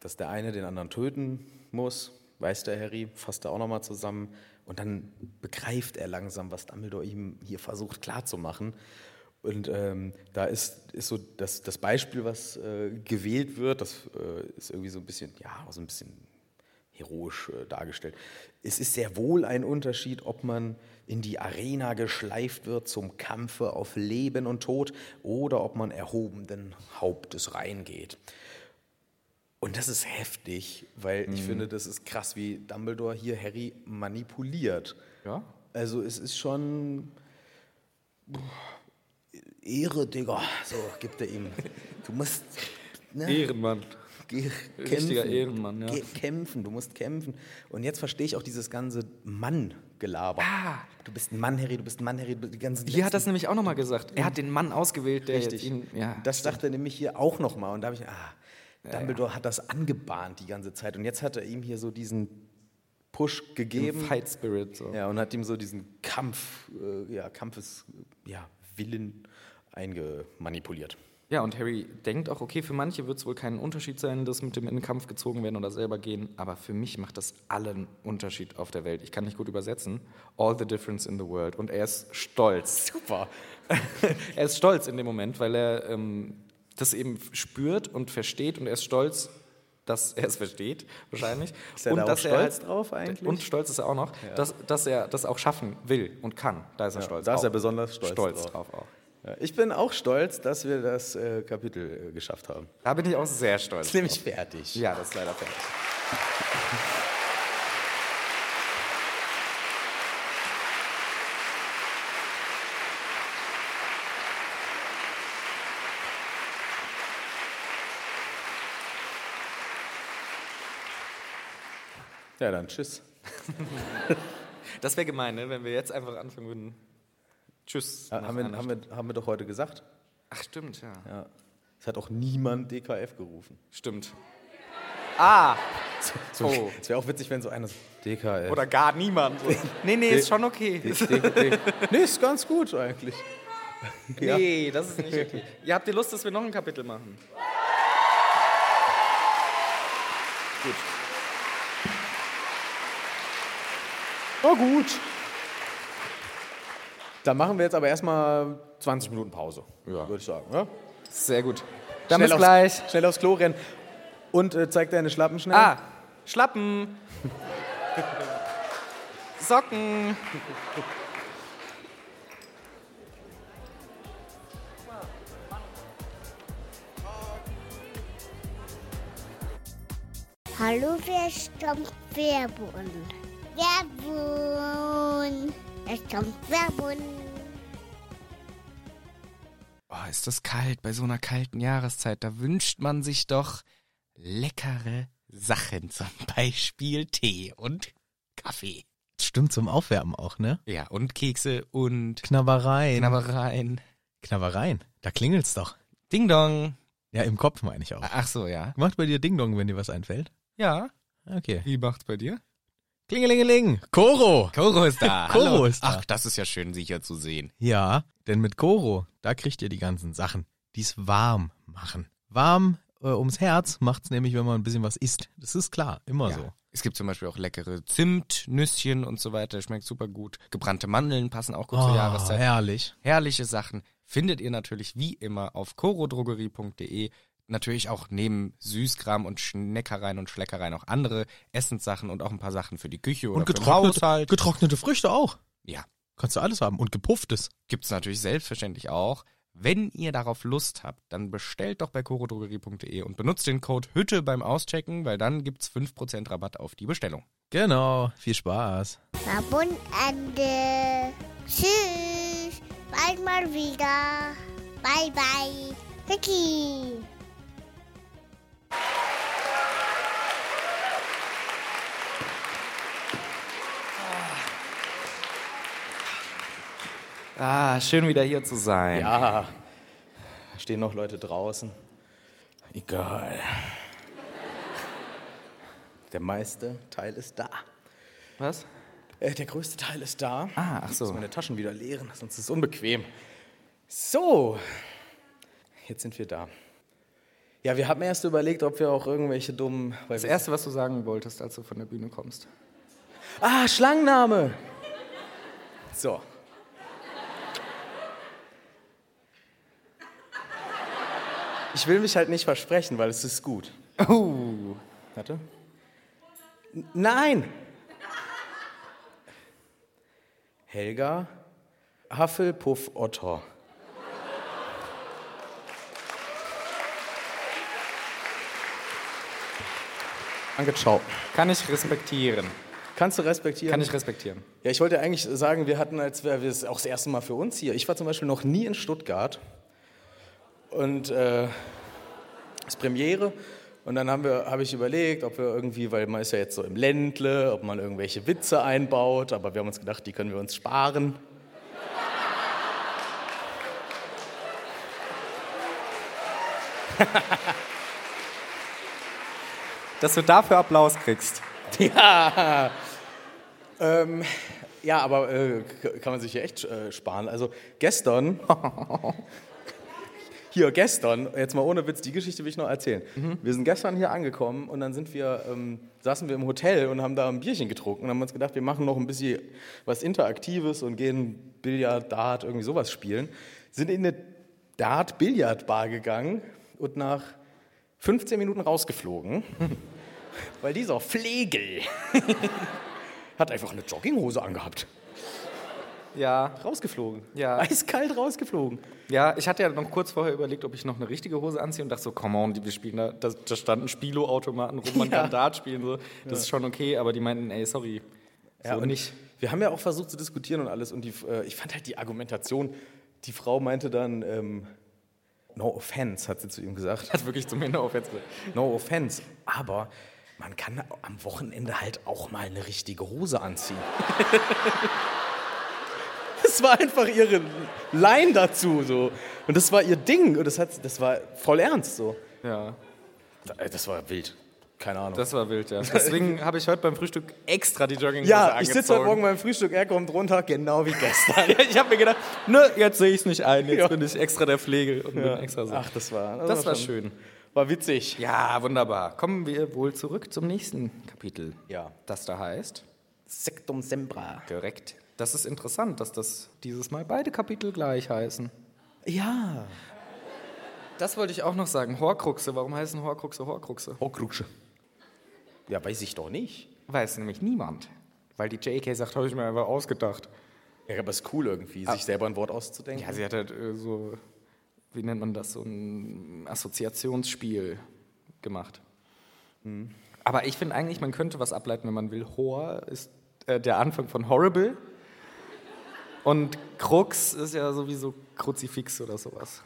Speaker 1: dass der eine den anderen töten muss, weiß der Harry, fasst er auch nochmal zusammen. Und dann begreift er langsam, was Dumbledore ihm hier versucht klarzumachen. Und ähm, da ist, ist so das, das Beispiel, was äh, gewählt wird, das äh, ist irgendwie so ein bisschen, ja, so ein bisschen heroisch äh, dargestellt. Es ist sehr wohl ein Unterschied, ob man in die Arena geschleift wird zum Kampfe auf Leben und Tod oder ob man erhobenen Hauptes reingeht. Und das ist heftig, weil ich finde, das ist krass, wie Dumbledore hier Harry manipuliert.
Speaker 2: Ja.
Speaker 1: Also es ist schon Puh, Ehre, Digga. So gibt er ihm. Du musst ne?
Speaker 2: Ehrenmann.
Speaker 1: Ge-
Speaker 2: Richtiger
Speaker 1: kämpfen.
Speaker 2: Ehrenmann, ja.
Speaker 1: Ge- Kämpfen, du musst kämpfen. Und jetzt verstehe ich auch dieses ganze Mann-Gelaber. Du bist ein Mann, Harry, du bist ein Mann, Harry, du bist die ganzen
Speaker 2: Hier hat Ah. das
Speaker 1: letzten-
Speaker 2: nämlich auch nochmal gesagt. Er hat den Mann ausgewählt, der
Speaker 1: Richtig.
Speaker 2: jetzt ihn. Ja.
Speaker 1: das dachte er nämlich hier auch nochmal. Und da habe ich, ah, Dumbledore hat das angebahnt die ganze Zeit. Und jetzt hat er ihm hier so diesen Push gegeben.
Speaker 2: Fight Spirit. So.
Speaker 1: Ja, und hat ihm so diesen Kampf, äh, ja, Kampfes, ja, Willen eingemanipuliert.
Speaker 2: Ja, und Harry denkt auch, okay, für manche wird es wohl keinen Unterschied sein, dass mit dem in den Kampf gezogen werden oder selber gehen, aber für mich macht das allen Unterschied auf der Welt. Ich kann nicht gut übersetzen. All the difference in the world. Und er ist stolz. Super. er ist stolz in dem Moment, weil er ähm, das eben spürt und versteht und er ist stolz, dass er es versteht, wahrscheinlich.
Speaker 1: Ist er
Speaker 2: und
Speaker 1: da auch
Speaker 2: dass
Speaker 1: stolz drauf eigentlich?
Speaker 2: Und stolz ist er auch noch, dass, dass er das auch schaffen will und kann. Da ist er stolz
Speaker 1: da ist
Speaker 2: drauf.
Speaker 1: er besonders stolz
Speaker 2: stolz
Speaker 1: drauf.
Speaker 2: drauf auch.
Speaker 1: Ja, ich bin auch stolz, dass wir das äh, Kapitel äh, geschafft haben.
Speaker 2: Da bin ich auch sehr stolz.
Speaker 1: Ist nämlich fertig.
Speaker 2: Ja, das ist leider fertig.
Speaker 1: Ja, dann tschüss.
Speaker 2: Das wäre gemein, ne? wenn wir jetzt einfach anfangen würden. Tschüss.
Speaker 1: Ja,
Speaker 2: nach
Speaker 1: haben, wir,
Speaker 2: einer
Speaker 1: haben, wir, haben wir doch heute gesagt.
Speaker 2: Stunde. Ach, stimmt, ja.
Speaker 1: Ja. Es hat auch niemand DKF gerufen.
Speaker 2: Stimmt. Ah,
Speaker 1: So,
Speaker 2: Oh.
Speaker 1: Es wäre auch witzig, wenn so einer so, DKF.
Speaker 2: oder gar niemand. So. Nee, nee, ist schon okay.
Speaker 1: nee, ist ganz gut eigentlich. Ja.
Speaker 2: Nee, das ist nicht okay. Ihr habt ihr Lust, dass wir noch ein Kapitel machen? Gut.
Speaker 1: Oh, gut. Dann machen wir jetzt aber erstmal 20 Minuten Pause,
Speaker 2: Ja.
Speaker 1: würde ich sagen. Ja?
Speaker 2: Sehr gut. Dann
Speaker 1: Schnell
Speaker 2: bis
Speaker 1: aufs-
Speaker 2: gleich.
Speaker 1: Schnell aufs Klo rennen. Und äh, zeig deine Schlappen schnell.
Speaker 2: Ah, Schlappen. Socken.
Speaker 3: Hallo, wer stammt Werbun? Werbun. Es kommt Werbun.
Speaker 2: Oh, ist das kalt bei so einer kalten Jahreszeit. Da wünscht man sich doch leckere Sachen, zum Beispiel Tee und Kaffee.
Speaker 7: Stimmt zum Aufwärmen auch, ne?
Speaker 2: Ja, und Kekse und
Speaker 7: Knabbereien.
Speaker 2: Knabbereien.
Speaker 7: Knabbereien. Da klingelt's doch.
Speaker 2: Ding Dong.
Speaker 7: Ja, im Kopf meine ich auch.
Speaker 2: Ach so, ja.
Speaker 7: Macht bei dir Ding-Dong, wenn dir was einfällt?
Speaker 2: Ja.
Speaker 7: Okay.
Speaker 2: Wie macht's bei dir?
Speaker 7: Klingelingeling. Koro.
Speaker 2: Koro ist da.
Speaker 7: Koro
Speaker 2: Hallo.
Speaker 7: ist da.
Speaker 2: Ach, das ist ja schön, sie hier zu sehen.
Speaker 7: Ja, denn mit Koro, da kriegt ihr die ganzen Sachen, die es warm machen. Warm äh, ums Herz macht's nämlich, wenn man ein bisschen was isst. Das ist klar, immer so.
Speaker 2: Es gibt zum Beispiel auch leckere Zimt, Nüsschen und so weiter. Schmeckt super gut. Gebrannte Mandeln passen auch gut zur Jahreszeit.
Speaker 7: Ah, herrlich.
Speaker 2: Herrliche Sachen findet ihr natürlich wie immer auf korodrogerie.de. Natürlich auch neben Süßkram und Schneckereien und Schleckereien auch andere Essenssachen und auch ein paar Sachen für die Küche oder
Speaker 7: Und
Speaker 2: für den
Speaker 7: getrocknete,
Speaker 2: Haushalt.
Speaker 7: getrocknete Früchte auch.
Speaker 2: Ja,
Speaker 7: Kannst du alles haben. Und gepufftes.
Speaker 2: gibt's natürlich selbstverständlich auch. Wenn ihr darauf Lust habt, dann bestellt doch bei korodrogerie.de und benutzt den Code Hütte beim Auschecken, weil dann gibt's 5% Rabatt auf die Bestellung.
Speaker 7: Genau. Viel Spaß.
Speaker 3: Werbun Ende. Tschüss. Bald mal wieder. Bye, bye. Vicky.
Speaker 2: Ah, schön wieder hier zu sein.
Speaker 1: Ja, da stehen noch Leute draußen. Egal. Der meiste Teil ist da.
Speaker 2: Was?
Speaker 1: Äh, der größte Teil ist da.
Speaker 2: Ah, ach
Speaker 1: Ich
Speaker 2: so.
Speaker 1: muss meine Taschen wieder leeren, sonst ist es unbequem. So, jetzt sind wir da. Ja, wir haben erst überlegt, ob wir auch irgendwelche dummen... Weil
Speaker 2: Das Erste, was du sagen wolltest, als du von der Bühne kommst.
Speaker 1: Ah, Schlangenname. So. Ich will mich halt nicht versprechen, weil es ist gut.
Speaker 2: Oh.
Speaker 1: Warte. N- Nein! Helga Hufflepuff Otto. Danke, ciao.
Speaker 2: Kann ich respektieren.
Speaker 1: Kannst du respektieren?
Speaker 2: Kann ich respektieren.
Speaker 1: Ja, ich wollte eigentlich sagen, wir hatten, als wäre es auch das erste Mal für uns hier. Ich war zum Beispiel noch nie in Stuttgart. Und äh, das Premiere. Und dann haben wir- habe ich überlegt, ob wir irgendwie, weil man ist ja jetzt so im Ländle, ob man irgendwelche Witze einbaut. Aber wir haben uns gedacht, die können wir uns sparen.
Speaker 2: Dass du dafür Applaus kriegst.
Speaker 1: Ja. Ähm, ja, aber äh, k- kann man sich hier echt äh, sparen. Also gestern, hier gestern, jetzt mal ohne Witz, die Geschichte will ich noch erzählen. Wir sind gestern hier angekommen und dann sind wir, ähm, saßen wir im Hotel und haben da ein Bierchen getrunken und haben uns gedacht, wir machen noch ein bisschen was Interaktives und gehen Billard, Dart, irgendwie sowas spielen. Sind in eine Dart-Billard-Bar gegangen und nach 15 Minuten rausgeflogen. Weil dieser Flegel hat einfach eine Jogginghose angehabt.
Speaker 2: Ja.
Speaker 1: Rausgeflogen.
Speaker 2: Ja.
Speaker 1: Eiskalt rausgeflogen.
Speaker 2: Ja, ich hatte ja noch kurz vorher überlegt, ob ich noch eine richtige Hose anziehe und dachte so, come on, die wir spielen da, da, da standen Spielo-Automaten rum, man
Speaker 1: Ja.
Speaker 2: kann Dart spielen, so. Das ist schon okay, aber die meinten, ey, sorry. So
Speaker 1: und
Speaker 2: nicht.
Speaker 1: Wir haben ja auch versucht zu diskutieren und alles. Und die, äh, ich fand halt die Argumentation, die Frau meinte dann, ähm, no offense, hat sie zu ihm gesagt.
Speaker 2: Hat wirklich zum Ende auf jetzt.
Speaker 1: No offense. Aber man kann am Wochenende halt auch mal eine richtige Hose anziehen. das war einfach ihre Line dazu. So. Und das war ihr Ding. Und das, hat, das war voll ernst so.
Speaker 2: Ja,
Speaker 1: Äh, Das war wild. Keine Ahnung.
Speaker 2: das war wild, ja. Deswegen habe ich heute beim Frühstück extra die Jogginghose
Speaker 1: ja,
Speaker 2: angezogen.
Speaker 1: ich sitze heute Morgen beim Frühstück, er kommt runter, genau wie gestern.
Speaker 2: Ja, ich habe mir gedacht, ne, jetzt sehe ich es nicht ein, jetzt
Speaker 1: Ja.
Speaker 2: bin ich extra der Pflege und bin extra so.
Speaker 1: Ach, das war.
Speaker 2: das war
Speaker 1: schon-
Speaker 2: schön.
Speaker 1: War witzig.
Speaker 2: Ja, wunderbar. Kommen wir wohl zurück zum nächsten Kapitel.
Speaker 1: Ja.
Speaker 2: Das da heißt.
Speaker 1: Sektum Sembra.
Speaker 2: Korrekt. Das ist interessant, dass das dieses Mal beide Kapitel gleich heißen.
Speaker 1: Ja.
Speaker 2: Das wollte ich auch noch sagen. Horcruxe. Warum heißen Horcruxe Horcruxe?
Speaker 1: Horcruxe. Ja, weiß ich doch nicht.
Speaker 2: Weiß nämlich niemand. Weil die JK sagt, habe ich mir einfach ausgedacht.
Speaker 1: Ja, aber ist cool irgendwie, sich selber ein Wort auszudenken.
Speaker 2: Ah. Ja, sie hat halt äh, so, wie
Speaker 1: Hm.
Speaker 2: nennt man das, so ein Assoziationsspiel gemacht. Aber ich finde eigentlich, man könnte was ableiten, wenn man will. Hoher ist äh, der Anfang von Horrible. Und Krux ist ja sowieso Kruzifix oder sowas.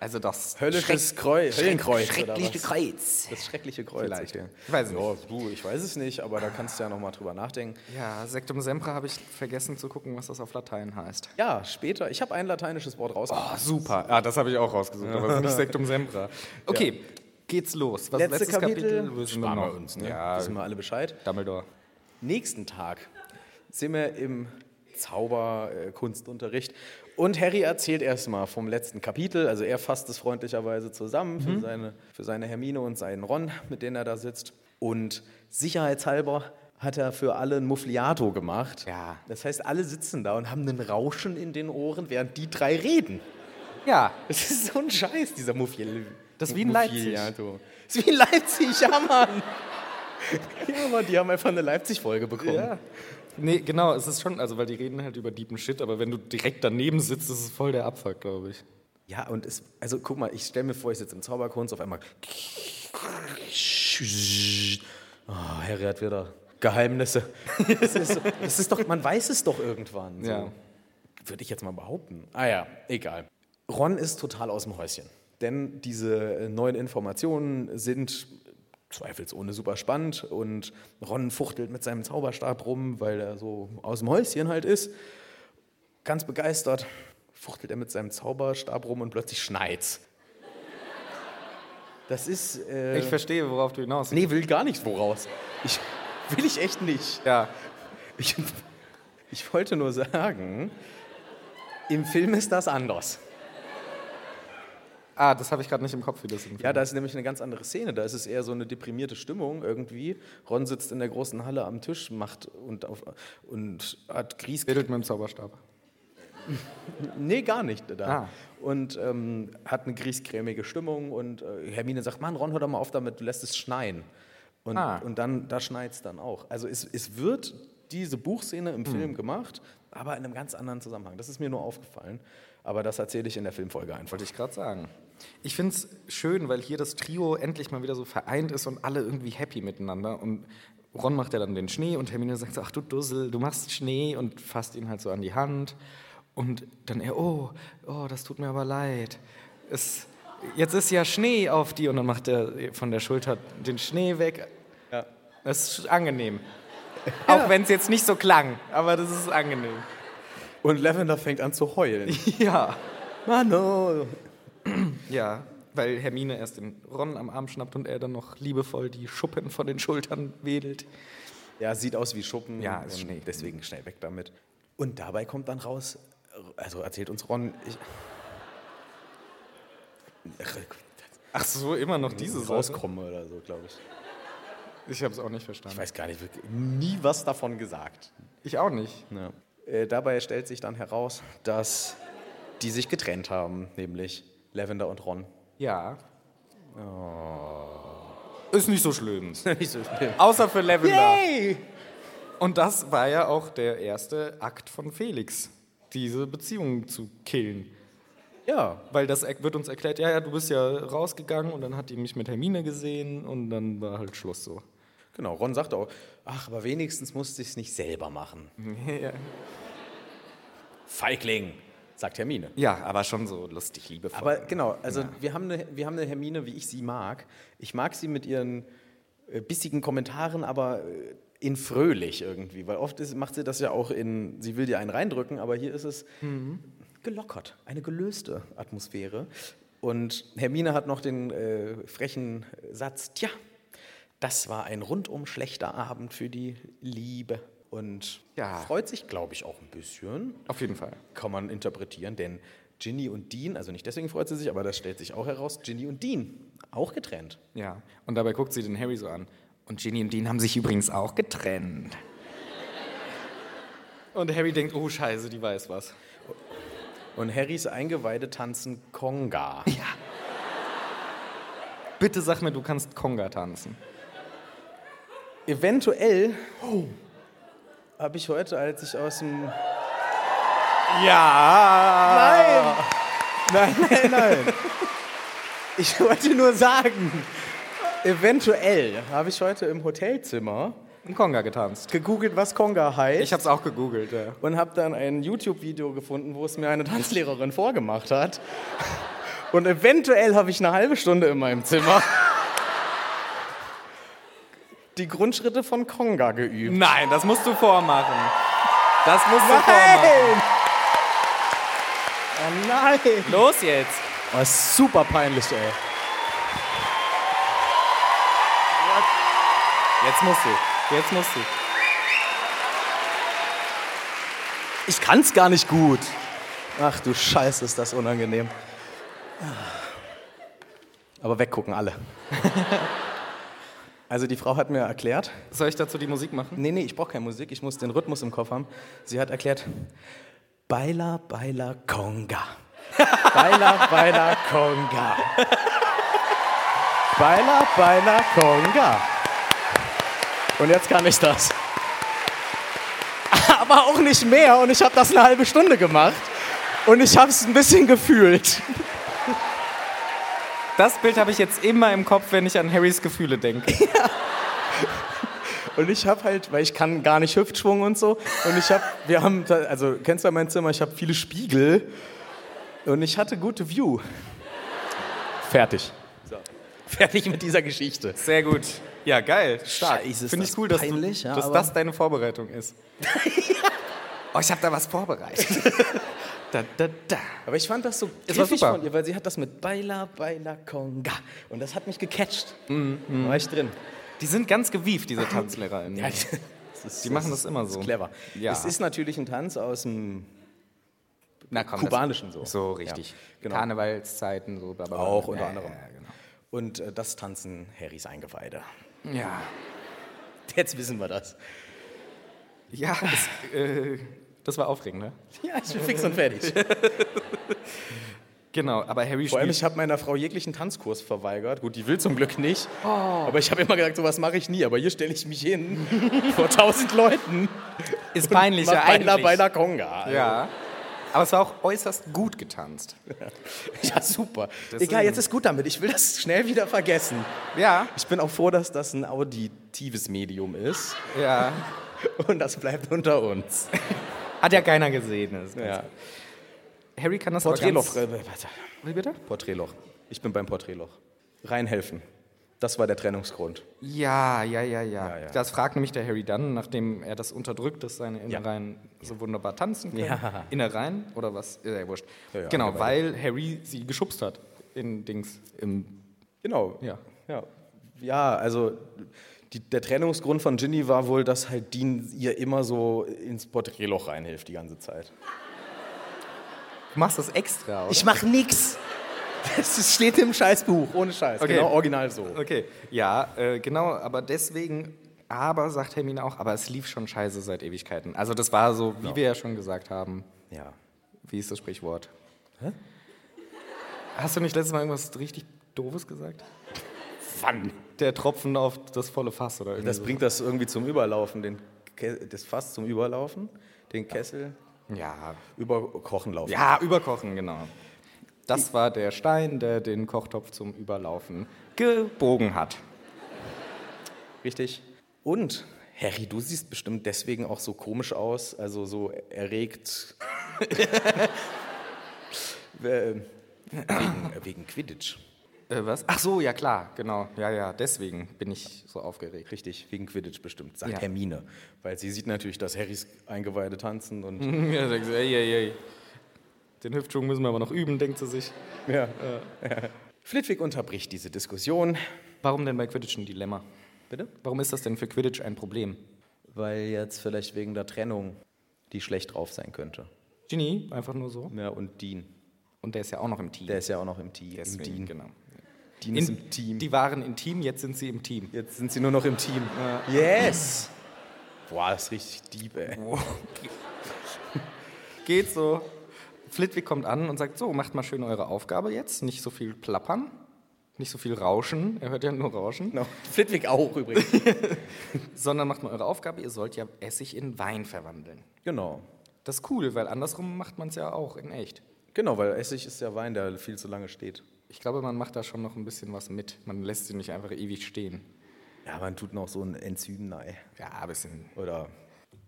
Speaker 2: Also das
Speaker 1: Höllisches Kreuz. Höllenkreuz. oder was?
Speaker 2: Kreuz.
Speaker 1: Das schreckliche Kreuz.
Speaker 2: Vielleicht.
Speaker 1: okay.
Speaker 2: Ich weiß es
Speaker 1: ja, du, ich weiß es nicht, aber da kannst du ja nochmal drüber nachdenken.
Speaker 2: Ja, Sektum Sempra habe ich vergessen zu gucken, was das auf Latein heißt.
Speaker 1: Ja, später. Ich habe ein lateinisches Wort rausgefunden.
Speaker 2: Oh, super. Ah, das habe ich auch rausgesucht, aber es ist nicht Sektum Sempra. Okay, geht's los. Was,
Speaker 1: Letztes Kapitel.
Speaker 2: wissen wir
Speaker 1: Sparen
Speaker 2: noch.
Speaker 1: wir uns, ne?
Speaker 2: Ja,
Speaker 1: Wissen wir alle Bescheid.
Speaker 2: Dumbledore.
Speaker 1: Nächsten Tag sind wir im Zauberkunstunterricht und Harry erzählt erstmal vom letzten Kapitel. Also er fasst es freundlicherweise zusammen
Speaker 2: Mhm.
Speaker 1: für, seine, für seine Hermine und seinen Ron, mit denen er da sitzt. Und sicherheitshalber hat er für alle ein Muffliato gemacht.
Speaker 2: Ja.
Speaker 1: Das heißt, alle sitzen da und haben einen Rauschen in den Ohren, während die drei reden.
Speaker 2: Ja,
Speaker 1: Es ist so ein Scheiß, dieser Muffiel.
Speaker 2: Das ist wie in
Speaker 1: Muffiliato. Das ist wie in Leipzig, ja, Mann. Ja, Mann, die haben einfach eine Leipzig-Folge bekommen.
Speaker 2: Ja. Nee, genau, es ist schon, also weil die reden halt über deepen Shit, aber wenn du direkt daneben sitzt, ist es voll der Abfuck, glaube ich.
Speaker 1: Ja, und es, also guck mal, ich stelle mir vor, ich sitze im Zauberkunst, auf einmal. Oh, Harry hat wieder Geheimnisse. Das ist, das ist doch, man weiß es doch irgendwann. So.
Speaker 2: Ja.
Speaker 1: Würde ich jetzt mal behaupten. Ah ja, egal. Ron ist total aus dem Häuschen. Denn diese äh, neuen Informationen sind zweifelsohne super spannend und Ron fuchtelt mit seinem Zauberstab rum, weil er so aus dem Häuschen halt ist. Ganz begeistert fuchtelt er mit seinem Zauberstab rum und plötzlich schneit's. Das ist. Äh,
Speaker 2: Ich verstehe, worauf du hinaus willst.
Speaker 1: nee, will gar nicht woraus. Ich, will ich echt nicht.
Speaker 2: Ja.
Speaker 1: Ich, ich wollte nur sagen, im Film ist das anders.
Speaker 2: Ah, das habe ich gerade nicht im Kopf, wie das im
Speaker 1: Ja, da ist nämlich eine ganz andere Szene. Da ist es eher so eine deprimierte Stimmung irgendwie. Ron sitzt in der großen Halle am Tisch, macht und, auf, und hat Grieß.
Speaker 2: Wedelt mit dem Zauberstab.
Speaker 1: Nee, gar nicht da.
Speaker 2: Ah.
Speaker 1: Und ähm, hat eine grießcremige Stimmung und äh, Hermine sagt, Mann, Ron, hör doch mal auf damit, du lässt es schneien. Und,
Speaker 2: Ah.
Speaker 1: und dann, da schneit es dann auch. Also es, es wird diese Buchszene im Film gemacht, aber in einem ganz anderen Zusammenhang. Das ist mir nur aufgefallen. Aber das erzähle ich in der Filmfolge einfach.
Speaker 2: Wollte ich gerade sagen. Ich finde es schön, weil hier das Trio endlich mal wieder so vereint ist und alle irgendwie happy miteinander. Und Ron macht ja dann den Schnee und Hermine sagt so, ach du Dussel, du machst Schnee und fasst ihn halt so an die Hand. Und dann er, oh, oh, das tut mir aber leid. Es, jetzt ist ja Schnee auf die und dann macht er von der Schulter den Schnee weg.
Speaker 1: Ja.
Speaker 2: Das ist angenehm. Auch wenn es jetzt nicht so klang, aber das ist angenehm.
Speaker 1: Und Lavender fängt an zu heulen.
Speaker 2: Ja.
Speaker 1: Mano!
Speaker 2: Ja, weil Hermine erst den Ron am Arm schnappt und er dann noch liebevoll die Schuppen von den Schultern wedelt.
Speaker 1: Ja, sieht aus wie Schuppen.
Speaker 2: Ja, ist
Speaker 1: und
Speaker 2: Schnee.
Speaker 1: Deswegen schnell weg damit. Und dabei kommt dann raus, also erzählt uns Ron, ich.
Speaker 2: Ach so, immer noch diese Sache.
Speaker 1: rauskomme oder so, glaube ich.
Speaker 2: Ich habe es auch nicht
Speaker 1: Ich
Speaker 2: verstanden.
Speaker 1: weiß gar nicht, wirklich nie was davon gesagt.
Speaker 2: Ich auch nicht.
Speaker 1: Äh, dabei stellt sich dann heraus, dass die sich getrennt haben, nämlich Lavender und Ron.
Speaker 2: Ja. Oh. Ist nicht so schlimm.
Speaker 1: Nicht so schlimm.
Speaker 2: Außer für Lavender.
Speaker 1: Yay!
Speaker 2: Und das war ja auch der erste Akt von Felix, diese Beziehung zu killen.
Speaker 1: Ja,
Speaker 2: Weil das er- wird uns erklärt, ja, ja, du bist ja rausgegangen und dann hat die mich mit Hermine gesehen und dann war halt Schluss so.
Speaker 1: genau. Ron sagt auch, ach, aber wenigstens musste ich es nicht selber machen. Feigling, sagt Hermine.
Speaker 2: Ja, aber schon so lustig, liebevoll.
Speaker 1: Aber genau, also wir, haben eine, wir haben eine Hermine, wie ich sie mag. Ich mag sie mit ihren äh, bissigen Kommentaren, aber äh, in fröhlich irgendwie. Weil oft ist, macht sie das ja auch in, sie will dir einen reindrücken, aber hier ist es gelockert, eine gelöste Atmosphäre. Und Hermine hat noch den äh, frechen Satz, tja, das war ein rundum schlechter Abend für die Liebe. Und
Speaker 2: Ja.
Speaker 1: freut sich, glaube ich, auch ein bisschen
Speaker 2: Auf jeden Fall.
Speaker 1: kann man interpretieren, denn Ginny und Dean, also nicht deswegen freut sie sich, aber das stellt sich auch heraus, Ginny und Dean, auch getrennt.
Speaker 2: Ja. Und dabei guckt sie den Harry so an. Und Ginny und Dean haben sich übrigens auch getrennt. Und Harry denkt, oh Scheiße, die weiß was.
Speaker 1: Und Harrys Eingeweide tanzen Konga.
Speaker 2: Bitte sag mir, du kannst Konga tanzen.
Speaker 1: Eventuell
Speaker 2: Oh.
Speaker 1: habe ich heute, als ich aus dem...
Speaker 2: Ja!
Speaker 1: Nein, nein, nein. ich wollte nur sagen, Eventuell habe ich heute im Hotelzimmer
Speaker 2: Ein Konga getanzt.
Speaker 1: gegoogelt, was Konga heißt.
Speaker 2: Ich hab's auch gegoogelt, ja.
Speaker 1: und habe dann ein YouTube-Video gefunden, wo es mir eine Tanzlehrerin vorgemacht hat. Und eventuell habe ich eine halbe Stunde in meinem Zimmer die Grundschritte von Konga geübt.
Speaker 2: Nein, das musst du vormachen. Das musst du vormachen.
Speaker 1: Nein! Oh nein!
Speaker 2: Los jetzt.
Speaker 1: Oh, ist super peinlich, ey.
Speaker 2: Jetzt musst du. Jetzt musst du.
Speaker 1: Ich kann's gar nicht gut. Ach du Scheiße, ist das unangenehm. Aber weggucken alle. Also die Frau hat mir erklärt,
Speaker 2: Soll ich dazu die Musik machen?
Speaker 1: Nee, nee, ich brauche keine Musik, ich muss den Rhythmus im Kopf haben. Sie hat erklärt, Baila, Baila, Conga. Baila, Baila, Conga. Baila, Baila, Conga. Und jetzt kann ich das. Aber auch nicht mehr und ich habe das eine halbe Stunde gemacht. Und ich habe es ein bisschen gefühlt.
Speaker 2: Das Bild habe ich jetzt immer im Kopf, wenn ich an Harrys Gefühle denke.
Speaker 1: Und ich habe halt, weil ich kann gar nicht Hüftschwung und so. Und ich habe, wir haben, da- also kennst du ja mein Zimmer, ich habe viele Spiegel. Und ich hatte gute View. Fertig. Fertig mit dieser Geschichte.
Speaker 2: Sehr gut. Ja, geil. Stark.
Speaker 1: Scheiße, ist
Speaker 2: Finde
Speaker 1: das
Speaker 2: ich cool, dass,
Speaker 1: peinlich,
Speaker 2: du,
Speaker 1: ja,
Speaker 2: dass
Speaker 1: aber-
Speaker 2: das deine Vorbereitung ist. Oh, ich habe da was vorbereitet. da, da, da.
Speaker 1: Aber ich fand das so
Speaker 2: Es war
Speaker 1: griffig
Speaker 2: super.
Speaker 1: von ihr, weil sie hat das mit Baila, Baila, Conga. Und das hat mich gecatcht.
Speaker 2: Mm,
Speaker 1: Da war ich drin.
Speaker 2: Die sind ganz gewieft, diese TanzlehrerInnen.
Speaker 1: Das ist-
Speaker 2: Die machen das immer so.
Speaker 1: Ist clever.
Speaker 2: Ja.
Speaker 1: Es ist natürlich ein Tanz aus dem
Speaker 2: Na, komm,
Speaker 1: kubanischen so.
Speaker 2: Das, so richtig.
Speaker 1: Ja, genau.
Speaker 2: Karnevalszeiten, so bla bla bla.
Speaker 1: Auch unter
Speaker 2: Ja,
Speaker 1: anderem.
Speaker 2: Ja, genau.
Speaker 1: Und äh, das tanzen Harrys Eingeweide.
Speaker 2: ja.
Speaker 1: Jetzt wissen wir das.
Speaker 2: ja das, äh, das war aufregend, ne?
Speaker 1: Ja, ich bin fix und fertig.
Speaker 2: Genau, aber Harry
Speaker 1: Vor allem,
Speaker 2: spielt.
Speaker 1: ich habe meiner Frau jeglichen Tanzkurs verweigert. Gut, die will zum Glück nicht.
Speaker 2: Oh.
Speaker 1: Aber ich habe immer gesagt, sowas mache ich nie. Aber hier stelle ich mich hin vor tausend Leuten.
Speaker 2: Ist peinlicher
Speaker 1: Mach Baila,
Speaker 2: eigentlich.
Speaker 1: Baila Conga.
Speaker 2: Ja. Aber es war auch äußerst gut getanzt.
Speaker 1: Ja, super.
Speaker 2: Das
Speaker 1: Egal,
Speaker 2: ist-
Speaker 1: jetzt ist gut damit. Ich will das schnell wieder vergessen.
Speaker 2: Ja.
Speaker 1: Ich bin auch froh, dass das ein auditives Medium ist.
Speaker 2: Ja.
Speaker 1: Und das bleibt unter uns.
Speaker 2: Hat ja keiner gesehen. Das ist ganz-
Speaker 1: Ja.
Speaker 2: Harry kann das aber
Speaker 1: Porträtloch.
Speaker 2: Ganz,
Speaker 1: äh, warte.
Speaker 2: wie bitte?
Speaker 1: Porträtloch. Ich bin beim Porträtloch. Reinhelfen. Das war der Trennungsgrund.
Speaker 2: Ja, ja, ja, ja,
Speaker 1: ja.
Speaker 2: Das fragt nämlich der Harry dann, nachdem er das unterdrückt, dass seine Innereien so wunderbar tanzen können.
Speaker 1: Ja.
Speaker 2: Innereien oder was? Ist ja wurscht.
Speaker 1: Ja, ja,
Speaker 2: genau,
Speaker 1: Eingeweide.
Speaker 2: weil Harry sie geschubst hat in Dings. Im
Speaker 1: Genau.
Speaker 2: Ja.
Speaker 1: Ja, ja also die, der Trennungsgrund von Ginny war wohl, dass halt Dean ihr immer so ins Porträtloch reinhilft die ganze Zeit.
Speaker 2: du machst das extra, oder?
Speaker 1: mach nix. Das steht im Scheißbuch, ohne Scheiß.
Speaker 2: Okay.
Speaker 1: Genau, original so.
Speaker 2: okay, ja, äh, genau, aber deswegen, aber sagt Hermine auch, aber es lief schon scheiße seit Ewigkeiten. Also das war so, wie wir ja schon gesagt haben,
Speaker 1: Ja.
Speaker 2: wie ist das Sprichwort? Hä? Hast du nicht letztes Mal irgendwas richtig Doofes gesagt?
Speaker 1: Fun.
Speaker 2: Der Tropfen auf das volle Fass oder irgendwie
Speaker 1: Das
Speaker 2: so.
Speaker 1: bringt das irgendwie zum Überlaufen, den Ke das Fass zum Überlaufen, den Kessel
Speaker 2: Ja,
Speaker 1: überkochen laufen.
Speaker 2: ja, überkochen, genau. Das war der Stein, der den Kochtopf zum Überlaufen gebogen hat.
Speaker 1: Richtig. Und Harry, du siehst bestimmt deswegen auch so komisch aus, also so erregt. Äh, wegen, wegen Quidditch.
Speaker 2: Äh, was? Ach so, ja klar, genau. Ja, ja, deswegen bin ich so aufgeregt.
Speaker 1: Richtig, wegen Quidditch bestimmt, sagt
Speaker 2: Ja.
Speaker 1: Hermine. Weil sie sieht natürlich, dass Harrys Eingeweide tanzen und.
Speaker 2: ja, denkst du, ey, ey, ey. Den Hüftschwung müssen wir aber noch üben, denkt sie sich.
Speaker 1: ja. Flitwick unterbricht diese Diskussion.
Speaker 2: Warum denn bei Quidditch ein Dilemma?
Speaker 1: Bitte?
Speaker 2: Warum ist das denn für Quidditch ein Problem?
Speaker 1: Weil jetzt vielleicht wegen der Trennung die schlecht drauf sein könnte.
Speaker 2: Ginny, einfach nur so.
Speaker 1: Ja, und Dean.
Speaker 2: Und der ist ja auch noch im Team.
Speaker 1: Der ist ja auch noch im Team.
Speaker 2: Deswegen,
Speaker 1: Im Dean.
Speaker 2: genau.
Speaker 1: Dean ist im Team.
Speaker 2: Die waren im Team, jetzt sind sie im Team.
Speaker 1: Jetzt sind sie nur noch im Team. Yes! Boah, das ist richtig deep, ey.
Speaker 2: Geht so. Flitwick kommt an und sagt, so, macht mal schön eure Aufgabe jetzt. Nicht so viel plappern, nicht so viel rauschen. Er hört ja nur rauschen.
Speaker 1: No. Genau. Flitwick auch übrigens.
Speaker 2: Sondern macht mal eure Aufgabe, ihr sollt ja Essig in Wein verwandeln.
Speaker 1: genau.
Speaker 2: Das ist cool, weil andersrum macht man es ja auch in echt.
Speaker 1: Genau, weil Essig ist ja Wein, der viel zu lange steht.
Speaker 2: Ich glaube, man macht da schon noch ein bisschen was mit. Man lässt sie nicht einfach ewig stehen.
Speaker 1: Ja, man tut noch so ein Enzym rein
Speaker 2: Ja, ein bisschen.
Speaker 1: oder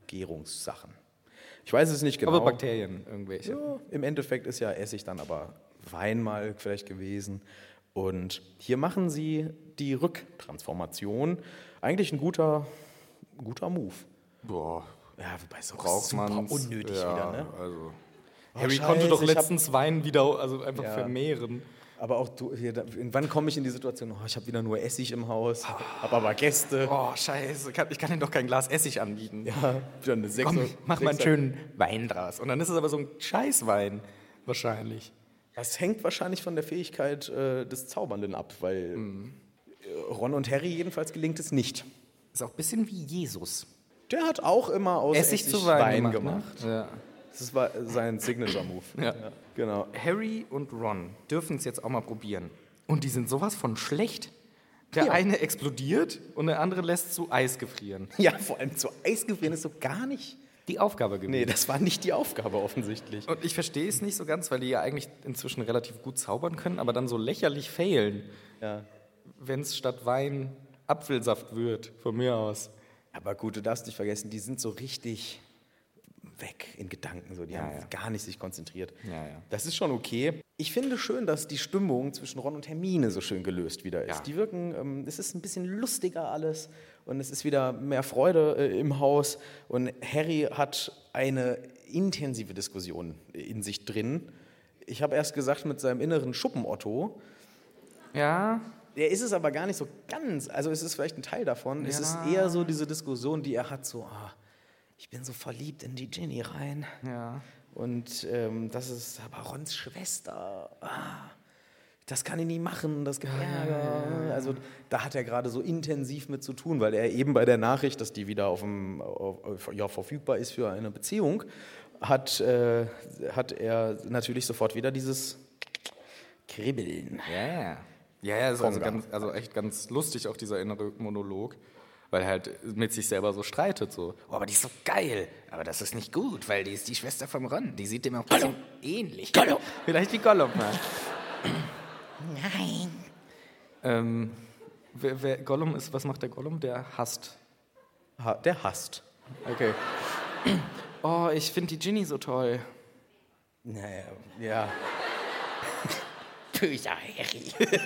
Speaker 1: Gärungssachen. Ich weiß es nicht genau.
Speaker 2: Aber Bakterien Oh, irgendwelche.
Speaker 1: Ja, Im Endeffekt ist ja Essig dann aber Wein mal vielleicht gewesen. Und hier machen sie die Rücktransformation. Eigentlich ein guter, guter Move.
Speaker 2: Boah,
Speaker 1: Ja, wobei es auch
Speaker 2: braucht
Speaker 1: super
Speaker 2: man.
Speaker 1: unnötig
Speaker 2: ja,
Speaker 1: wieder, ne?
Speaker 2: Also.
Speaker 1: Oh,
Speaker 2: Harry
Speaker 1: scheiße,
Speaker 2: konnte doch
Speaker 1: ich hab-
Speaker 2: letztens Wein wieder also einfach
Speaker 1: Ja.
Speaker 2: vermehren.
Speaker 1: Aber auch du, hier, da, wann komme ich in die Situation, oh, ich habe wieder nur Essig im Haus, habe aber Gäste,
Speaker 2: Oh, scheiße, kann, ich kann ihm doch kein Glas Essig anbieten.
Speaker 1: ja, wieder eine Sechs.
Speaker 2: Komm, mach mal einen schönen Wein draus. Und dann ist es aber so ein Scheißwein, wahrscheinlich.
Speaker 1: Das hängt wahrscheinlich von der Fähigkeit äh, des Zaubernden ab, weil
Speaker 2: Mhm.
Speaker 1: äh, Ron und Harry jedenfalls gelingt es nicht.
Speaker 2: Ist auch ein bisschen wie Jesus.
Speaker 1: Der hat auch immer aus Essig, zu Wein, gemacht.
Speaker 2: ne?
Speaker 1: Das war sein Signature-Move.
Speaker 2: Ja.
Speaker 1: Genau.
Speaker 2: Harry und Ron dürfen es jetzt auch mal probieren. Und die sind sowas von schlecht. Der eine explodiert und der andere lässt zu Eis gefrieren.
Speaker 1: Ja, vor allem zu Eis gefrieren ist so gar nicht.
Speaker 2: Die Aufgabe gewesen.
Speaker 1: Nee, das war nicht die Aufgabe offensichtlich.
Speaker 2: Und ich verstehe es nicht so ganz, weil die ja eigentlich inzwischen relativ gut zaubern können, aber dann so lächerlich failen,
Speaker 1: Ja.
Speaker 2: wenn es statt Wein Apfelsaft wird, von mir aus.
Speaker 1: Aber gut, du darfst nicht vergessen, die sind so richtig weg in Gedanken. So. Die haben
Speaker 2: ja.
Speaker 1: gar nicht sich konzentriert.
Speaker 2: Ja, ja.
Speaker 1: Das ist schon okay. Ich finde schön, dass die Stimmung zwischen Ron und Hermine so schön gelöst wieder ist.
Speaker 2: Ja.
Speaker 1: Die wirken, ähm, es ist ein bisschen lustiger alles und es ist wieder mehr Freude äh, im Haus. Und Harry hat eine intensive Diskussion in sich drin. Ich habe erst gesagt, mit seinem inneren Schuppen-Otto,
Speaker 2: Ja,
Speaker 1: der ist es aber gar nicht so ganz. Also es ist vielleicht ein Teil davon. Es ist eher so diese Diskussion, die er hat, so, ah, ich bin so verliebt in die Ginny rein.
Speaker 2: ja.
Speaker 1: Und ähm, das ist aber Rons Schwester. Ah, das kann ich nie machen, das gibt Ärger. Also da hat er gerade so intensiv mit zu tun, weil er eben bei der Nachricht, dass die wieder auf dem, auf, auf- ja, verfügbar ist für eine Beziehung, hat, äh, hat er natürlich sofort wieder dieses Kribbeln.
Speaker 2: Ja, ja. Ja, ja, ist also,
Speaker 1: Vorgegangen.
Speaker 2: ganz, also echt ganz lustig, auch dieser innere Monolog, weil er halt mit sich selber so streitet. So. Oh, aber die ist so geil. Aber das ist nicht gut, weil die ist die Schwester vom Ron. Die sieht dem auch ein bisschen ähnlich. Vielleicht wie Gollum. Nein. Ähm, wer, wer Gollum ist, was macht der Gollum? Der hasst.
Speaker 1: Ha der hasst.
Speaker 2: Okay. Oh, ich finde die Ginny so toll.
Speaker 1: Naja, ja.
Speaker 2: Böser Harry.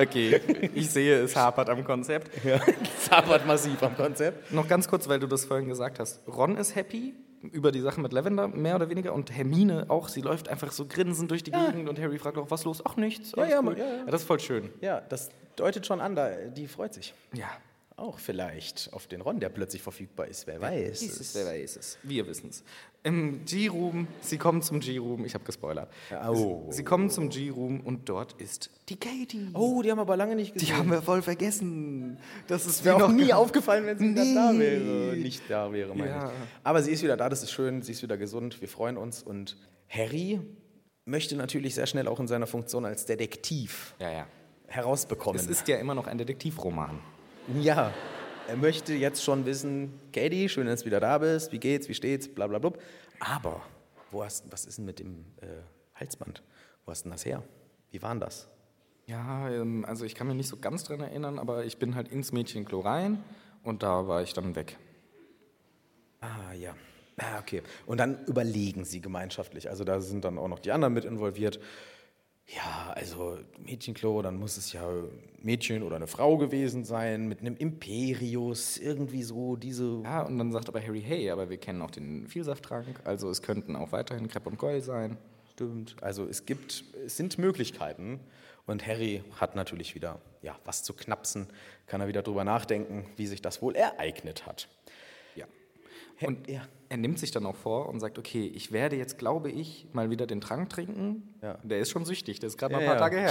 Speaker 2: okay, ich sehe, es hapert am Konzept.
Speaker 1: Zappert massiv am Konzept.
Speaker 2: Noch ganz kurz, weil du das vorhin gesagt hast. Ron ist happy über die Sache mit Lavender, mehr oder weniger. Und Hermine auch. Sie läuft einfach so grinsend durch die Gegend und Harry fragt auch, was los? Ach, nichts. alles
Speaker 1: ja,
Speaker 2: cool.
Speaker 1: man- ja, ja.
Speaker 2: Das ist voll schön.
Speaker 1: Ja, das deutet schon an, da, die freut sich.
Speaker 2: Ja.
Speaker 1: Auch vielleicht auf den Ron, der plötzlich verfügbar ist, wer weiß.
Speaker 2: Dieses selber ist es. Wir wissen es. Im G-Room, sie kommen zum G-Room. Ich habe gespoilert.
Speaker 1: oh.
Speaker 2: Sie kommen zum G-Room und dort ist die Katie.
Speaker 1: Oh, die haben aber lange nicht gesehen.
Speaker 2: Die haben wir voll vergessen. Das ist
Speaker 1: Wäre
Speaker 2: wie
Speaker 1: auch
Speaker 2: noch-
Speaker 1: nie aufgefallen, wenn sie
Speaker 2: Nee.
Speaker 1: wieder da wäre. Nicht da wäre, meine
Speaker 2: Ja.
Speaker 1: ich. Aber sie ist wieder da, das ist schön, sie ist wieder gesund, wir freuen uns. Und Harry möchte natürlich sehr schnell auch in seiner Funktion als Detektiv
Speaker 2: Ja, ja.
Speaker 1: herausbekommen.
Speaker 2: Es ist ja immer noch ein Detektivroman.
Speaker 1: Ja, er möchte jetzt schon wissen, Katie, schön, dass du wieder da bist, wie geht's, wie steht's, bla bla blub. Aber, wo hast, was ist denn mit dem äh, Halsband? Wo hast denn das her? Wie war denn das?
Speaker 2: Ja, ähm, also ich kann mich nicht so ganz dran erinnern, aber ich bin halt ins Mädchenklo rein und da war ich dann weg.
Speaker 1: Ah, ja. Ah, okay. Und dann überlegen sie gemeinschaftlich. Also da sind dann auch noch die anderen mit involviert. Ja, also Mädchenklo, dann muss es ja ein Mädchen oder eine Frau gewesen sein mit einem Imperius, irgendwie so diese...
Speaker 2: Ja, und dann sagt aber Harry, hey, aber wir kennen auch den Vielsafttrank, also es könnten auch weiterhin Crepe und Goyle sein.
Speaker 1: Stimmt. Also es gibt, es sind Möglichkeiten. Und Harry hat natürlich wieder ja, was zu knapsen, kann er wieder drüber nachdenken, wie sich das wohl ereignet hat.
Speaker 2: Ja.
Speaker 1: Hä-
Speaker 2: Und
Speaker 1: ja.
Speaker 2: er nimmt sich dann auch vor und sagt, okay, ich werde jetzt, glaube ich, mal wieder den Trank trinken.
Speaker 1: Ja.
Speaker 2: Der ist schon süchtig, der ist gerade mal ein
Speaker 1: Ja,
Speaker 2: paar Tage
Speaker 1: ja.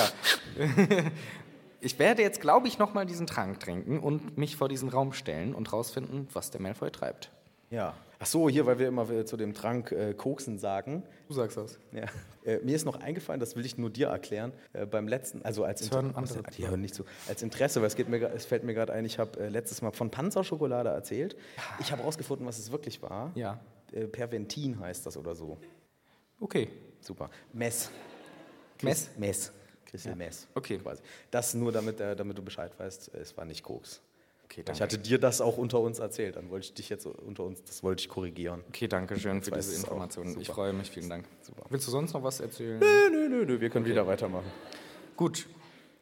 Speaker 2: her. ich werde jetzt, glaube ich, nochmal diesen Trank trinken und mich vor diesen Raum stellen und rausfinden, was der Malfoy treibt.
Speaker 1: Ja. Ach so, hier, weil wir immer wieder zu dem Trank äh, Koksen sagen.
Speaker 2: Du sagst das.
Speaker 1: Ja. Äh, mir ist noch eingefallen, das will ich nur dir erklären. Äh, beim letzten, also als
Speaker 2: hören
Speaker 1: Inter-
Speaker 2: andere
Speaker 1: die hören nicht zu. Als Interesse, weil es, geht mir, gra- es fällt mir gerade ein, ich habe äh, letztes Mal von Panzerschokolade erzählt. Ich habe rausgefunden, was es wirklich war.
Speaker 2: Ja.
Speaker 1: Äh, Perventin heißt das oder so.
Speaker 2: Okay.
Speaker 1: Super. Mess.
Speaker 2: Mess?
Speaker 1: Mess. Crystal Mess.
Speaker 2: Okay.
Speaker 1: Quasi. Das nur, damit, äh, damit du Bescheid weißt, es war nicht Koks.
Speaker 2: Okay,
Speaker 1: Ich hatte dir das auch unter uns erzählt, dann wollte ich dich jetzt unter uns, das wollte ich korrigieren.
Speaker 2: Okay, danke schön für
Speaker 1: weiß
Speaker 2: diese
Speaker 1: es auch.
Speaker 2: Informationen. Ich
Speaker 1: Super.
Speaker 2: freue mich, vielen Dank. Willst du sonst noch was erzählen?
Speaker 1: Nö, nö, nö, nö, wir können wieder weitermachen.
Speaker 2: Gut.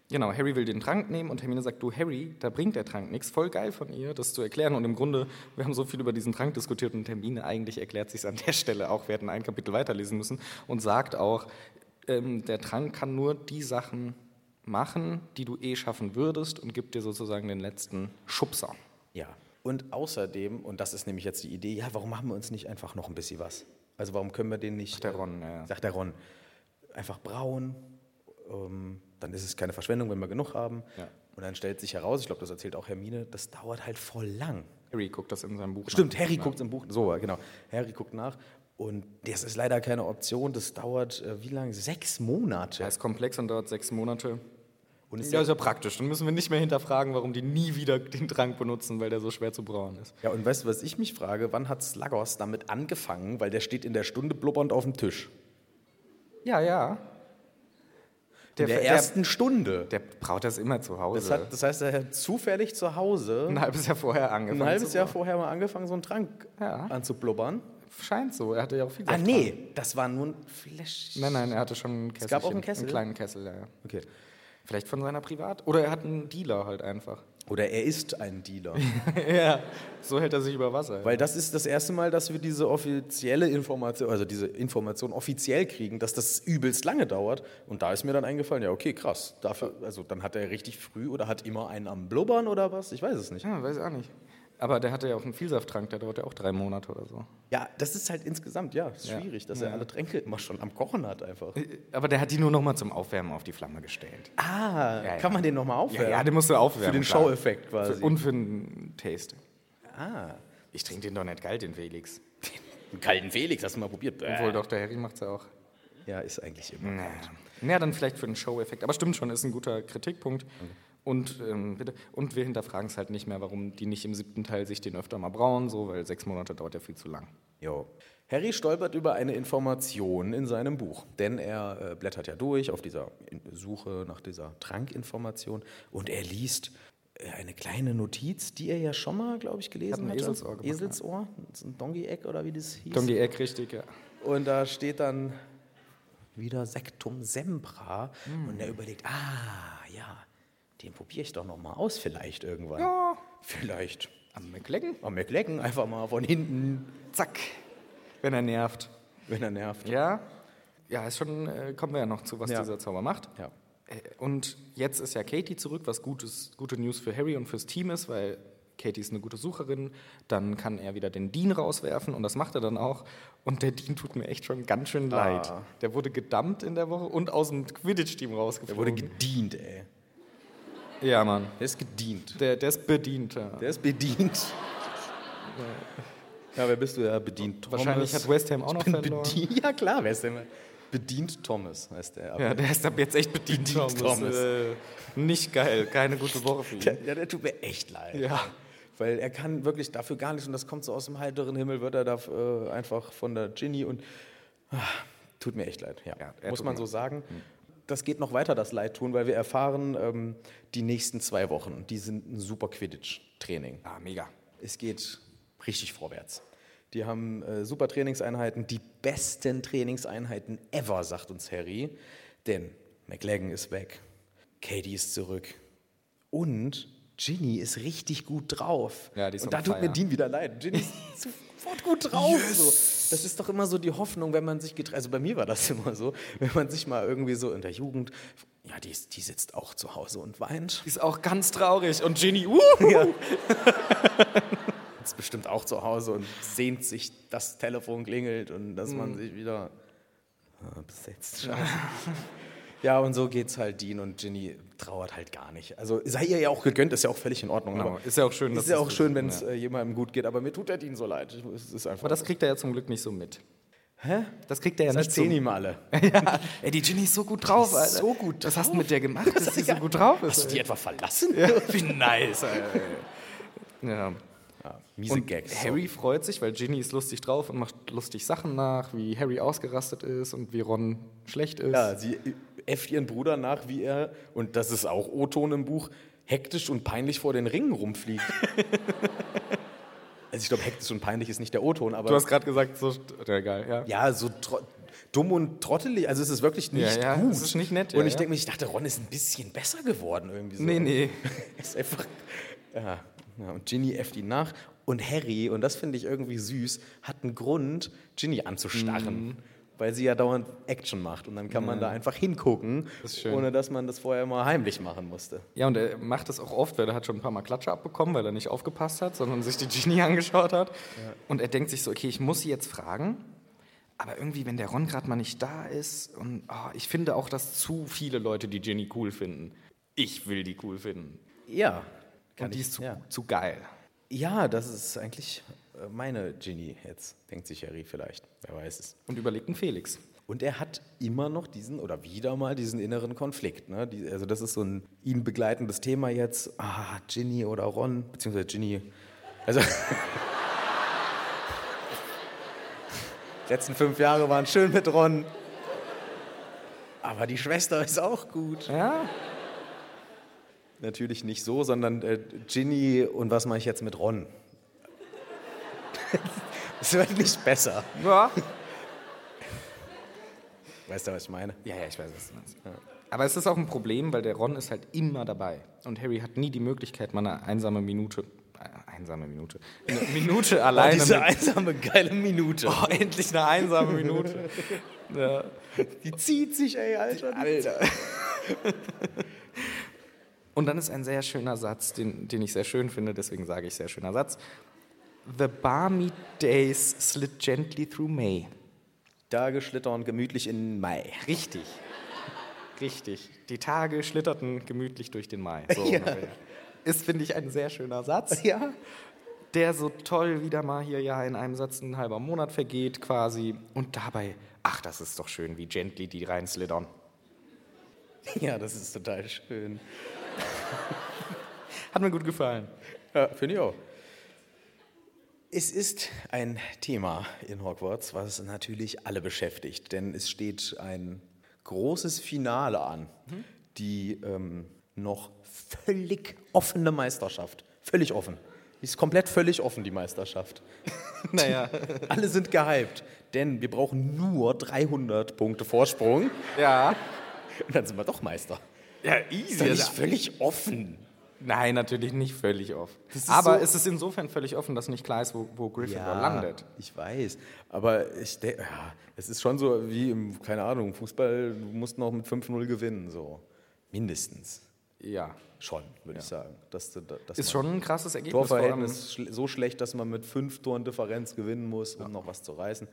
Speaker 2: Genau, Harry will den Trank nehmen und Hermine sagt, du Harry, da bringt der Trank nichts. Voll geil von ihr, das zu erklären. Und im Grunde, wir haben so viel über diesen Trank diskutiert und Hermine eigentlich erklärt sich an der Stelle auch. Wir hätten ein Kapitel weiterlesen müssen und sagt auch, ähm, der Trank kann nur die Sachen machen, die du eh schaffen würdest und gibt dir sozusagen den letzten Schubser.
Speaker 1: Ja. Und außerdem, und das ist nämlich jetzt die Idee, ja, warum machen wir uns nicht einfach noch ein bisschen was? Also warum können wir den nicht,
Speaker 2: Der Ron, äh, ja. ja.
Speaker 1: sagt der Ron, einfach brauen, ähm, dann ist es keine Verschwendung, wenn wir genug haben.
Speaker 2: Ja.
Speaker 1: Und dann stellt sich heraus, ich glaube, das erzählt auch Hermine, das dauert halt voll lang.
Speaker 2: Harry guckt das in seinem Buch.
Speaker 1: Stimmt,
Speaker 2: nach.
Speaker 1: Harry guckt im Buch. So, genau. Harry guckt nach. Und das ist leider keine Option. Das dauert äh, wie lange? Sechs Monate.
Speaker 2: Er ist komplex und dauert sechs Monate.
Speaker 1: Und ist
Speaker 2: Ja, ist ja praktisch. Dann müssen wir nicht mehr hinterfragen, warum die nie wieder den Trank benutzen, weil der so schwer zu brauen ist.
Speaker 1: ja, und weißt du, was ich mich frage? Wann hat Slagos damit angefangen? Weil der steht in der Stunde blubbernd auf dem Tisch.
Speaker 2: Ja, ja.
Speaker 1: In der, ersten Stunde.
Speaker 2: Der, der braut das immer zu Hause.
Speaker 1: das, hat, das heißt, er hat zufällig zu Hause
Speaker 2: ein halbes Jahr vorher angefangen.
Speaker 1: ein halbes
Speaker 2: zu
Speaker 1: Jahr
Speaker 2: brauen.
Speaker 1: vorher mal angefangen, so einen Trank
Speaker 2: Ja.
Speaker 1: anzublubbern.
Speaker 2: Scheint so. Er hatte ja auch viel
Speaker 1: Ah,
Speaker 2: Saft
Speaker 1: nee, das war nur ein Flash.
Speaker 2: dran. Nein, nein, er hatte schon einen Kessel.
Speaker 1: gab auch einen Kessel?
Speaker 2: Einen kleinen Kessel, ja. ja.
Speaker 1: Okay.
Speaker 2: Vielleicht von seiner Privat. Oder er hat einen Dealer halt einfach.
Speaker 1: Oder er ist ein Dealer.
Speaker 2: ja. So hält er sich über Wasser.
Speaker 1: Weil das ist das erste Mal, dass wir diese offizielle Information, also diese Information offiziell kriegen, dass das übelst lange dauert. Und da ist mir dann eingefallen, ja, okay, krass. Dafür, also dann hat er richtig früh oder hat immer einen am Blubbern oder was? Ich weiß es nicht.
Speaker 2: ja, ah, weiß auch nicht. Aber der hatte ja auch einen Vielsafttrank, der dauert ja auch drei Monate oder so.
Speaker 1: Ja, das ist halt insgesamt, ja, ist
Speaker 2: Ja.
Speaker 1: schwierig, dass er alle Tränke immer schon am Kochen hat einfach.
Speaker 2: Aber der hat die nur nochmal zum Aufwärmen auf die Flamme gestellt.
Speaker 1: Ah,
Speaker 2: ja.
Speaker 1: kann man den nochmal
Speaker 2: Ja,
Speaker 1: aufwärmen?
Speaker 2: ja, den musst du aufwärmen.
Speaker 1: Für den
Speaker 2: klar.
Speaker 1: Show-Effekt quasi.
Speaker 2: Für, und für den Taste.
Speaker 1: ah,
Speaker 2: Ich trinke den doch nicht kalt, den Felix.
Speaker 1: einen kalten Felix, hast du mal probiert?
Speaker 2: Obwohl doch, der Harry macht's ja auch.
Speaker 1: Ja, ist eigentlich immer.
Speaker 2: Naja. naja, dann vielleicht für den Show-Effekt. Aber stimmt schon, ist ein guter Kritikpunkt. Und, ähm, bitte, und wir hinterfragen es halt nicht mehr, warum die nicht im siebten Teil sich den öfter mal brauen, so, weil sechs Monate dauert ja viel zu lang.
Speaker 1: Jo. Harry stolpert über eine Information in seinem Buch, denn er äh, blättert ja durch auf dieser In- Suche nach dieser Trankinformation und er liest äh, eine kleine Notiz, die er ja schon mal, glaube ich, gelesen
Speaker 2: ein
Speaker 1: hatte.
Speaker 2: Eselsohr gemacht,
Speaker 1: Eselsohr, so ein Donkey-Eck oder wie das hieß.
Speaker 2: Tom die Eck, richtig, ja.
Speaker 1: Und da steht dann wieder Sektum Sembra
Speaker 2: Hm.
Speaker 1: und er überlegt, ah, ja, den probiere ich doch noch mal aus vielleicht irgendwann. Ja. Vielleicht
Speaker 2: Am McLecken?
Speaker 1: am McLecken einfach mal von hinten,
Speaker 2: Zack. Wenn er nervt.
Speaker 1: wenn er nervt.
Speaker 2: Ja. Ja, ist schon, äh, kommen wir ja noch zu, was
Speaker 1: Ja.
Speaker 2: dieser Zauber macht.
Speaker 1: Ja.
Speaker 2: Äh, Und jetzt ist ja Katie zurück, was gutes, gute News für Harry und fürs Team ist, weil Katie ist eine gute Sucherin. Dann kann er wieder den Dean rauswerfen und das macht er dann auch. Und der Dean tut mir echt schon ganz schön leid. Der wurde gedumpt in der Woche und aus dem Quidditch-Team
Speaker 1: Er wurde
Speaker 2: rausgeflogen.
Speaker 1: gedient, ey.
Speaker 2: ja, Mann.
Speaker 1: Der ist gedient.
Speaker 2: Der, der ist bedient. Ja.
Speaker 1: Der ist bedient. Ja, wer bist du? Ja, bedient Thomas.
Speaker 2: Wahrscheinlich hat West Ham auch noch
Speaker 1: Ich bin
Speaker 2: verloren.
Speaker 1: Bedient, ja, klar, wer ist denn? Bedient Thomas heißt der. aber-
Speaker 2: Ja, der ist ab jetzt echt bedient,
Speaker 1: Bedient, Thomas.
Speaker 2: Äh, nicht geil. Keine gute Woche für ihn.
Speaker 1: Der, ja, der tut mir echt leid.
Speaker 2: Ja.
Speaker 1: Weil er kann wirklich dafür gar nichts und das kommt so aus dem heiteren Himmel, wird er da äh, einfach von der Ginny und ah, tut mir echt leid. Hm. Ja,
Speaker 2: Ja, er
Speaker 1: muss
Speaker 2: tut
Speaker 1: man
Speaker 2: mir
Speaker 1: so sagen. Das geht noch weiter, das Leid tun, weil wir erfahren, ähm, die nächsten zwei Wochen, die sind ein super Quidditch-Training.
Speaker 2: Ah, mega.
Speaker 1: Es geht richtig vorwärts. Die haben äh, super Trainingseinheiten, die besten Trainingseinheiten ever, sagt uns Harry. Denn McLagan ist weg, Katie ist zurück und Ginny ist richtig gut drauf.
Speaker 2: Ja, die ist
Speaker 1: und
Speaker 2: on
Speaker 1: da tut mir
Speaker 2: fire.
Speaker 1: Dean wieder leid. Ginny ist sofort gut drauf. So. Das ist doch immer so die Hoffnung, wenn man sich getre- Also bei mir war das immer so, wenn man sich mal irgendwie so in der Jugend. Ja, die, ist- die sitzt auch zu Hause und weint.
Speaker 2: Die ist auch ganz traurig. Und Ginny, uh,
Speaker 1: ist bestimmt auch zu Hause und sehnt sich, das Telefon klingelt und dass man
Speaker 2: Mhm.
Speaker 1: sich wieder Ah, besetzt. Scheiße. ja, und so geht's halt. Dean und Ginny trauert halt gar nicht. Also sei ihr ja auch gegönnt, ist ja auch völlig in Ordnung.
Speaker 2: Genau, ist ja auch schön, dass
Speaker 1: Ist ja
Speaker 2: das
Speaker 1: auch
Speaker 2: so
Speaker 1: schön,
Speaker 2: ist,
Speaker 1: wenn es
Speaker 2: ja.
Speaker 1: äh, jemandem gut geht, aber mir tut der Dean so leid. Ich- Es ist einfach.
Speaker 2: Aber das kriegt er ja zum Glück nicht so mit.
Speaker 1: Hä?
Speaker 2: Das kriegt er ja
Speaker 1: Das
Speaker 2: nicht so
Speaker 1: erzählen ihm alle.
Speaker 2: ja. Ey, die Ginny ist so gut drauf, Alter.
Speaker 1: so gut
Speaker 2: Was hast du mit der gemacht, dass sie so gut drauf ist?
Speaker 1: Hast du die etwa verlassen?
Speaker 2: Wie nice, Alter. Ja.
Speaker 1: Miese
Speaker 2: Und
Speaker 1: Gags.
Speaker 2: Harry freut sich, weil Ginny ist lustig drauf und macht lustig Sachen nach, wie Harry ausgerastet ist und wie Ron schlecht ist.
Speaker 1: Ja, sie äfft ihren Bruder nach, wie er, und das ist auch O-Ton im Buch, hektisch und peinlich vor den Ringen rumfliegt. also ich glaube, hektisch und peinlich ist nicht der O-Ton, aber
Speaker 2: Du hast gerade gesagt, so. st- Ja, geil, ja.
Speaker 1: ja, so tro- dumm und trottelig. Also es ist wirklich nicht
Speaker 2: ja,
Speaker 1: gut.
Speaker 2: es ist nicht nett, ja,
Speaker 1: und ich
Speaker 2: ja.
Speaker 1: denke mir, ich dachte, Ron ist ein bisschen besser geworden irgendwie. So.
Speaker 2: Nee, nee.
Speaker 1: ist einfach. Ja, ja, und Ginny äfft ihn nach. Und Harry, und das finde ich irgendwie süß, hat einen Grund, Ginny anzustarren. Weil sie ja dauernd Action macht. Und dann kann man da einfach hingucken,
Speaker 2: ist schön.
Speaker 1: ohne dass man das vorher mal heimlich machen musste.
Speaker 2: Ja, und er macht das auch oft, weil er hat schon ein paar Mal Klatsche abbekommen, weil er nicht aufgepasst hat, sondern sich die Genie angeschaut hat. Und er denkt sich so, okay, ich muss sie jetzt fragen. Aber irgendwie, wenn der Ron gerade mal nicht da ist, und oh, ich finde auch, dass zu viele Leute die Ginny cool finden. Ich will die cool finden.
Speaker 1: Ja.
Speaker 2: und die ist zu,
Speaker 1: ja.
Speaker 2: zu geil.
Speaker 1: ja, das ist eigentlich äh, meine Ginny jetzt, denkt sich Harry vielleicht. Wer weiß es.
Speaker 2: Und überlegt einen Felix.
Speaker 1: Und er hat immer noch diesen oder wieder mal diesen inneren Konflikt. Ne? Die, also das ist so ein ihn begleitendes Thema jetzt. Ah, Ginny oder Ron, beziehungsweise Ginny. Also die letzten fünf Jahre waren schön mit Ron. Aber die Schwester ist auch gut.
Speaker 2: Ja,
Speaker 1: Natürlich nicht so, sondern äh, Ginny und was mache ich jetzt mit Ron? Es wird nicht besser.
Speaker 2: ja.
Speaker 1: Weißt du, was ich meine?
Speaker 2: Ja, ja, ich weiß, was du meinst. Aber es ist auch ein Problem, weil der Ron ist halt immer dabei. Und Harry hat nie die Möglichkeit, mal eine einsame Minute. äh, Einsame Minute. Eine Minute alleine.
Speaker 1: Diese
Speaker 2: mit-
Speaker 1: einsame, geile Minute.
Speaker 2: oh, endlich eine einsame Minute. ja.
Speaker 1: Die zieht sich, ey, Alter.
Speaker 2: Alter. Und dann ist ein sehr schöner Satz, den, den ich sehr schön finde, deswegen sage ich sehr schöner Satz. The balmy days slid gently through May.
Speaker 1: Da geschlittern gemütlich in Mai.
Speaker 2: Richtig. Richtig. Die Tage schlitterten gemütlich durch den Mai. So ungefähr. Ist, finde ich, ein sehr schöner Satz.
Speaker 1: Ja.
Speaker 2: Der so toll wieder mal hier ja in einem Satz ein halber Monat vergeht quasi. Und dabei, ach, das ist doch schön, wie gently die reinslittern.
Speaker 1: Ja, das ist total schön.
Speaker 2: Hat mir gut gefallen.
Speaker 1: Ja, finde ich auch. Es ist ein Thema in Hogwarts, was natürlich alle beschäftigt, denn es steht ein großes Finale an. Die ähm, noch völlig offene Meisterschaft. Völlig offen. Die ist komplett völlig offen, die Meisterschaft.
Speaker 2: Naja.
Speaker 1: Alle sind gehypt, denn wir brauchen nur 300 Punkte Vorsprung
Speaker 2: Ja.
Speaker 1: und dann sind wir doch Meister.
Speaker 2: Ja,
Speaker 1: Ist
Speaker 2: easy.
Speaker 1: ja nicht völlig offen.
Speaker 2: Nein, natürlich nicht völlig offen.
Speaker 1: ist
Speaker 2: Aber
Speaker 1: so-
Speaker 2: es ist insofern völlig offen, dass nicht klar ist, wo, wo Gryffindor landet.
Speaker 1: Ich weiß, aber ich denke, ja, es ist schon so wie im, keine Ahnung, Fußball, du musst noch mit 5-0 gewinnen, so. Mindestens.
Speaker 2: Ja.
Speaker 1: Schon, würde ich sagen. Dass, du da- dass
Speaker 2: Ist
Speaker 1: man-
Speaker 2: schon ein krasses Ergebnis. vor allem-
Speaker 1: Torverhältnis schl so schlecht, dass man mit fünf Toren Differenz gewinnen muss, um noch was zu reißen.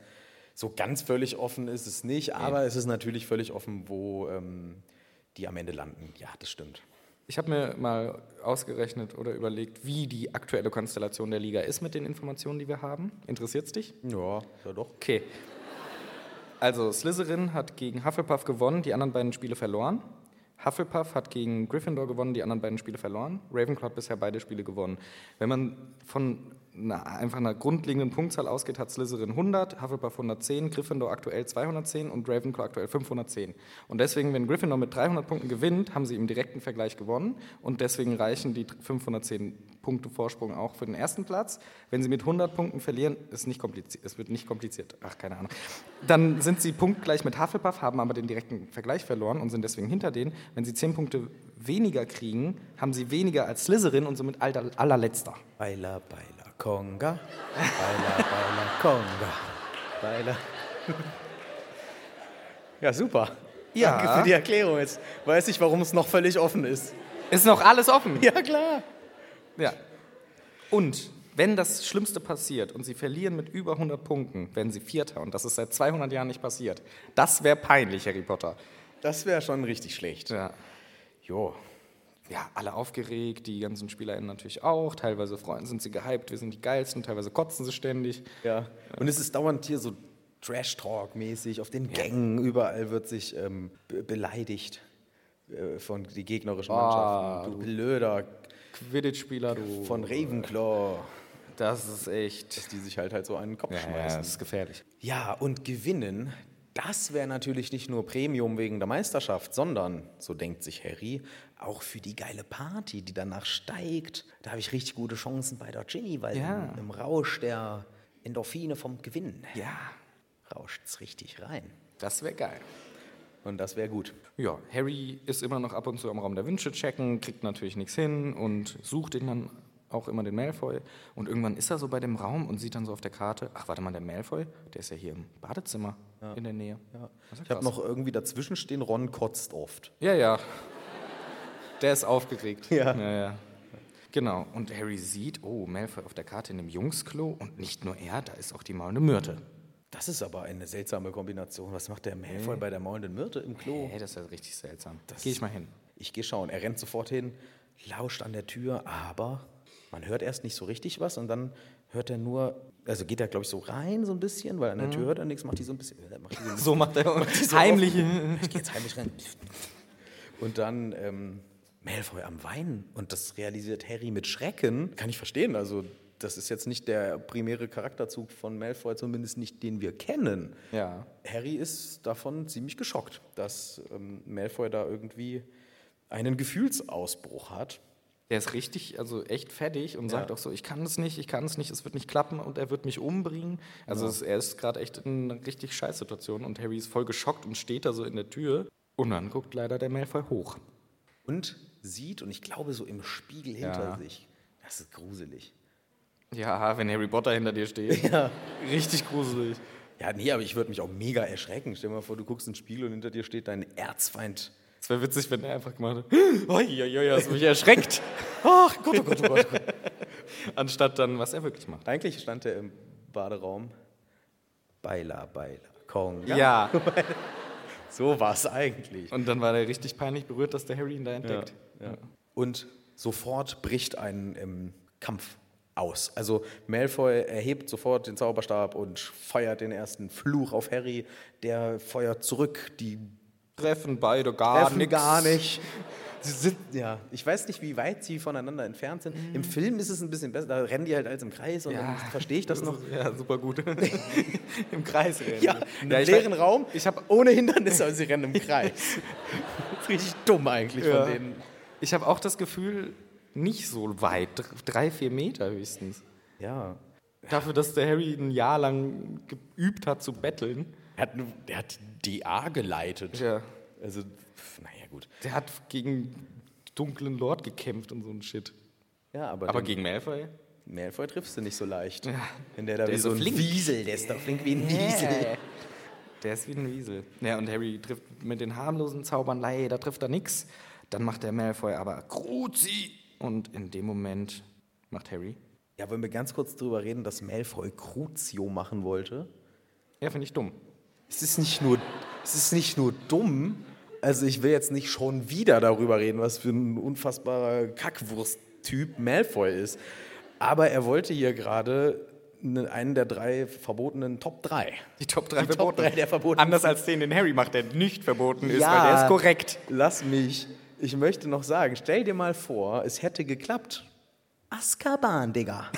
Speaker 1: So ganz völlig offen ist es nicht, aber es ist natürlich völlig offen, wo ähm, die am Ende landen. Ja, das stimmt.
Speaker 2: Ich habe mir mal ausgerechnet oder überlegt, wie die aktuelle Konstellation der Liga ist mit den Informationen, die wir haben. Interessiert's dich?
Speaker 1: Ja, ja doch.
Speaker 2: Okay. Also Slytherin hat gegen Hufflepuff gewonnen, die anderen beiden Spiele verloren. Hufflepuff hat gegen Gryffindor gewonnen, die anderen beiden Spiele verloren. Ravenclaw hat bisher beide Spiele gewonnen. Wenn man von einer, einfach einer grundlegenden Punktzahl ausgeht, hat Slytherin 100, Hufflepuff 110, Gryffindor aktuell 210 und Ravenclaw aktuell 510. Und deswegen, wenn Gryffindor mit 300 Punkten gewinnt, haben sie im direkten Vergleich gewonnen und deswegen reichen die 510 Punkte Vorsprung auch für den ersten Platz. Wenn sie mit 100 Punkten verlieren, ist nicht kompliziert, es wird nicht kompliziert. Ach, keine Ahnung. Dann sind sie punktgleich mit Hufflepuff, haben aber den direkten Vergleich verloren und sind deswegen hinter denen. Wenn sie 10 Punkte weniger kriegen, haben sie weniger als Slytherin und somit aller, allerletzter.
Speaker 1: Baila, baila, Conga. Baila, baila, Conga. Baila. Ja, super.
Speaker 2: Ja.
Speaker 1: Danke für die Erklärung. Jetzt weiß ich, warum es noch völlig offen ist.
Speaker 2: Ist noch alles offen.
Speaker 1: Ja, klar.
Speaker 2: Ja. Und wenn das Schlimmste passiert und sie verlieren mit über 100 Punkten, werden sie Vierter und das ist seit 200 Jahren nicht passiert. Das wäre peinlich, Harry Potter.
Speaker 1: Das wäre schon richtig schlecht.
Speaker 2: Ja.
Speaker 1: Jo.
Speaker 2: äh, ja, alle aufgeregt, die ganzen SpielerInnen natürlich auch. Teilweise freuen, sind sie gehypt, wir sind die Geilsten, teilweise kotzen sie ständig.
Speaker 1: Ja. Und es ist dauernd hier so Trash-Talk-mäßig auf den Gängen. Überall wird sich ähm, be beleidigt äh, von die gegnerischen Mannschaften. Du Blöder
Speaker 2: Quidditch-Spieler, du.
Speaker 1: von Ravenclaw.
Speaker 2: das ist echt.
Speaker 1: Die sich halt halt so einen Kopf
Speaker 2: Ja,
Speaker 1: schmeißen.
Speaker 2: das ist gefährlich.
Speaker 1: Ja, und gewinnen, Das wäre natürlich nicht nur Premium wegen der Meisterschaft, sondern, so denkt sich Harry, auch für die geile Party, die danach steigt. Da habe ich richtig gute Chancen bei der Ginny, weil
Speaker 2: Ja.
Speaker 1: im, im Rausch der Endorphine vom Gewinn
Speaker 2: Ja,
Speaker 1: rauscht es richtig rein.
Speaker 2: das wäre geil.
Speaker 1: Und das wäre gut.
Speaker 2: Ja, Harry ist immer noch ab und zu am Raum der Wünsche checken, kriegt natürlich nichts hin und sucht ihn dann auch immer den Malfoy. Und irgendwann ist er so bei dem Raum und sieht dann so auf der Karte, ach warte mal, der Malfoy, der ist ja hier im Badezimmer in der Nähe. Ja,
Speaker 1: Ich habe noch irgendwie dazwischen stehen, Ron kotzt oft.
Speaker 2: ja, ja. Der ist aufgeregt. Ja. ja, Genau, und Harry sieht, oh, Malfoy auf der Karte in dem Jungsklo und nicht nur er, da ist auch die maulende Myrte.
Speaker 1: Das ist aber eine seltsame Kombination. Was macht der Malfoy bei der maulenden Myrte im Klo?
Speaker 2: Hey, das ist ja richtig seltsam. Geh ich mal hin.
Speaker 1: Ich gehe schauen. Er rennt sofort hin, lauscht an der Tür, aber man hört erst nicht so richtig was und dann hört er nur, also geht er, glaube ich, so rein so ein bisschen, weil an der Tür hört er nichts, macht die so ein bisschen. äh, Macht die so ein
Speaker 2: So macht er heimliche.
Speaker 1: Hm, ich gehe jetzt heimlich rein. Und dann ähm, Malfoy am Weinen. Und das realisiert Harry mit Schrecken. Kann ich verstehen. Also, das ist jetzt nicht der primäre Charakterzug von Malfoy, zumindest nicht den wir kennen.
Speaker 2: Ja.
Speaker 1: Harry ist davon ziemlich geschockt, dass ähm, Malfoy da irgendwie einen Gefühlsausbruch hat.
Speaker 2: Der ist richtig, also echt fertig und sagt auch so, ich kann es nicht, ich kann es nicht, es wird nicht klappen und er wird mich umbringen. Also es, er ist gerade echt in einer richtig scheiß Situation und Harry ist voll geschockt und steht da so in der Tür. Und dann guckt leider der Malfoy hoch.
Speaker 1: und sieht, und ich glaube, so im Spiegel hinter
Speaker 2: Ja.
Speaker 1: sich. Das ist gruselig.
Speaker 2: Ja, wenn Harry Potter hinter dir steht. Ja. Richtig gruselig.
Speaker 1: Ja, nee, aber ich würde mich auch mega erschrecken. Stell dir mal vor, du guckst in den Spiegel und hinter dir steht dein Erzfeind.
Speaker 2: Es wäre witzig, wenn er einfach gemacht hätte, oi, oi, oi, hast mich erschreckt. Ach Gott, oh Gott, oh Gott. Anstatt dann, was er wirklich macht.
Speaker 1: Eigentlich stand er im Baderaum. Beiler, Beiler, Kong.
Speaker 2: Ja.
Speaker 1: So war es eigentlich.
Speaker 2: Und dann war der richtig peinlich berührt, dass der Harry ihn da entdeckt.
Speaker 1: Und sofort bricht ein ähm, Kampf aus. Also Malfoy erhebt sofort den Zauberstab und feuert den ersten Fluch auf Harry. Der feuert zurück, die
Speaker 2: Treffen beide gar
Speaker 1: treffen
Speaker 2: Ah, nix.
Speaker 1: gar nicht. Sie sind, ja, ich weiß nicht, wie weit sie voneinander entfernt sind. Im Film ist es ein bisschen besser, da rennen die halt alles im Kreis und dann verstehe ich das noch.
Speaker 2: Ja, super gut. Im Kreis rennen.
Speaker 1: Ja, in einem
Speaker 2: ich
Speaker 1: leeren
Speaker 2: weiß-
Speaker 1: Raum,
Speaker 2: Ich habe
Speaker 1: ohne Hindernisse, aber sie rennen im Kreis. das ist richtig dumm eigentlich
Speaker 2: Ja.
Speaker 1: von denen.
Speaker 2: ich hab auch das Gefühl, nicht so weit. Dr- Drei, vier Meter höchstens.
Speaker 1: Ja.
Speaker 2: Dafür, dass der Harry ein Jahr lang geübt hat zu betteln.
Speaker 1: Er hat, er hat die DA geleitet.
Speaker 2: Ja.
Speaker 1: Also, pf, naja, gut.
Speaker 2: Der hat gegen dunklen Lord gekämpft und so ein Shit.
Speaker 1: Ja, aber,
Speaker 2: Aber
Speaker 1: den
Speaker 2: gegen Malfoy?
Speaker 1: Malfoy triffst du nicht so leicht. Wenn der da wie
Speaker 2: ist
Speaker 1: so
Speaker 2: so
Speaker 1: ein
Speaker 2: flink.
Speaker 1: Wiesel, der ist da flink wie ein Wiesel.
Speaker 2: Der ist wie ein Wiesel. Ja, und Harry trifft mit den harmlosen Zaubern, leider trifft er nix. Dann macht der Malfoy aber Kruzi. Und in dem Moment macht Harry.
Speaker 1: Ja, wollen wir ganz kurz drüber reden, dass Malfoy Crucio machen wollte?
Speaker 2: Ja, finde ich dumm.
Speaker 1: Es ist nicht nur, es ist nicht nur dumm. Also ich will jetzt nicht schon wieder darüber reden, was für ein unfassbarer Kackwurst-Typ Malfoy ist. Aber er wollte hier gerade ne- einen der drei verbotenen Top 3.
Speaker 2: Die Top 3
Speaker 1: Die Top
Speaker 2: verboten.
Speaker 1: drei der verbotenen.
Speaker 2: Anders als den, den Harry macht, der nicht verboten ist, weil der ist korrekt.
Speaker 1: Lass mich. Ich möchte noch sagen, stell dir mal vor, es hätte geklappt. Azkaban, Digga.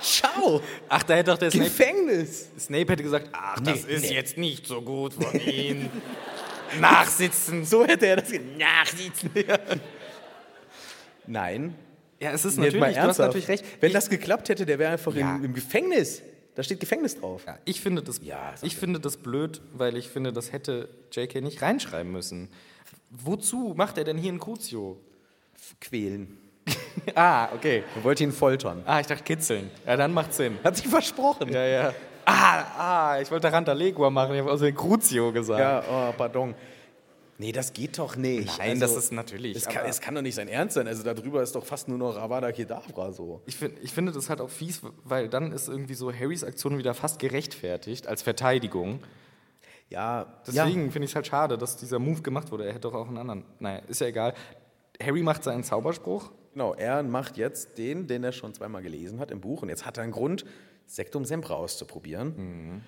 Speaker 1: Ciao.
Speaker 2: Ach, da hätte doch der Snape,
Speaker 1: Gefängnis.
Speaker 2: Snape hätte gesagt, ach, das
Speaker 1: Nee,
Speaker 2: ist
Speaker 1: nee.
Speaker 2: jetzt nicht so gut von ihm. Nachsitzen.
Speaker 1: So hätte er das nachsitzen. Nein.
Speaker 2: Ja, es
Speaker 1: Jetzt
Speaker 2: ist
Speaker 1: mal
Speaker 2: natürlich, du hast
Speaker 1: ernsthaft.
Speaker 2: natürlich recht.
Speaker 1: Wenn das geklappt hätte, der wäre einfach
Speaker 2: Ja.
Speaker 1: im, im Gefängnis. Da steht Gefängnis drauf.
Speaker 2: Ja, ich finde das,
Speaker 1: Ja, sag
Speaker 2: ich finde das blöd, weil ich finde, das hätte JK nicht reinschreiben müssen. Wozu macht er denn hier ein Crucio?
Speaker 1: Quälen.
Speaker 2: Ah, okay.
Speaker 1: Er wollte ihn foltern.
Speaker 2: Ah, ich dachte kitzeln. Ja, dann macht's Sinn.
Speaker 1: Hat sich versprochen.
Speaker 2: Ja, ja. Ah, ah, ich wollte Rantalegua machen, ich habe also Crucio gesagt.
Speaker 1: Ja, oh, pardon. Nee, das geht doch nicht. Also,
Speaker 2: Nein, das ist natürlich,
Speaker 1: Es kann,
Speaker 2: aber-
Speaker 1: es kann doch nicht sein Ernst sein. Also darüber ist doch fast nur noch Avada Kedavra so.
Speaker 2: Ich, find, ich finde das halt auch fies, weil dann ist irgendwie so Harrys Aktion wieder fast gerechtfertigt als Verteidigung.
Speaker 1: Ja,
Speaker 2: Deswegen finde ich es halt schade, dass dieser Move gemacht wurde. Er hätte doch auch einen anderen. Naja, ist ja egal. Harry macht seinen Zauberspruch.
Speaker 1: Genau, er macht jetzt den, den er schon zweimal gelesen hat im Buch. Und jetzt hat er einen Grund, Sektum Sempra auszuprobieren.
Speaker 2: Mhm.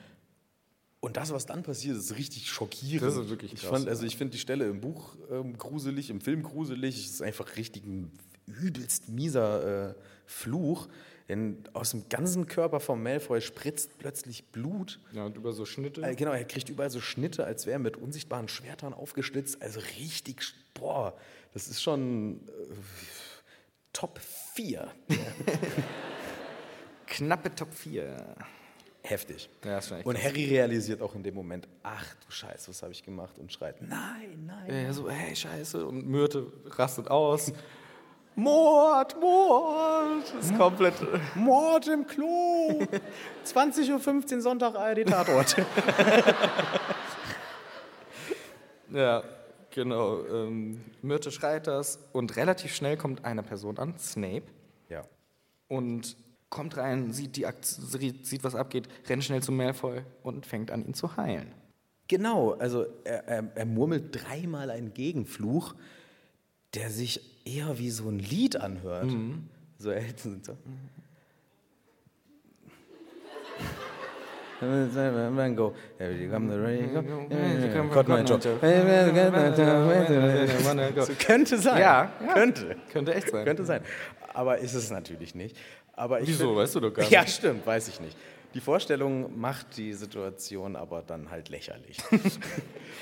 Speaker 1: Und das, was dann passiert, ist richtig schockierend.
Speaker 2: Das ist wirklich
Speaker 1: ich
Speaker 2: krass,
Speaker 1: fand, Also ich finde die Stelle im Buch ähm, gruselig, im Film gruselig. Es ist einfach richtig ein übelst mieser äh, Fluch. Denn aus dem ganzen Körper von Malfoy spritzt plötzlich Blut.
Speaker 2: Ja, und über so Schnitte.
Speaker 1: Äh, Genau, er kriegt überall so Schnitte, als wäre er mit unsichtbaren Schwertern aufgeschlitzt. Also richtig, sch- boah, das ist schon äh, Top 4.
Speaker 2: Knappe Top 4.
Speaker 1: Heftig.
Speaker 2: Ja, ist schon echt
Speaker 1: und Harry realisiert auch in dem Moment, ach du Scheiße, was habe ich gemacht? Und schreit, nein, nein.
Speaker 2: Ja, so, hey, scheiße. Und Myrte rastet aus. Mord, Mord. Das ist komplett.
Speaker 1: äh,
Speaker 2: äh,
Speaker 1: Mord im Klo. 20.15 Uhr Sonntag ARD Tatort.
Speaker 2: Ja, genau. Ähm, Myrte schreit das. Und relativ schnell kommt eine Person an, Snape.
Speaker 1: ja.
Speaker 2: Und kommt rein, sieht, die Akt sieht, was abgeht, rennt schnell zu Malfoy und fängt an, ihn zu heilen.
Speaker 1: Genau, also er, er, er murmelt dreimal einen Gegenfluch, der sich eher wie so ein Lied anhört. So Elton sind so. Mango. Everybody come to the radio. Cotton Eye Joe. So Könnte sein.
Speaker 2: Ja, ja.
Speaker 1: könnte.
Speaker 2: Könnte echt sein.
Speaker 1: Könnte sein. Aber ist es natürlich nicht. Aber ich
Speaker 2: Wieso?
Speaker 1: find-
Speaker 2: Weißt du doch gar
Speaker 1: Ja,
Speaker 2: nicht.
Speaker 1: stimmt, weiß ich nicht. Die Vorstellung macht die Situation aber dann halt lächerlich.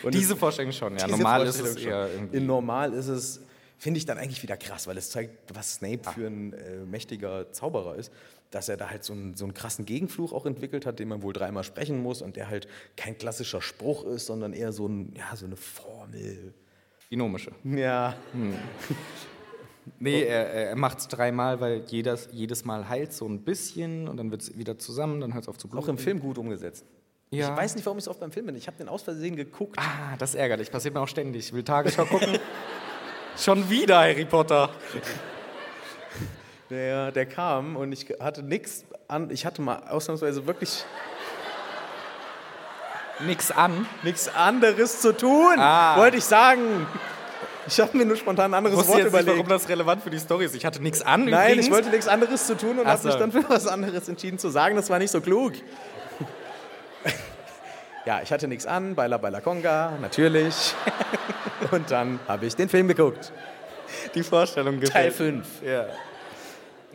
Speaker 1: Und
Speaker 2: Diese
Speaker 1: es-
Speaker 2: Vorstellung schon, ja.
Speaker 1: diese
Speaker 2: Normal ist es
Speaker 1: Vorstellung schon.
Speaker 2: eher irgendwie.
Speaker 1: In normal ist es, finde ich dann eigentlich wieder krass, weil es zeigt, was Snape für ein äh, mächtiger Zauberer ist, dass er da halt so einen, so einen krassen Gegenfluch auch entwickelt hat, den man wohl dreimal sprechen muss und der halt kein klassischer Spruch ist, sondern eher so, ein, ja, so eine Formel.
Speaker 2: Binomische.
Speaker 1: Ja.
Speaker 2: Nee, er, er macht es dreimal, weil jedes, jedes Mal heilt so ein bisschen und dann wird es wieder zusammen, dann hört es auf zu bluten.
Speaker 1: Auch im Film gut umgesetzt.
Speaker 2: Ja.
Speaker 1: Ich weiß nicht, warum ich so oft beim Film bin. Ich habe den aus Versehen geguckt.
Speaker 2: Ah, das ärgert dich. Passiert mir auch ständig. Ich will Tagesschau gucken. Schon wieder Harry Potter.
Speaker 1: Der, der kam und ich hatte nichts an. Ich hatte mal ausnahmsweise wirklich
Speaker 2: Nix an.
Speaker 1: nichts anderes zu tun.
Speaker 2: Ah.
Speaker 1: Wollte ich sagen. Ich habe mir nur spontan ein anderes
Speaker 2: Wusste
Speaker 1: Wort
Speaker 2: jetzt nicht,
Speaker 1: überlegt.
Speaker 2: warum das relevant für die Story ist. Ich hatte nix an.
Speaker 1: Nein,
Speaker 2: übrigens.
Speaker 1: ich wollte nichts anderes zu tun und
Speaker 2: Ach
Speaker 1: habe mich
Speaker 2: so.
Speaker 1: dann für was anderes entschieden zu sagen. Das war nicht so klug. ja, ich hatte nichts an. Baila Baila Conga, natürlich. und dann habe ich den Film geguckt.
Speaker 2: die Vorstellung
Speaker 1: Teil
Speaker 2: gefällt.
Speaker 1: 5.
Speaker 2: Ja.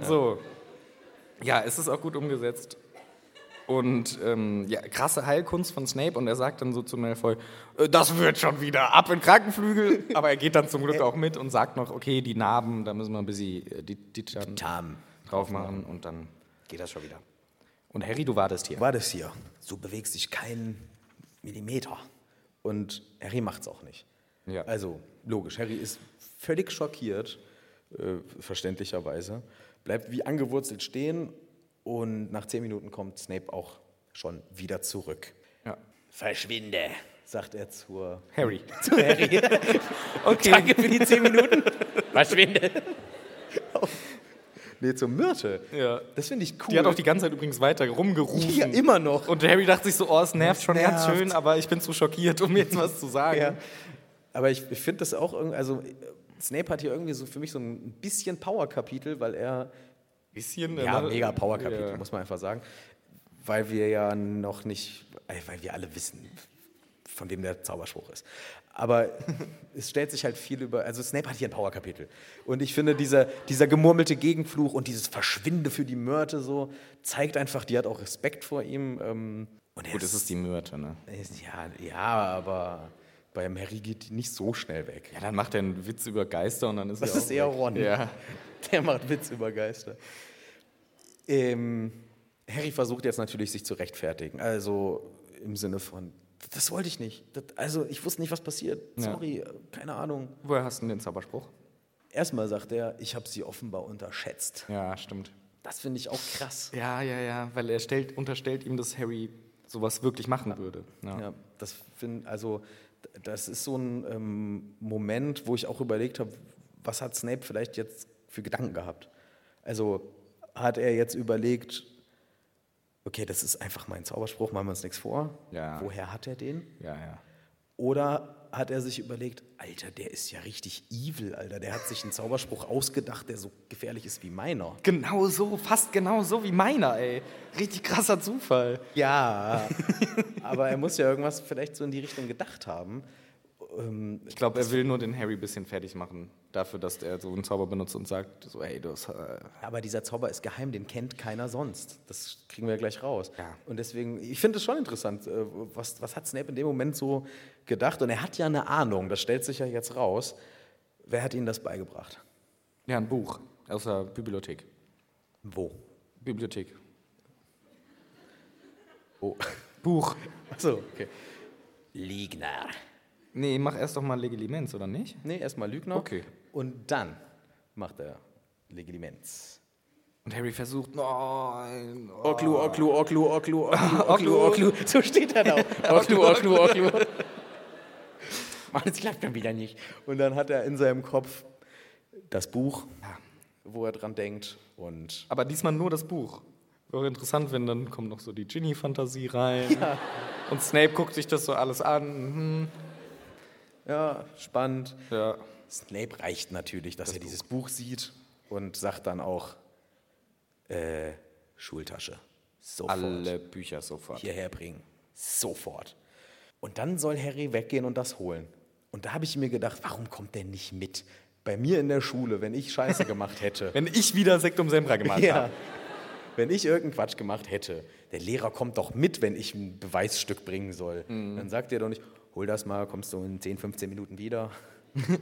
Speaker 2: So. Ja, es ist auch gut umgesetzt. Und ähm, ja, krasse Heilkunst von Snape und er sagt dann so zu Malfoy, "Äh, das wird schon wieder ab in Krankenflügel. Aber er geht dann zum Glück auch mit und sagt noch, okay, die Narben, da müssen wir ein bisschen äh, die, die Tarn
Speaker 1: Tam.
Speaker 2: drauf machen und dann geht das schon wieder. Und Harry, du wartest hier.
Speaker 1: war das hier? Du bewegst dich keinen Millimeter. Und Harry macht's auch nicht.
Speaker 2: Ja.
Speaker 1: Also logisch, Harry ist völlig schockiert, äh, verständlicherweise, bleibt wie angewurzelt stehen und nach zehn Minuten kommt Snape auch schon wieder zurück.
Speaker 2: Ja.
Speaker 1: Verschwinde, sagt er zur
Speaker 2: Harry.
Speaker 1: Okay. Danke für die zehn Minuten. Verschwinde. Nee, zur Myrte.
Speaker 2: Ja.
Speaker 1: Das finde ich cool.
Speaker 2: Die hat auch die ganze Zeit übrigens weiter rumgerufen.
Speaker 1: ja, immer noch.
Speaker 2: Und Harry dachte sich so, oh, es nervt schon ganz
Speaker 1: nervt.
Speaker 2: schön, aber ich bin zu schockiert, um jetzt was zu sagen.
Speaker 1: Ja. Aber ich, ich finde das auch irgendwie, also äh, Snape hat hier irgendwie so für mich so ein bisschen Power-Kapitel, weil er.
Speaker 2: Bisschen.
Speaker 1: Ja,
Speaker 2: ne?
Speaker 1: mega Power-Kapitel,
Speaker 2: Ja.
Speaker 1: muss man einfach sagen. Weil wir ja noch nicht, äh, weil wir alle wissen, von wem der Zauberspruch ist. Aber es stellt sich halt viel über, also Snape hat hier ein Power-Kapitel. Und ich finde, dieser, dieser gemurmelte Gegenfluch und dieses Verschwinde für die Myrte so, zeigt einfach, die hat auch Respekt vor ihm. ähm, Und er
Speaker 2: Gut, es ist die Myrte, ne?
Speaker 1: er ist- Ja, ja, aber beim Harry geht die nicht so schnell weg.
Speaker 2: Ja, dann macht er einen Witz über Geister und dann ist
Speaker 1: Das
Speaker 2: er auch
Speaker 1: ist eher
Speaker 2: weg.
Speaker 1: Ron.
Speaker 2: Ja.
Speaker 1: Der macht Witz über Geister. Ähm, Harry versucht jetzt natürlich, sich zu rechtfertigen. Also im Sinne von, das wollte ich nicht. Das, also ich wusste nicht, was passiert.
Speaker 2: Ja.
Speaker 1: Sorry, äh, keine Ahnung.
Speaker 2: Woher hast du denn den Zauberspruch?
Speaker 1: Erstmal sagt er, ich habe sie offenbar unterschätzt.
Speaker 2: Ja, stimmt.
Speaker 1: Das finde ich auch krass.
Speaker 2: Ja, ja, ja, weil er stellt, unterstellt ihm, dass Harry sowas wirklich machen würde. Ja.
Speaker 1: Ja, das finde also d- das ist so ein ähm, Moment, wo ich auch überlegt habe, was hat Snape vielleicht jetzt für Gedanken gehabt? Also hat er jetzt überlegt, okay, das ist einfach mein Zauberspruch, machen wir uns nichts vor.
Speaker 2: Ja.
Speaker 1: Woher hat er den?
Speaker 2: ja, ja.
Speaker 1: Oder hat er sich überlegt, Alter, der ist ja richtig evil, Alter, der hat sich einen Zauberspruch ausgedacht, der so gefährlich ist wie meiner.
Speaker 2: Genau so, fast genau so wie meiner, ey. Richtig krasser Zufall.
Speaker 1: Ja, aber er muss ja irgendwas vielleicht so in die Richtung gedacht haben. ähm,
Speaker 2: Ich glaube, er will nur den Harry ein bisschen fertig machen, dafür, dass er so einen Zauber benutzt und sagt, so, hey, du hast... Äh,
Speaker 1: aber dieser Zauber ist geheim, den kennt keiner sonst. Das kriegen wir ja gleich raus.
Speaker 2: Ja.
Speaker 1: Und deswegen, ich finde es schon interessant, äh, was, was hat Snape in dem Moment so gedacht? Und er hat ja eine Ahnung, das stellt sich ja jetzt raus. Wer hat Ihnen das beigebracht?
Speaker 2: ja, ein Buch aus der Bibliothek.
Speaker 1: Wo?
Speaker 2: Bibliothek. Oh.
Speaker 1: Wo?
Speaker 2: Buch.
Speaker 1: Achso, okay. Ligner.
Speaker 2: Nee, mach erst doch mal Legilimens, oder nicht?
Speaker 1: Nee, erstmal Lügner.
Speaker 2: Okay.
Speaker 1: Und dann macht er Legilimens.
Speaker 2: Und Harry versucht, nein. Oh,
Speaker 1: Oklu, Oklu, Oklu, Oklu, Oklu, Oklu, Oklu. So steht er da. Oklu, Oklu, Oklu. Mann, es klappt dann wieder nicht. Und dann hat er in seinem Kopf das Buch, wo er dran denkt. Und
Speaker 2: Aber diesmal nur das Buch. Wäre interessant, wenn dann kommt noch so die Ginny-Fantasie rein. Und Snape guckt sich das so alles an. Mhm.
Speaker 1: ja, spannend.
Speaker 2: Ja.
Speaker 1: Snape reicht natürlich, dass er dieses Buch sieht und sagt dann auch, äh, Schultasche. Sofort.
Speaker 2: Alle Bücher sofort.
Speaker 1: hierher bringen. Sofort. Und dann soll Harry weggehen und das holen. Und da habe ich mir gedacht, warum kommt der nicht mit? Bei mir in der Schule, wenn ich Scheiße gemacht hätte.
Speaker 2: Wenn ich wieder Sektum Sembra gemacht
Speaker 1: ja.
Speaker 2: habe.
Speaker 1: Wenn ich irgendeinen Quatsch gemacht hätte, der Lehrer kommt doch mit, wenn ich ein Beweisstück bringen soll.
Speaker 2: Mhm.
Speaker 1: Dann sagt er doch nicht, hol das mal, kommst du in 10, 15 Minuten wieder.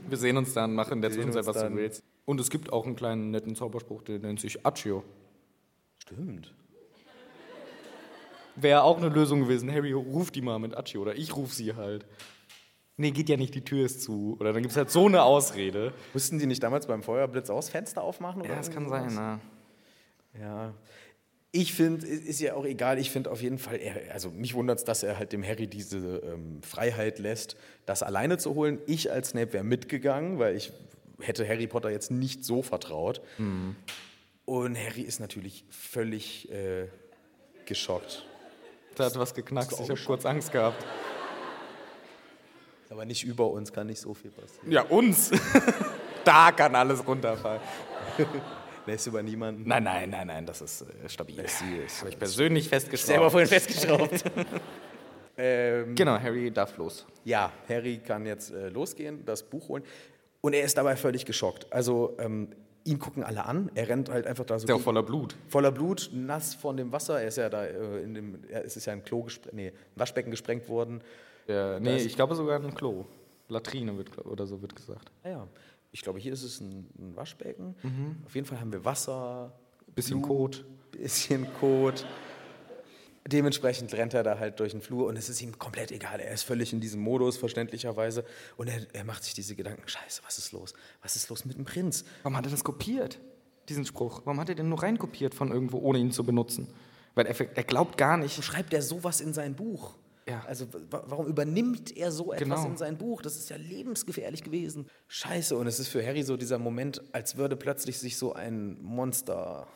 Speaker 2: Wir sehen uns dann, machen in der
Speaker 1: Wir sehen
Speaker 2: Zwischenzeit,
Speaker 1: uns
Speaker 2: was du
Speaker 1: dann.
Speaker 2: willst. Und es gibt auch einen kleinen netten Zauberspruch, der nennt sich Accio.
Speaker 1: Stimmt.
Speaker 2: Wäre auch eine Lösung gewesen. Harry, ruf die mal mit Accio oder ich ruf sie halt. Nee, geht ja nicht, die Tür ist zu. Oder dann gibt es halt so eine Ausrede.
Speaker 1: Mussten die nicht damals beim Feuerblitz aus Fenster aufmachen? oder irgendwas?
Speaker 2: ne?
Speaker 1: Ja. Ich finde, ist ja auch egal, ich finde auf jeden Fall, er, also mich wundert es, dass er halt dem Harry diese ähm, Freiheit lässt, das alleine zu holen. Ich als Snape wäre mitgegangen, weil ich hätte Harry Potter jetzt nicht so vertraut.
Speaker 2: Mhm.
Speaker 1: Und Harry ist natürlich völlig äh, geschockt.
Speaker 2: Da hat was geknackst, ich habe kurz Angst gehabt.
Speaker 1: Aber nicht über uns kann nicht so viel passieren.
Speaker 2: Ja, uns. da kann alles runterfallen.
Speaker 1: Lässt über niemanden.
Speaker 2: Nein, nein, nein, nein, das ist äh, stabil. Das habe ich persönlich festgestellt.
Speaker 1: Selber vorhin festgeschraubt.
Speaker 2: Genau, Harry darf los.
Speaker 1: Ja, Harry kann jetzt äh, losgehen, das Buch holen. Und er ist dabei völlig geschockt. Also ähm, ihn gucken alle an. Er rennt halt einfach da so.
Speaker 2: Ist ja auch
Speaker 1: gegen-
Speaker 2: voller Blut.
Speaker 1: voller Blut, nass von dem Wasser. Er ist ja da äh, in dem. Er es ist ja ein Klo gesprengt, nee, ein Waschbecken gesprengt worden.
Speaker 2: Ja, Äh, nee, ich glaube sogar ein Klo. Latrine wird, glaub- oder so wird gesagt.
Speaker 1: Ah ja, ich glaube, hier ist es ein, ein Waschbecken. Auf jeden Fall haben wir Wasser,
Speaker 2: Mhm. Bisschen Kot.
Speaker 1: bisschen Kot. Dementsprechend rennt er da halt durch den Flur und es ist ihm komplett egal. Er ist völlig in diesem Modus, verständlicherweise. Und er, er macht sich diese Gedanken: Scheiße, was ist los? Was ist los mit dem Prinz?
Speaker 2: Warum hat er das kopiert, diesen Spruch? Warum hat er den nur reinkopiert von irgendwo, ohne ihn zu benutzen? Weil er, er glaubt gar nicht.
Speaker 1: schreibt er sowas in sein Buch?
Speaker 2: Ja.
Speaker 1: Also wa- warum übernimmt er so etwas
Speaker 2: Genau.
Speaker 1: in sein Buch? Das ist ja lebensgefährlich gewesen. Scheiße, und es ist für Harry so dieser Moment, als würde plötzlich sich so ein Monster,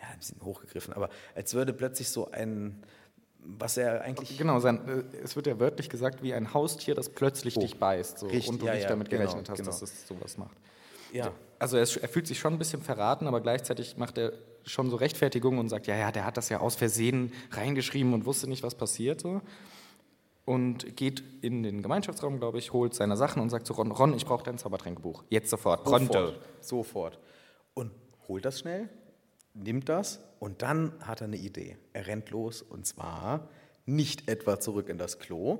Speaker 1: ja, ein bisschen hochgegriffen, aber als würde plötzlich so ein, was er eigentlich...
Speaker 2: Genau, sein, äh, es wird ja wörtlich gesagt wie ein Haustier, das plötzlich dich beißt so,
Speaker 1: Oh, Richtig,
Speaker 2: und du
Speaker 1: ja,
Speaker 2: nicht
Speaker 1: ja,
Speaker 2: damit
Speaker 1: genau,
Speaker 2: gerechnet hast,
Speaker 1: genau.
Speaker 2: dass es sowas macht.
Speaker 1: Ja.
Speaker 2: Also er, ist, er fühlt sich schon ein bisschen verraten, aber gleichzeitig macht er schon so Rechtfertigungen und sagt, ja, ja, der hat das ja aus Versehen reingeschrieben und wusste nicht, was passiert. So. Und geht in den Gemeinschaftsraum, glaube ich, holt seine Sachen und sagt zu Ron, Ron, ich brauche dein Zaubertränkebuch. Jetzt sofort. Pronto.
Speaker 1: Sofort. Sofort. Und holt das schnell, nimmt das und dann hat er eine Idee. Er rennt los und zwar nicht etwa zurück in das Klo,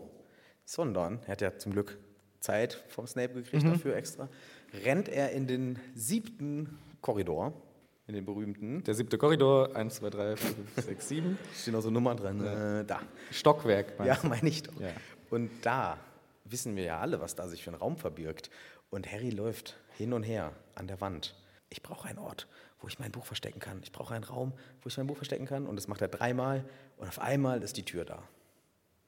Speaker 1: sondern, er hat ja zum Glück Zeit vom Snape gekriegt dafür extra, rennt er in den siebten Korridor, in den berühmten,
Speaker 2: Der siebte Korridor, 1, 2, 3, 4, 5, 6, 7.
Speaker 1: da stehen auch so Nummern dran, äh, da.
Speaker 2: Stockwerk. meinst
Speaker 1: Ja, meine ich doch.
Speaker 2: Ja.
Speaker 1: Und da wissen wir ja alle, was da sich für ein Raum verbirgt. Und Harry läuft hin und her an der Wand. Ich brauche einen Ort, wo ich mein Buch verstecken kann. Ich brauche einen Raum, wo ich mein Buch verstecken kann. Und das macht er dreimal. Und auf einmal ist die Tür da.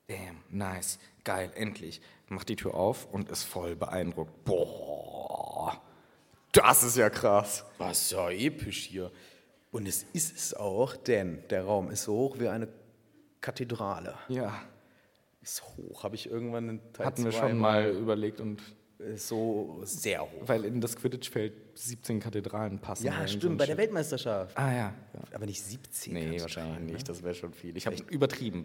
Speaker 2: Damn, nice, geil, endlich. Macht die Tür auf und ist voll beeindruckt. Boah, das ist ja krass.
Speaker 1: Was ja episch hier. Und es ist es auch, denn der Raum ist so hoch wie eine Kathedrale.
Speaker 2: Ja,
Speaker 1: Ist hoch, habe ich irgendwann in Teil
Speaker 2: hatten wir
Speaker 1: zwei
Speaker 2: schon mal überlegt und
Speaker 1: äh, so sehr hoch.
Speaker 2: Weil in das Quidditch-Feld 17 Kathedralen passen.
Speaker 1: Ja,
Speaker 2: oder irgend so
Speaker 1: stimmt,
Speaker 2: ein
Speaker 1: bei der
Speaker 2: Shit.
Speaker 1: Weltmeisterschaft.
Speaker 2: Ah ja. ja.
Speaker 1: Aber nicht 17.
Speaker 2: Nee,
Speaker 1: kannst du
Speaker 2: wahrscheinlich
Speaker 1: sagen, ne?
Speaker 2: nicht. Das wäre schon viel. Ich habe übertrieben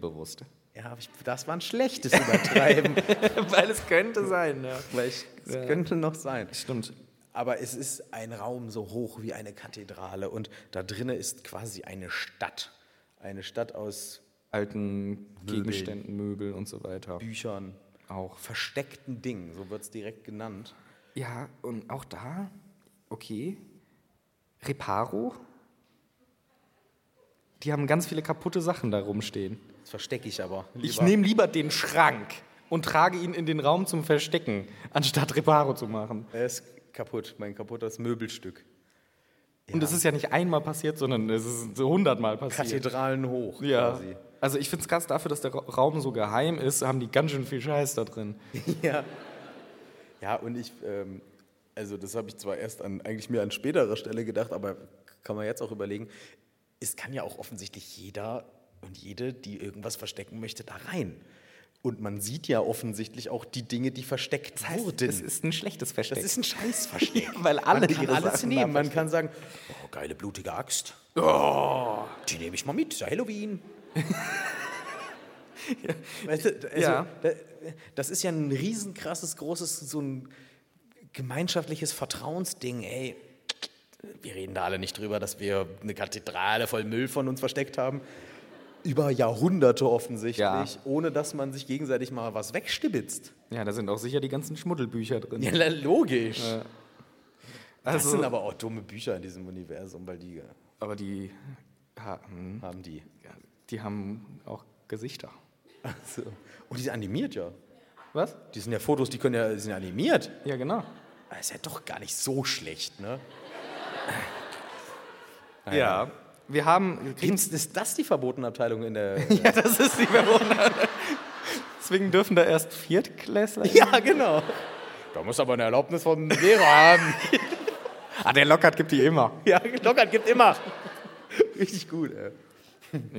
Speaker 2: bewusst.
Speaker 1: Ja, aber ich, das war ein schlechtes Übertreiben,
Speaker 2: Weil es könnte sein, ja.
Speaker 1: weil ich, es könnte noch sein.
Speaker 2: Stimmt.
Speaker 1: Aber es ist ein Raum so hoch wie eine Kathedrale und da drinnen ist quasi eine Stadt. Eine Stadt aus
Speaker 2: Alten Gegenständen, Möbel und so weiter.
Speaker 1: Büchern,
Speaker 2: Auch.
Speaker 1: versteckten Dingen, so wird es direkt genannt.
Speaker 2: Ja, und auch da, okay. Reparo. Die haben ganz viele kaputte Sachen da rumstehen.
Speaker 1: Das verstecke ich aber.
Speaker 2: Ich
Speaker 1: lieber.
Speaker 2: nehme lieber den Schrank und trage ihn in den Raum zum Verstecken, anstatt Reparo zu machen.
Speaker 1: Er ist kaputt, mein kaputtes Möbelstück.
Speaker 2: Und das ist ja nicht einmal passiert, sondern es ist so hundertmal passiert.
Speaker 1: Kathedralen hoch
Speaker 2: Ja.
Speaker 1: quasi.
Speaker 2: Also ich finde es krass, dafür, dass der Ra Raum so geheim ist, haben die ganz schön viel Scheiß da drin.
Speaker 1: Ja. Ja, und ich, ähm, also das habe ich zwar erst an, eigentlich mir an späterer Stelle gedacht, aber kann man jetzt auch überlegen, es kann ja auch offensichtlich jeder und jede, die irgendwas verstecken möchte, da rein. Und man sieht ja offensichtlich auch die Dinge, die versteckt wurden.
Speaker 2: Es ist ein schlechtes Versteck.
Speaker 1: das ist ein Scheißversteck.
Speaker 2: weil alle
Speaker 1: man kann
Speaker 2: ihre
Speaker 1: alles
Speaker 2: Sachen da
Speaker 1: nehmen. Man kann sagen, oh, geile blutige Axt. Die nehme ich mal mit, ist ja Halloween. Weißt du, also,
Speaker 2: Ja.
Speaker 1: da- das ist ja ein riesenkrasses, großes, so ein gemeinschaftliches Vertrauensding, ey. Wir reden da alle nicht drüber, dass wir eine Kathedrale voll Müll von uns versteckt haben. Über Jahrhunderte offensichtlich,
Speaker 2: Ja.
Speaker 1: ohne dass man sich gegenseitig mal was wegstibitzt.
Speaker 2: ja, da sind auch sicher die ganzen Schmuddelbücher drin.
Speaker 1: Ja, na, logisch. das
Speaker 2: also,
Speaker 1: sind aber auch dumme Bücher in diesem Universum, weil die äh,
Speaker 2: aber die, ja, hm,
Speaker 1: haben die.
Speaker 2: ja, die haben auch Gesichter.
Speaker 1: Also. Und die sind animiert, ja.
Speaker 2: Was?
Speaker 1: Die sind ja Fotos, die können ja, die sind ja animiert.
Speaker 2: Ja, genau.
Speaker 1: Das ist ja doch gar nicht so schlecht, ne?
Speaker 2: Ja. Wir haben,
Speaker 1: Gibt's, ist das die Verbotenabteilung in der.
Speaker 2: ja, das ist die Verona. Deswegen dürfen da erst Viertklässler.
Speaker 1: ja, genau. Da muss aber eine Erlaubnis vom Lehrer haben.
Speaker 2: Ah, der Lockert gibt die immer.
Speaker 1: Ja, Lockert gibt immer. Richtig gut, ey.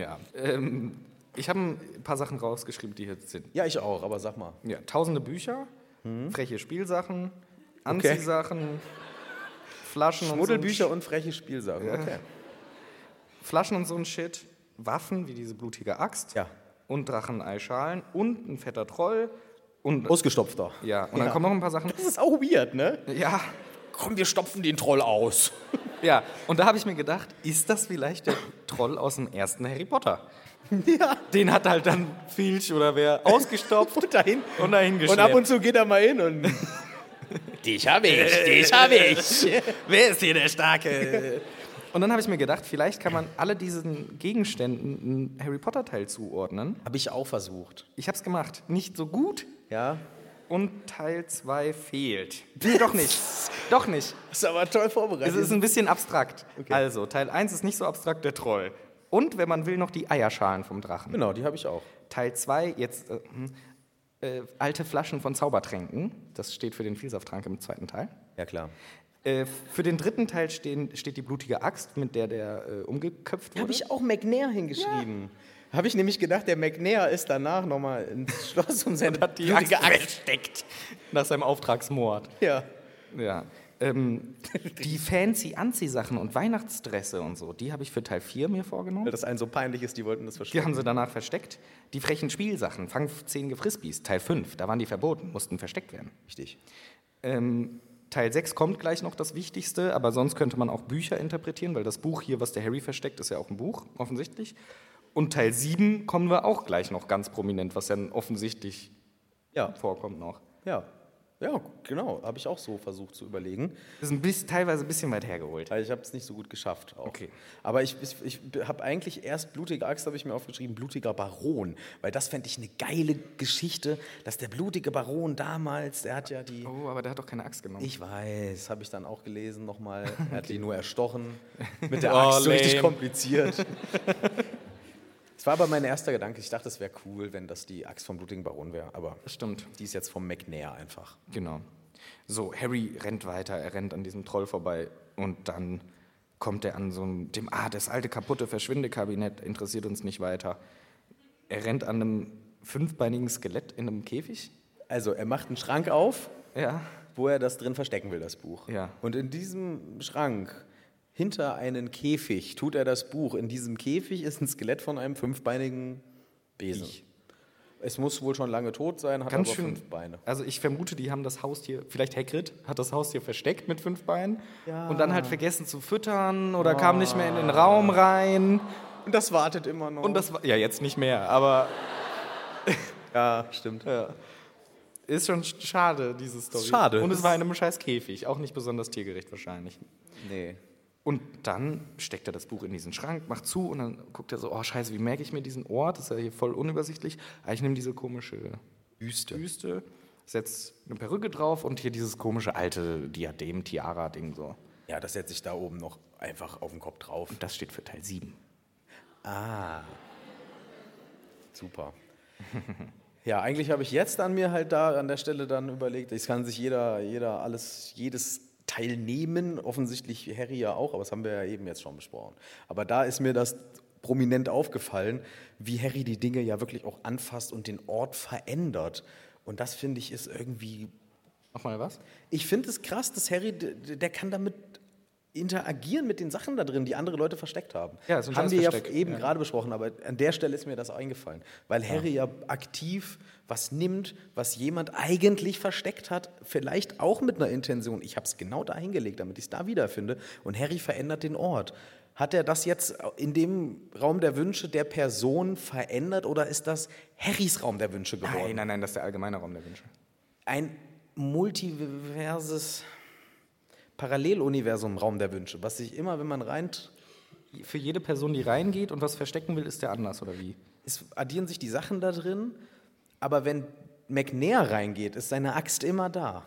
Speaker 2: Ja. Ähm, ich habe ein paar Sachen rausgeschrieben, die hier sind.
Speaker 1: Ja, ich auch, aber sag mal.
Speaker 2: Ja, tausende Bücher, freche Spielsachen, Anziehsachen, Flaschen
Speaker 1: Schmuddelbücher
Speaker 2: und
Speaker 1: und freche Spielsachen. Okay.
Speaker 2: so ein, Flaschen und so ein Shit, Waffen wie diese blutige Axt
Speaker 1: Ja.
Speaker 2: und Drachen-Eischalen und ein fetter Troll und
Speaker 1: Ausgestopfter.
Speaker 2: ja, und dann kommen noch ein paar Sachen.
Speaker 1: Das ist auch weird, ne?
Speaker 2: Ja,
Speaker 1: Komm, wir stopfen den Troll aus.
Speaker 2: ja, und da habe ich mir gedacht, ist das vielleicht der Troll aus dem ersten Harry Potter?
Speaker 1: Ja.
Speaker 2: Den hat halt dann Filch oder wer ausgestopft
Speaker 1: Und dahin.
Speaker 2: und dahin
Speaker 1: Und
Speaker 2: geschleppt.
Speaker 1: ab und zu geht er mal hin und. dich hab ich,
Speaker 2: Äh.
Speaker 1: dich hab ich.
Speaker 2: Wer ist hier der Starke? Und dann habe ich mir gedacht, vielleicht kann man alle diesen Gegenständen einen Harry Potter-Teil zuordnen.
Speaker 1: Hab ich auch versucht.
Speaker 2: Ich habe es gemacht. Nicht so gut
Speaker 1: Ja.
Speaker 2: und Teil 2 fehlt. Doch nicht. Doch nicht.
Speaker 1: Ist aber toll vorbereitet.
Speaker 2: Es ist ein bisschen abstrakt. Also, Teil 1 ist nicht so abstrakt, der Troll. Und, wenn man will, noch die Eierschalen vom Drachen.
Speaker 1: genau, die habe ich auch.
Speaker 2: Teil 2, jetzt äh, hm, äh, alte Flaschen von Zaubertränken. Das steht für den Vielsafttrank im zweiten Teil.
Speaker 1: Ja, klar.
Speaker 2: Äh, für den dritten Teil stehen, steht die blutige Axt, mit der der äh, umgeköpft wurde.
Speaker 1: Habe ich auch McNair hingeschrieben. Habe ich nämlich gedacht, der McNair ist danach nochmal ins Schloss um seine
Speaker 2: hat die Axt
Speaker 1: blutige
Speaker 2: versteckt nach seinem Auftragsmord.
Speaker 1: Ja.
Speaker 2: Ja. Ähm, die fancy Anziehsachen und Weihnachtsdresse und so, die habe ich für Teil 4 mir vorgenommen.
Speaker 1: Weil das einen so peinlich ist, die wollten das
Speaker 2: Die
Speaker 1: verstecken.
Speaker 2: haben sie danach versteckt. Die frechen Spielsachen, fangzähnige Frisbees, Teil 5, da waren die verboten, mussten versteckt werden.
Speaker 1: Richtig.
Speaker 2: Ähm, Teil 6 kommt gleich noch das Wichtigste, aber sonst könnte man auch Bücher interpretieren, weil das Buch hier, was der Harry versteckt, ist ja auch ein Buch, offensichtlich. Und Teil 7 kommen wir auch gleich noch ganz prominent, was dann offensichtlich
Speaker 1: Ja.
Speaker 2: vorkommt noch.
Speaker 1: Ja. Ja, genau. Habe ich auch so versucht zu überlegen.
Speaker 2: Das ist ein bisschen, teilweise ein bisschen weit hergeholt.
Speaker 1: Weil ich habe es nicht so gut geschafft. Auch.
Speaker 2: Okay.
Speaker 1: Aber ich, ich, ich habe eigentlich erst Blutige Axt, habe ich mir aufgeschrieben, Blutiger Baron. Weil das fände ich eine geile Geschichte, dass der Blutige Baron damals, der hat ja die...
Speaker 2: Oh, aber der hat doch keine Axt genommen.
Speaker 1: Ich weiß, habe ich dann auch gelesen nochmal. Er hat die nur erstochen. Mit der
Speaker 2: Oh,
Speaker 1: Axt, so
Speaker 2: lame.
Speaker 1: richtig kompliziert. Es war aber mein erster Gedanke. Ich dachte, es wäre cool, wenn das die Axt vom Blutigen Baron wäre. Aber
Speaker 2: Stimmt,
Speaker 1: die ist jetzt vom McNair einfach.
Speaker 2: genau. So, Harry rennt weiter, er rennt an diesem Troll vorbei und dann kommt er an so einem, dem, ah, das alte kaputte Verschwindekabinett interessiert uns nicht weiter. Er rennt an einem fünfbeinigen Skelett in einem Käfig.
Speaker 1: Also, er macht einen Schrank auf,
Speaker 2: Ja.
Speaker 1: wo er das drin verstecken will, das Buch.
Speaker 2: Ja.
Speaker 1: Und in diesem Schrank, hinter einen Käfig, tut er das Buch. In diesem Käfig ist ein Skelett von einem fünfbeinigen Besen. Es muss wohl schon lange tot sein, hat
Speaker 2: Ganz
Speaker 1: aber
Speaker 2: schön.
Speaker 1: fünf Beine.
Speaker 2: Also ich vermute, die haben das Haustier, vielleicht Hagrid hat das Haustier versteckt mit fünf Beinen und dann halt vergessen zu füttern oder kam nicht mehr in den Raum rein.
Speaker 1: Und das wartet immer noch.
Speaker 2: Und das war, ja, jetzt nicht mehr, aber
Speaker 1: ja, stimmt.
Speaker 2: ist schon sch- schade, diese Story.
Speaker 1: schade.
Speaker 2: Und es war in einem scheiß Käfig, auch nicht besonders tiergerecht wahrscheinlich.
Speaker 1: Nee.
Speaker 2: Und dann steckt er das Buch in diesen Schrank, macht zu und dann guckt er so, oh scheiße, wie merke ich mir diesen Ort? Ist ja hier voll unübersichtlich. Ah, ich nehme diese komische Wüste. Wüste, setz eine Perücke drauf und hier dieses komische alte Diadem-Tiara-Ding so.
Speaker 1: Ja, das setze ich da oben noch einfach auf den Kopf drauf.
Speaker 2: Das steht für Teil 7.
Speaker 1: Super. Ja, eigentlich habe ich jetzt an mir halt da an der Stelle dann überlegt, es kann sich jeder, jeder alles, jedes teilnehmen, offensichtlich Harry ja auch, aber das haben wir ja eben jetzt schon besprochen. Aber da ist mir das prominent aufgefallen, wie Harry die Dinge ja wirklich auch anfasst und den Ort verändert. Und das finde ich ist irgendwie
Speaker 2: Nochmal was?
Speaker 1: ich finde es krass, dass Harry, d- d- der kann damit interagieren mit den Sachen da drin, die andere Leute versteckt haben.
Speaker 2: Ja, ist ein
Speaker 1: haben wir ja
Speaker 2: Scheißversteck,
Speaker 1: eben
Speaker 2: ja.
Speaker 1: gerade besprochen, aber an der Stelle ist mir das eingefallen, weil Harry ja. aktiv was nimmt, was jemand eigentlich versteckt hat, vielleicht auch mit einer Intention. Ich habe es genau da hingelegt, damit ich es da wiederfinde. Und Harry verändert den Ort. Hat er das jetzt in dem Raum der Wünsche der Person verändert oder ist das Harrys Raum der Wünsche geworden?
Speaker 2: Nein, nein, nein, das ist der allgemeine Raum der Wünsche.
Speaker 1: ein multiverses Paralleluniversum Raum der Wünsche, was sich immer, wenn man rein,
Speaker 2: Für jede Person, die reingeht und was verstecken will, ist der anders, oder wie?
Speaker 1: es addieren sich die Sachen da drin, aber wenn McNair reingeht, ist seine Axt immer da.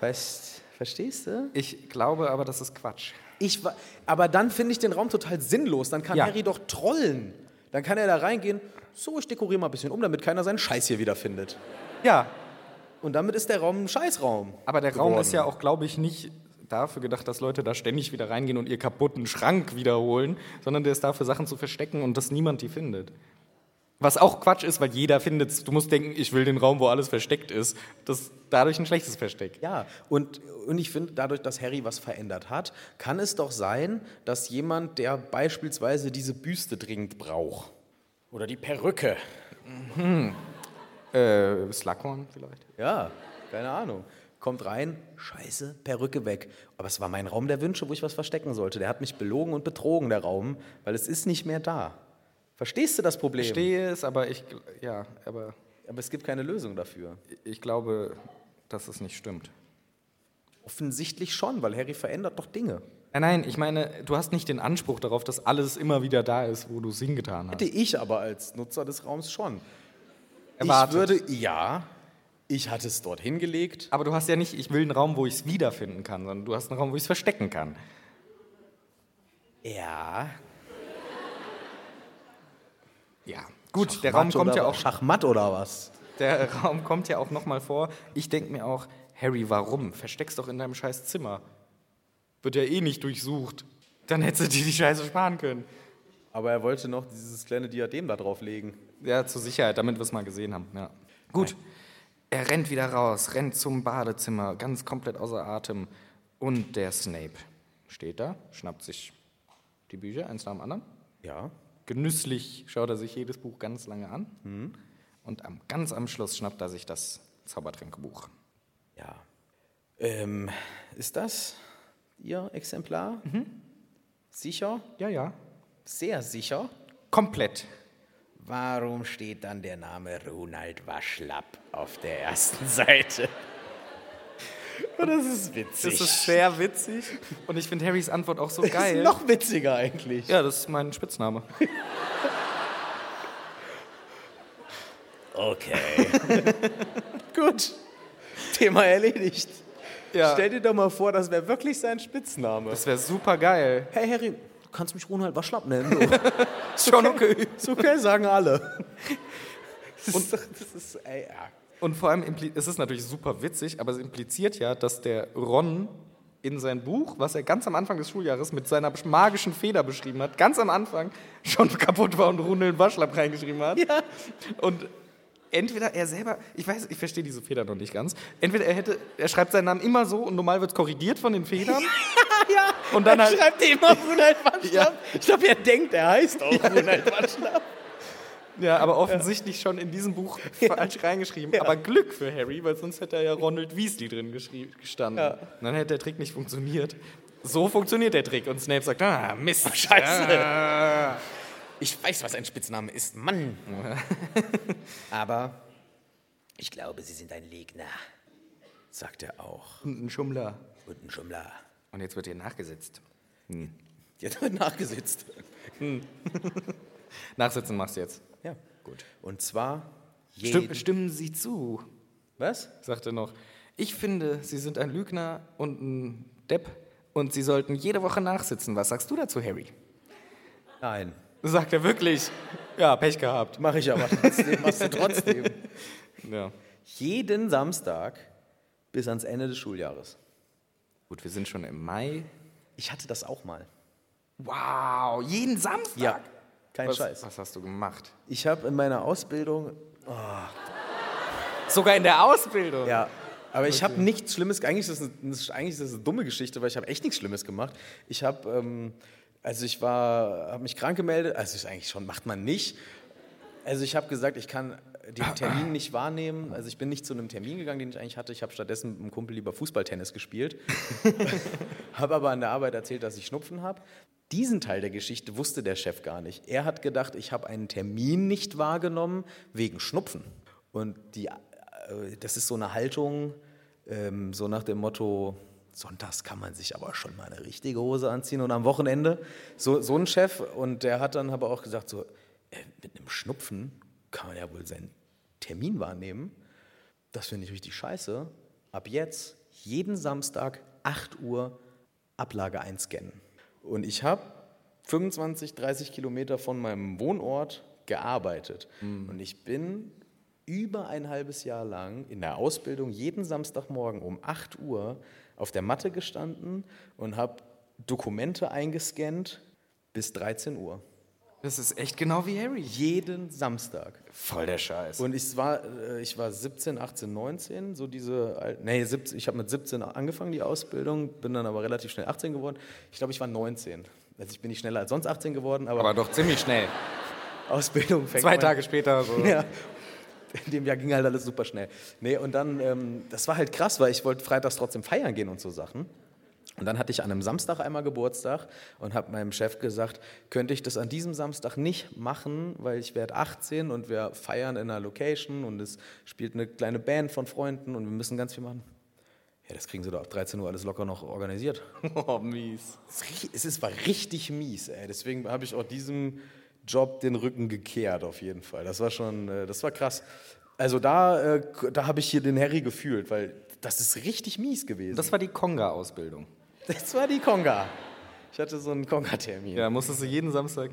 Speaker 1: Weißt, verstehst du?
Speaker 2: Ich glaube aber, das ist Quatsch.
Speaker 1: Ich, wa- aber dann finde ich den Raum total sinnlos. Dann kann
Speaker 2: Ja.
Speaker 1: Harry doch trollen. Dann kann er da reingehen. So, ich dekoriere mal ein bisschen um, damit keiner seinen Scheiß hier wiederfindet.
Speaker 2: Ja,
Speaker 1: Und damit ist der Raum ein Scheißraum.
Speaker 2: aber der Raum ist
Speaker 1: geworden.
Speaker 2: ja auch, glaube ich, nicht dafür gedacht, dass Leute da ständig wieder reingehen und ihr kaputten Schrank wiederholen, sondern der ist dafür, Sachen zu verstecken und dass niemand die findet. Was auch Quatsch ist, weil jeder findet's. Du musst denken, ich will den Raum, wo alles versteckt ist. Das ist dadurch ein schlechtes Versteck.
Speaker 1: Ja, und, und ich finde, dadurch, dass Harry was verändert hat, kann es doch sein, dass jemand, der beispielsweise diese Büste dringend braucht, oder die Perücke,
Speaker 2: Äh, Slughorn vielleicht?
Speaker 1: ja, keine Ahnung, kommt rein, scheiße, Perücke weg. Aber es war mein Raum der Wünsche, wo ich was verstecken sollte. Der hat mich belogen und betrogen, der Raum, weil es ist nicht mehr da. Verstehst du das Problem?
Speaker 2: Ich verstehe es, aber ich, gl- ja, aber
Speaker 1: Aber es gibt keine Lösung dafür.
Speaker 2: ich glaube, dass es nicht stimmt.
Speaker 1: Offensichtlich schon, weil Harry verändert doch Dinge.
Speaker 2: Nein, nein, ich meine, du hast nicht den Anspruch darauf, dass alles immer wieder da ist, wo du es hingetan hast.
Speaker 1: Hätte ich aber als Nutzer des Raums schon.
Speaker 2: Erwartet.
Speaker 1: Ich würde, ja, ich hatte es dort hingelegt.
Speaker 2: Aber du hast ja nicht, ich will einen Raum, wo ich es wiederfinden kann, sondern du hast einen Raum, wo ich es verstecken kann.
Speaker 1: Ja.
Speaker 2: Ja. Gut, der Raum kommt ja auch
Speaker 1: Schachmatt oder was?
Speaker 2: der Raum kommt ja auch noch mal vor. Ich denke mir auch, Harry, warum? Versteck's doch in deinem scheiß Zimmer. Wird ja eh nicht durchsucht. Dann hättest du dir die Scheiße sparen können.
Speaker 1: Aber er wollte noch dieses kleine Diadem da drauf legen.
Speaker 2: Ja, zur Sicherheit, damit wir es mal gesehen haben. Ja. Gut. Er rennt wieder raus, rennt zum Badezimmer, ganz komplett außer Atem. Und der Snape steht da, schnappt sich die Bücher, eins nach dem anderen.
Speaker 1: Ja.
Speaker 2: Genüsslich schaut er sich jedes Buch ganz lange an. Und am, ganz am Schluss schnappt er sich das Zaubertränkebuch.
Speaker 1: Ja. Ähm, ist das Ihr Exemplar? Sicher?
Speaker 2: Ja, ja.
Speaker 1: Sehr sicher.
Speaker 2: Komplett.
Speaker 1: Warum steht dann der Name Ronald Waschlapp auf der ersten Seite? Das ist witzig.
Speaker 2: Das ist sehr witzig. Und ich finde Harrys Antwort auch so
Speaker 1: Das
Speaker 2: geil.
Speaker 1: ist noch witziger eigentlich.
Speaker 2: ja, das ist mein Spitzname.
Speaker 1: Okay. Gut. Thema erledigt.
Speaker 2: Ja.
Speaker 1: Stell dir doch mal vor, das wäre wirklich sein Spitzname.
Speaker 2: Das wäre super geil.
Speaker 1: hey Harry, du kannst mich Ronald ne? Waschlapp nennen. Du.
Speaker 2: Ist schon okay.
Speaker 1: ist okay, sagen alle. Und das ist, ey, ja.
Speaker 2: Und vor allem, impli- es ist natürlich super witzig, aber es impliziert ja, dass der Ron in sein Buch, was er ganz am Anfang des Schuljahres mit seiner besch- magischen Feder beschrieben hat, ganz am Anfang schon kaputt war und Runel Waschlapp reingeschrieben hat. Und entweder er selber, ich weiß, ich verstehe diese Feder noch nicht ganz. Entweder er hätte, er schreibt seinen Namen immer so und normal wird es korrigiert von den Federn.
Speaker 1: Ja,
Speaker 2: Und dann
Speaker 1: er
Speaker 2: halt-
Speaker 1: schreibt er immer Brunheit Waschlapp.
Speaker 2: Ja.
Speaker 1: Ich glaube, er denkt, er heißt auch Brunheit Waschlapp.
Speaker 2: Ja, aber offensichtlich schon in diesem Buch falsch reingeschrieben. Aber Glück für Harry, weil sonst hätte er ja Ronald Weasley drin geschrie- gestanden. Dann hätte der Trick nicht funktioniert. So funktioniert der Trick. Und Snape sagt, ah, Mist.
Speaker 1: Oh, scheiße.
Speaker 2: Ah.
Speaker 1: Ich weiß, was ein Spitzname ist, Mann. Aber ich glaube, Sie sind ein Legner, sagt er auch.
Speaker 2: Und ein Schummler.
Speaker 1: Und ein Schummler.
Speaker 2: Und jetzt wird hier nachgesetzt.
Speaker 1: Jetzt wird nachgesetzt.
Speaker 2: Nachsitzen machst du jetzt.
Speaker 1: Ja, gut. Und zwar jeden.
Speaker 2: Stimmen, stimmen Sie zu,
Speaker 1: Was?
Speaker 2: sagt er noch. Ich finde, Sie sind ein Lügner und ein Depp und Sie sollten jede Woche nachsitzen. Was sagst du dazu, Harry?
Speaker 1: Nein.
Speaker 2: Sagt er wirklich. Ja, Pech gehabt.
Speaker 1: Mache ich aber trotzdem. Machst du trotzdem.
Speaker 2: Ja.
Speaker 1: Jeden Samstag bis ans Ende des Schuljahres.
Speaker 2: Gut, wir sind schon im Mai.
Speaker 1: Ich hatte das auch mal.
Speaker 2: Wow, jeden Samstag?
Speaker 1: Ja. Kein
Speaker 2: Was,
Speaker 1: Scheiß.
Speaker 2: was hast du gemacht?
Speaker 1: Ich habe in meiner Ausbildung
Speaker 2: Sogar in der Ausbildung?
Speaker 1: Ja, aber ich habe nichts Schlimmes, eigentlich ist, das eine, das ist- eigentlich ist das eine dumme Geschichte, weil ich habe echt nichts Schlimmes gemacht. Ich habe, ähm, also ich war, habe mich krank gemeldet, also ist eigentlich schon, macht man nicht. Also ich habe gesagt, ich kann den Termin nicht wahrnehmen, also ich bin nicht zu einem Termin gegangen, den ich eigentlich hatte. Ich habe stattdessen mit einem Kumpel lieber Fußballtennis gespielt, habe aber an der Arbeit erzählt, dass ich Schnupfen habe. Diesen Teil der Geschichte wusste der Chef gar nicht. Er hat gedacht, ich habe einen Termin nicht wahrgenommen wegen Schnupfen. Und die, äh, das ist so eine Haltung, ähm, so nach dem Motto, sonntags kann man sich aber schon mal eine richtige Hose anziehen und am Wochenende. So, so ein Chef. Und der hat dann aber auch gesagt, so, äh, mit einem Schnupfen kann man ja wohl seinen Termin wahrnehmen. Das finde ich richtig scheiße. Ab jetzt jeden Samstag 8 Uhr Ablage einscannen. Und ich habe 25, 30 Kilometer von meinem Wohnort gearbeitet. Und ich bin über ein halbes Jahr lang in der Ausbildung jeden Samstagmorgen um 8 Uhr auf der Matte gestanden und habe Dokumente eingescannt bis 13 Uhr.
Speaker 2: Das ist echt genau wie Harry.
Speaker 1: Jeden Samstag.
Speaker 2: Voll der Scheiß.
Speaker 1: Und ich war, äh, ich war 17, 18, 19, so diese, alten- nee, 17, ich habe mit 17 angefangen die Ausbildung, bin dann aber relativ schnell 18 geworden. Ich glaube, ich war 19. Also ich bin nicht schneller als sonst 18 geworden, aber,
Speaker 2: Aber doch ziemlich schnell.
Speaker 1: Ausbildung fängt
Speaker 2: Zwei
Speaker 1: man-
Speaker 2: Tage später. So.
Speaker 1: ja. In dem Jahr ging halt alles super schnell. Nee, und dann, ähm, das war halt krass, weil ich wollte freitags trotzdem feiern gehen und so Sachen. Und dann hatte ich an einem Samstag einmal Geburtstag und habe meinem Chef gesagt, könnte ich das an diesem Samstag nicht machen, weil ich werde 18 und wir feiern in einer Location und es spielt eine kleine Band von Freunden und wir müssen ganz viel machen. Ja, das kriegen sie doch ab 13 Uhr alles locker noch organisiert.
Speaker 2: Oh, mies.
Speaker 1: Es ist richtig- Es ist, war richtig mies, ey. Deswegen habe ich auch diesem Job den Rücken gekehrt, auf jeden Fall. Das war schon, äh, das war krass. Also da, äh, k- da habe ich hier den Harry gefühlt, weil das ist richtig mies gewesen.
Speaker 2: Das war die Konga-Ausbildung.
Speaker 1: Das war die Konga. Ich hatte so einen Konga-Termin.
Speaker 2: Ja, musstest du jeden Samstag.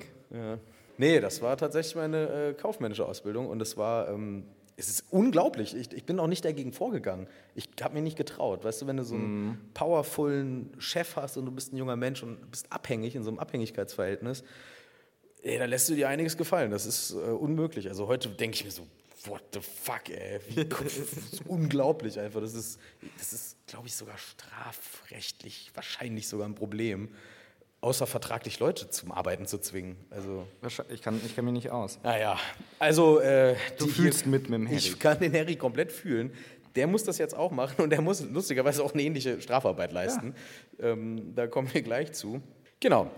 Speaker 1: Nee, das war tatsächlich meine äh, kaufmännische Ausbildung und es war, ähm, es ist unglaublich. Ich, ich bin auch nicht dagegen vorgegangen. Ich habe mir nicht getraut. Weißt du, wenn du so einen powervollen Chef hast und du bist ein junger Mensch und bist abhängig in so einem Abhängigkeitsverhältnis, ey, da lässt du dir einiges gefallen. Das ist äh, unmöglich. Also heute denke ich mir so, what the fuck, ey. Wie, das ist unglaublich einfach. Das ist, das ist glaube ich, sogar strafrechtlich wahrscheinlich sogar ein Problem. Außer vertraglich Leute zum Arbeiten zu zwingen. Also
Speaker 2: Wahrscheinlich- Ich kann, ich kann mich nicht aus.
Speaker 1: naja, also äh,
Speaker 2: Du
Speaker 1: die-
Speaker 2: fühlst mit mit dem Harry.
Speaker 1: Ich kann den Harry komplett fühlen. Der muss das jetzt auch machen und der muss lustigerweise auch eine ähnliche Strafarbeit leisten. Ähm, da kommen wir gleich zu. Genau.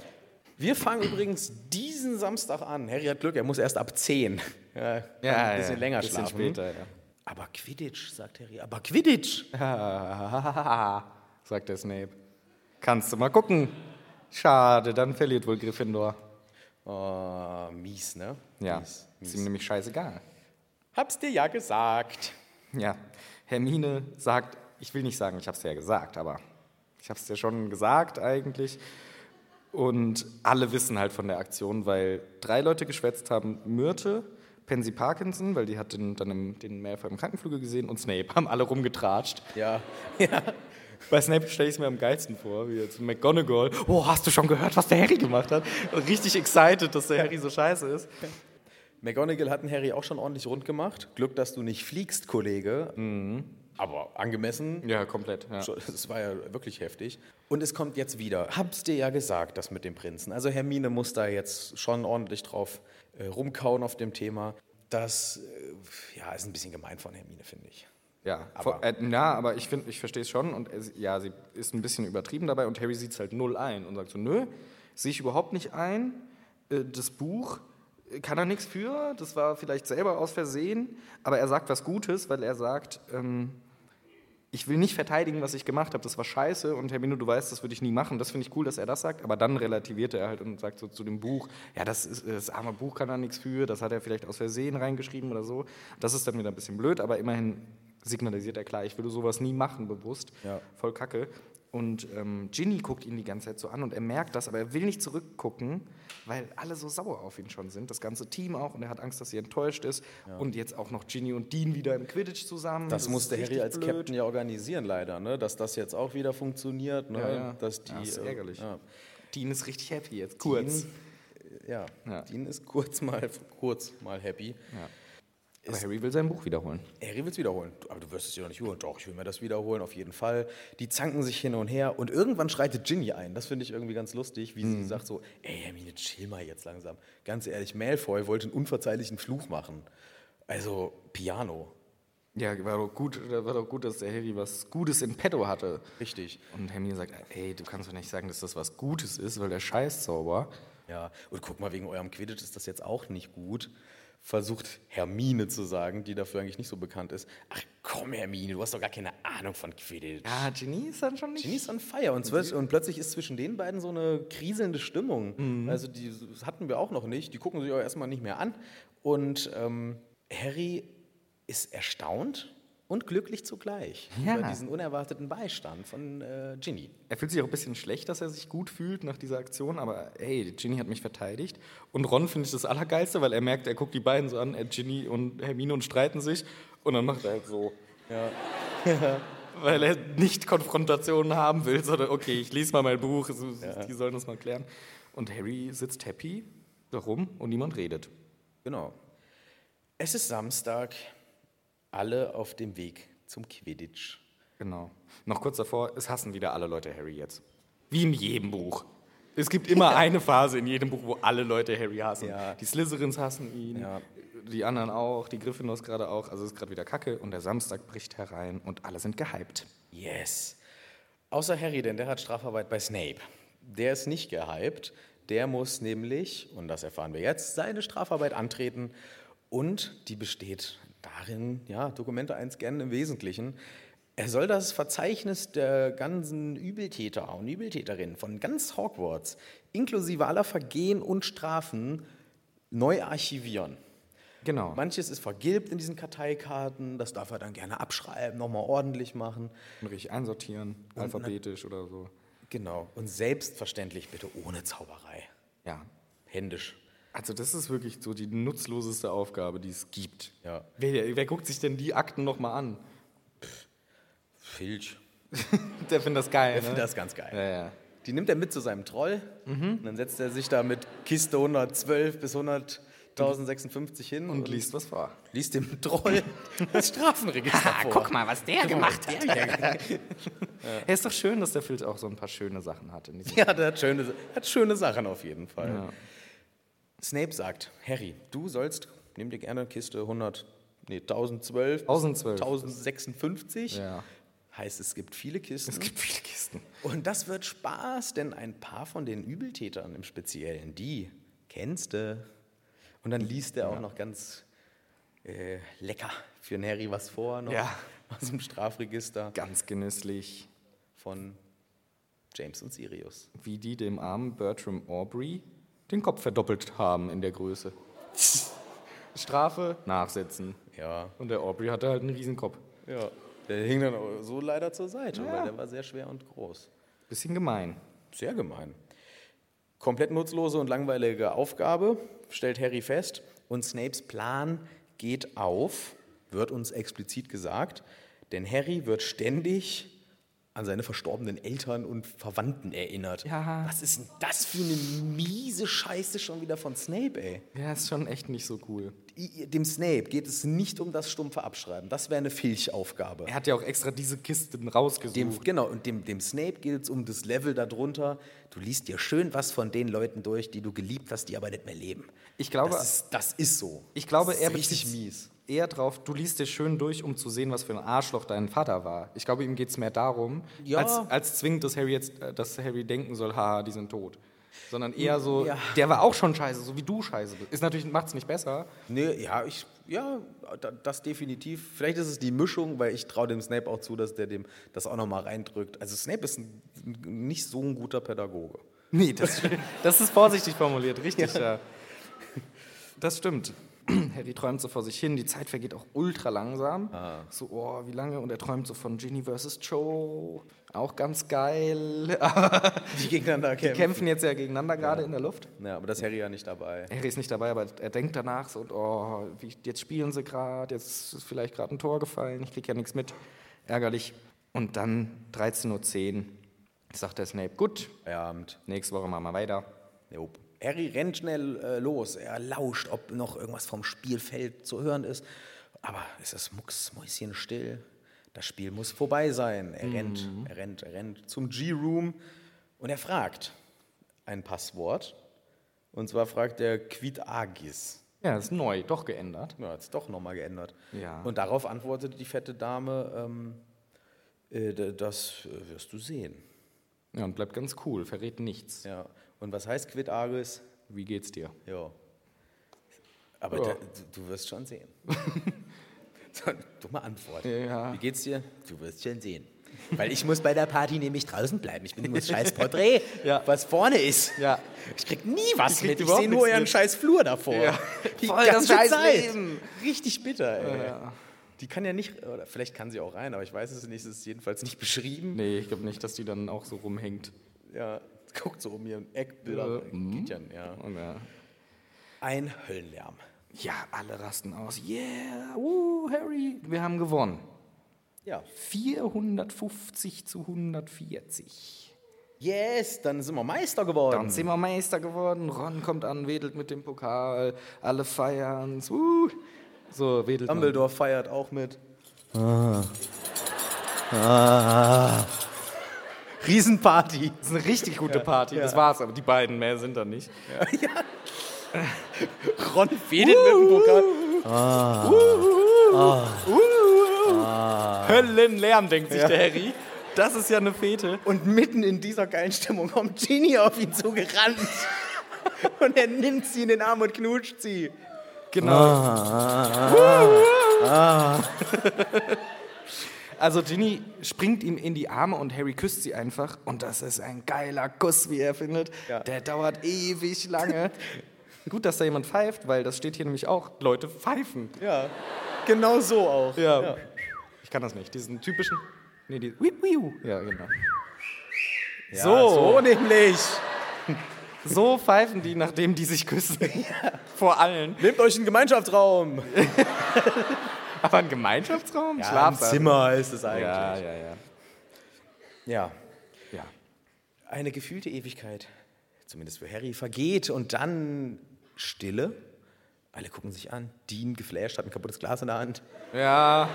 Speaker 1: Wir fangen übrigens diesen Samstag an. Harry hat Glück, er muss erst ab 10. Ja, ein bisschen länger
Speaker 2: bisschen
Speaker 1: schlafen.
Speaker 2: später, ja.
Speaker 1: Aber Quidditch, sagt Harry. Aber Quidditch!
Speaker 2: sagt der Snape. Kannst du mal gucken. Schade, dann verliert wohl Gryffindor.
Speaker 1: Oh, mies, ne?
Speaker 2: Ja,
Speaker 1: Mies.
Speaker 2: ist ihm nämlich scheißegal.
Speaker 1: Hab's dir ja gesagt.
Speaker 2: Ja, Hermine sagt, ich will nicht sagen, ich habe es ja gesagt, aber ich habe es ja schon gesagt eigentlich. Und alle wissen halt von der Aktion, weil drei Leute geschwätzt haben, Myrte, Pansy Parkinson, weil die hat den, dann im, den Malfoy im Krankenflügel gesehen und Snape, haben alle rumgetratscht.
Speaker 1: Ja.
Speaker 2: Bei Snape stelle ich es mir am geilsten vor, wie jetzt McGonagall. Oh, hast du schon gehört, was der Harry gemacht hat? Richtig excited, dass der Harry so scheiße ist.
Speaker 1: McGonagall hat den Harry auch schon ordentlich rund gemacht. Glück, dass du nicht fliegst, Kollege. Aber angemessen.
Speaker 2: Mhm. Ja, komplett. Ja.
Speaker 1: So, Das war ja wirklich heftig. Und es kommt jetzt wieder. Hab's dir ja gesagt, das mit dem Prinzen. Also Hermine muss da jetzt schon ordentlich drauf äh, rumkauen auf dem Thema. Das äh, ja, ist ein bisschen gemein von Hermine, finde ich.
Speaker 2: Ja,
Speaker 1: Aber-
Speaker 2: aber, äh, na, aber ich finde, ich verstehe es schon und es, ja, sie ist ein bisschen übertrieben dabei und Harry sieht es halt null ein und sagt so, nö, sehe ich überhaupt nicht ein, äh, das Buch äh, kann er nichts für, das war vielleicht selber aus Versehen, aber er sagt was Gutes, weil er sagt, ähm, ich will nicht verteidigen, was ich gemacht habe, das war scheiße und Hermine, du weißt, das würde ich nie machen, das finde ich cool, dass er das sagt, aber dann relativiert er halt und sagt so zu dem Buch, ja, das, ist, das arme Buch kann er nichts für, das hat er vielleicht aus Versehen reingeschrieben oder so, das ist dann wieder ein bisschen blöd, aber immerhin signalisiert er klar, ich würde sowas nie machen, bewusst.
Speaker 1: Ja.
Speaker 2: Voll kacke. Und ähm, Ginny guckt ihn die ganze Zeit so an und er merkt das, aber er will nicht zurückgucken, weil alle so sauer auf ihn schon sind, das ganze Team auch, und er hat Angst, dass sie enttäuscht ist. Und jetzt auch noch Ginny und Dean wieder im Quidditch zusammen.
Speaker 1: Das,
Speaker 2: ist
Speaker 1: musste Harry
Speaker 2: richtig
Speaker 1: als
Speaker 2: blöd.
Speaker 1: Captain ja organisieren, leider, ne? dass das jetzt auch wieder funktioniert. Ne?
Speaker 2: Ja, ja.
Speaker 1: Dass die,
Speaker 2: ja, das ist
Speaker 1: äh,
Speaker 2: ärgerlich.
Speaker 1: Ja,
Speaker 2: Dean ist richtig happy jetzt, kurz.
Speaker 1: ja.
Speaker 2: Ja.
Speaker 1: Dean ist kurz mal, kurz mal happy.
Speaker 2: aber Harry will sein Buch wiederholen.
Speaker 1: Harry will es wiederholen. Du- Aber du wirst es dir doch nicht wiederholen. Doch, ich will mir das wiederholen, auf jeden Fall. Die zanken sich hin und her und irgendwann schreitet Ginny ein. Das finde ich irgendwie ganz lustig, wie sie sagt so, ey Hermine, chill mal jetzt langsam. Ganz ehrlich, Malfoy wollte einen unverzeihlichen Fluch machen. Also, Piano.
Speaker 2: Ja, war doch, gut, war doch gut, dass der Harry was Gutes in petto hatte.
Speaker 1: Richtig.
Speaker 2: Und Hermine sagt, ey, du kannst doch nicht sagen, dass das was Gutes ist, weil der Scheißzauber.
Speaker 1: Ja, und guck mal, wegen eurem Quidditch ist das jetzt auch nicht gut. Versucht Hermine zu sagen, die dafür eigentlich nicht so bekannt ist. Ach komm, Hermine, du hast doch gar keine Ahnung von Quidditch.
Speaker 2: Ja, Ah, Ginny ist dann schon nicht.
Speaker 1: Ginny ist on fire und, zwölf, und plötzlich ist zwischen den beiden so eine kriselnde Stimmung. Also die das hatten wir auch noch nicht. Die gucken sich auch erstmal nicht mehr an. Und ähm, Harry ist erstaunt und glücklich zugleich
Speaker 2: Ja.
Speaker 1: über diesen unerwarteten Beistand von äh, Ginny.
Speaker 2: Er fühlt sich auch ein bisschen schlecht, dass er sich gut fühlt nach dieser Aktion, aber hey, Ginny hat mich verteidigt. Und Ron finde ich das Allergeilste, weil er merkt, er guckt die beiden so an, äh, Ginny und Hermine und streiten sich und dann macht er halt so. weil er nicht Konfrontationen haben will, sondern okay, ich lese mal mein Buch, so, die sollen das mal klären. Und Harry sitzt happy darum und niemand redet.
Speaker 1: Genau. Es ist Samstag, alle auf dem Weg zum Quidditch.
Speaker 2: Genau. Noch kurz davor, es hassen wieder alle Leute Harry jetzt. Wie in jedem Buch. Es gibt immer eine Phase in jedem Buch, wo alle Leute Harry hassen.
Speaker 1: Ja.
Speaker 2: Die Slytherins hassen ihn,
Speaker 1: Ja.
Speaker 2: die anderen auch, die Gryffindors gerade auch. Also es ist gerade wieder Kacke und der Samstag bricht herein und alle sind gehypt.
Speaker 1: Yes. Außer Harry, denn der hat Strafarbeit bei Snape. Der ist nicht gehypt. Der muss nämlich, und das erfahren wir jetzt, seine Strafarbeit antreten. Und die besteht darin, ja, Dokumente einscannen im Wesentlichen. Er soll das Verzeichnis der ganzen Übeltäter und Übeltäterinnen von ganz Hogwarts, inklusive aller Vergehen und Strafen, neu archivieren.
Speaker 2: Genau.
Speaker 1: Manches ist vergilbt in diesen Karteikarten, das darf er dann gerne abschreiben, nochmal ordentlich machen.
Speaker 2: richtig einsortieren, alphabetisch oder so.
Speaker 1: Genau. Und selbstverständlich bitte ohne Zauberei.
Speaker 2: Ja,
Speaker 1: Händisch.
Speaker 2: Also das ist wirklich so die nutzloseste Aufgabe, die es gibt.
Speaker 1: Ja.
Speaker 2: Wer, wer guckt sich denn die Akten nochmal an?
Speaker 1: Filch.
Speaker 2: Der findet das geil,
Speaker 1: Ich finde
Speaker 2: ne?
Speaker 1: das ganz geil.
Speaker 2: Ja, ja.
Speaker 1: Die nimmt er mit zu seinem Troll. Und dann setzt er sich da mit Kiste 112 bis 100.056 hin
Speaker 2: Und liest was vor.
Speaker 1: liest dem Troll das Strafenregister vor.
Speaker 2: mal, was der gemacht hat. Ja, ist doch schön, dass der Filz auch so ein paar schöne Sachen hat. In diesem
Speaker 1: Ja, der hat schöne, hat schöne Sachen auf jeden Fall. Snape sagt, Harry, du sollst, nimm dir gerne Kiste 100, nee, 1012,
Speaker 2: 1012.
Speaker 1: 1056.
Speaker 2: Ja.
Speaker 1: Heißt, es gibt viele Kisten.
Speaker 2: es gibt viele Kisten.
Speaker 1: Und das wird Spaß, denn ein paar von den Übeltätern im Speziellen, die kennst du. Und dann liest er auch noch ganz äh, lecker für den Harry was vor, noch
Speaker 2: Ja.
Speaker 1: aus dem Strafregister
Speaker 2: Ganz genüsslich,
Speaker 1: von James und Sirius.
Speaker 2: wie die dem armen Bertram Aubrey den Kopf verdoppelt haben in der Größe. Strafe, nachsitzen.
Speaker 1: Ja,
Speaker 2: Und der Aubrey hatte halt einen Riesenkopf.
Speaker 1: ja. Der hing dann auch so leider zur Seite, weil der war sehr schwer und groß.
Speaker 2: Bisschen gemein.
Speaker 1: Sehr gemein. Komplett nutzlose und langweilige Aufgabe, stellt Harry fest. Und Snapes Plan geht auf, wird uns explizit gesagt. Denn Harry wird ständig an seine verstorbenen Eltern und Verwandten erinnert.
Speaker 2: Ja.
Speaker 1: Was ist denn das für eine miese Scheiße schon wieder von Snape, ey?
Speaker 2: Ja, ist schon echt nicht so cool.
Speaker 1: I- i- Dem Snape geht es nicht um das stumpfe Abschreiben. Das wäre eine Filchaufgabe.
Speaker 2: Er hat ja auch extra diese Kisten rausgesucht.
Speaker 1: Dem, genau, und dem, dem Snape geht es um das Level darunter. Du liest dir schön was von den Leuten durch, die du geliebt hast, die aber nicht mehr leben.
Speaker 2: ich glaube,
Speaker 1: das, ist, das ist so.
Speaker 2: ich glaube
Speaker 1: das ist
Speaker 2: er
Speaker 1: richtig
Speaker 2: bezieht's
Speaker 1: mies.
Speaker 2: eher drauf, du liest dir schön durch, um zu sehen, was für ein Arschloch dein Vater war. Ich glaube, ihm geht es mehr darum,
Speaker 1: Ja.
Speaker 2: als, als zwingend, dass Harry jetzt, äh, dass Harry denken soll, haha, die sind tot. Sondern eher so,
Speaker 1: Ja.
Speaker 2: der war auch schon scheiße, so wie du scheiße bist. Ist natürlich, macht's nicht besser.
Speaker 1: Nee, Ne, ja, ich, ja, da- das definitiv. Vielleicht ist es die Mischung, weil ich traue dem Snape auch zu, dass der dem das auch nochmal reindrückt. Also Snape ist ein, nicht so ein guter Pädagoge.
Speaker 2: Nee, das, das ist vorsichtig formuliert, richtig, ja. Das stimmt. Harry träumt so vor sich hin, die Zeit vergeht auch ultra langsam. So, oh, wie lange? Und er träumt so von Ginny vs. Joe. Auch ganz geil.
Speaker 1: Die gegeneinander kämpfen.
Speaker 2: Kämpfen jetzt ja gegeneinander gerade in der Luft.
Speaker 1: Ja, aber das ist Harry ja nicht dabei.
Speaker 2: Harry ist nicht dabei, aber er denkt danach so, und, oh, wie, jetzt spielen sie gerade, jetzt ist vielleicht gerade ein Tor gefallen, ich kriege ja nichts mit. Ärgerlich. Und dann 13.10 Uhr sagt der Snape, gut,
Speaker 1: Feierabend.
Speaker 2: nächste Woche machen wir weiter.
Speaker 1: Nope. Harry rennt schnell äh, los. Er lauscht, ob noch irgendwas vom Spielfeld zu hören ist. Aber es ist mucksmäuschen still. Das Spiel muss vorbei sein. Er rennt, er rennt, er rennt zum G-Room und er fragt ein Passwort. Und zwar fragt er Quid Agis.
Speaker 2: Ja, ist neu, doch geändert.
Speaker 1: Ja, hat's doch nochmal geändert.
Speaker 2: Ja.
Speaker 1: Und darauf antwortet die fette Dame, ähm, äh, d- das äh, wirst du sehen.
Speaker 2: Ja, und bleibt ganz cool, verrät nichts.
Speaker 1: Ja. Und was heißt Quid Agis?
Speaker 2: Wie geht's dir?
Speaker 1: Ja. Aber
Speaker 2: Ja.
Speaker 1: da- du, du wirst schon sehen. so eine dumme Antwort.
Speaker 2: Ja.
Speaker 1: Wie geht's dir? Du wirst schon sehen. Weil ich muss bei der Party nämlich draußen bleiben. Ich bin nur das scheiß Porträt,
Speaker 2: Ja.
Speaker 1: was vorne ist.
Speaker 2: Ja.
Speaker 1: Ich krieg nie was
Speaker 2: kriegt
Speaker 1: mit. Ich
Speaker 2: überhaupt
Speaker 1: sehe nur
Speaker 2: nichts
Speaker 1: ihren
Speaker 2: mit.
Speaker 1: scheiß Flur davor.
Speaker 2: Ja.
Speaker 1: Die
Speaker 2: Voll das
Speaker 1: ganze
Speaker 2: scheiß
Speaker 1: Zeit.
Speaker 2: Leben.
Speaker 1: Richtig bitter, ey. Die kann ja nicht, oder vielleicht kann sie auch rein, aber ich weiß es nicht, es ist jedenfalls nicht beschrieben.
Speaker 2: Nee, ich glaube nicht, dass die dann auch so rumhängt.
Speaker 1: Ja, guckt so um ihren Eckbilder. Geht
Speaker 2: Mhm.
Speaker 1: ja, ja.
Speaker 2: Und, ja.
Speaker 1: Ein Höllenlärm.
Speaker 2: ja, alle rasten aus. Yeah, uh, Harry, wir haben gewonnen.
Speaker 1: Ja,
Speaker 2: 450 zu 140.
Speaker 1: Yes, dann sind wir Meister geworden.
Speaker 2: Dann sind wir Meister geworden. Ron kommt an, wedelt mit dem Pokal. Alle feiern's. Uh. So, wedelt man.
Speaker 1: Dumbledore feiert auch mit.
Speaker 2: Ah.
Speaker 1: Ah. Riesenparty.
Speaker 2: Das ist eine richtig gute Party. Das war's, aber die beiden mehr sind da nicht.
Speaker 1: Ron wedelt mit dem Pokal.
Speaker 2: Ah. Höllenlärm, denkt sich der Harry. Das ist ja eine Fete.
Speaker 1: Und mitten in dieser geilen Stimmung kommt Genie auf ihn zugerannt. und er nimmt sie in den Arm und knutscht sie.
Speaker 2: Genau. Ah. Also Ginny springt ihm in die Arme und Harry küsst sie einfach. Und das ist ein geiler Kuss, wie er findet.
Speaker 1: Ja.
Speaker 2: Der dauert ewig lange. Gut, dass da jemand pfeift, weil das steht hier nämlich auch. Leute pfeifen.
Speaker 1: Ja, genau so auch.
Speaker 2: Ja. Ich kann das nicht. Diesen typischen. Nee, die. Wiu, wiu. Ja, genau.
Speaker 1: so. so nämlich.
Speaker 2: So pfeifen die, nachdem die sich küssen. Vor allen.
Speaker 1: Nehmt euch einen Gemeinschaftsraum.
Speaker 2: Aber ein Gemeinschaftsraum? Schlafsaal.
Speaker 1: Zimmer ist es
Speaker 2: Ja,
Speaker 1: eigentlich.
Speaker 2: ja, ja.
Speaker 1: ja.
Speaker 2: ja.
Speaker 1: Eine gefühlte Ewigkeit, zumindest für Harry, vergeht und dann Stille. Alle gucken sich an. Dean geflasht, hat ein kaputtes Glas in der Hand.
Speaker 2: Ja.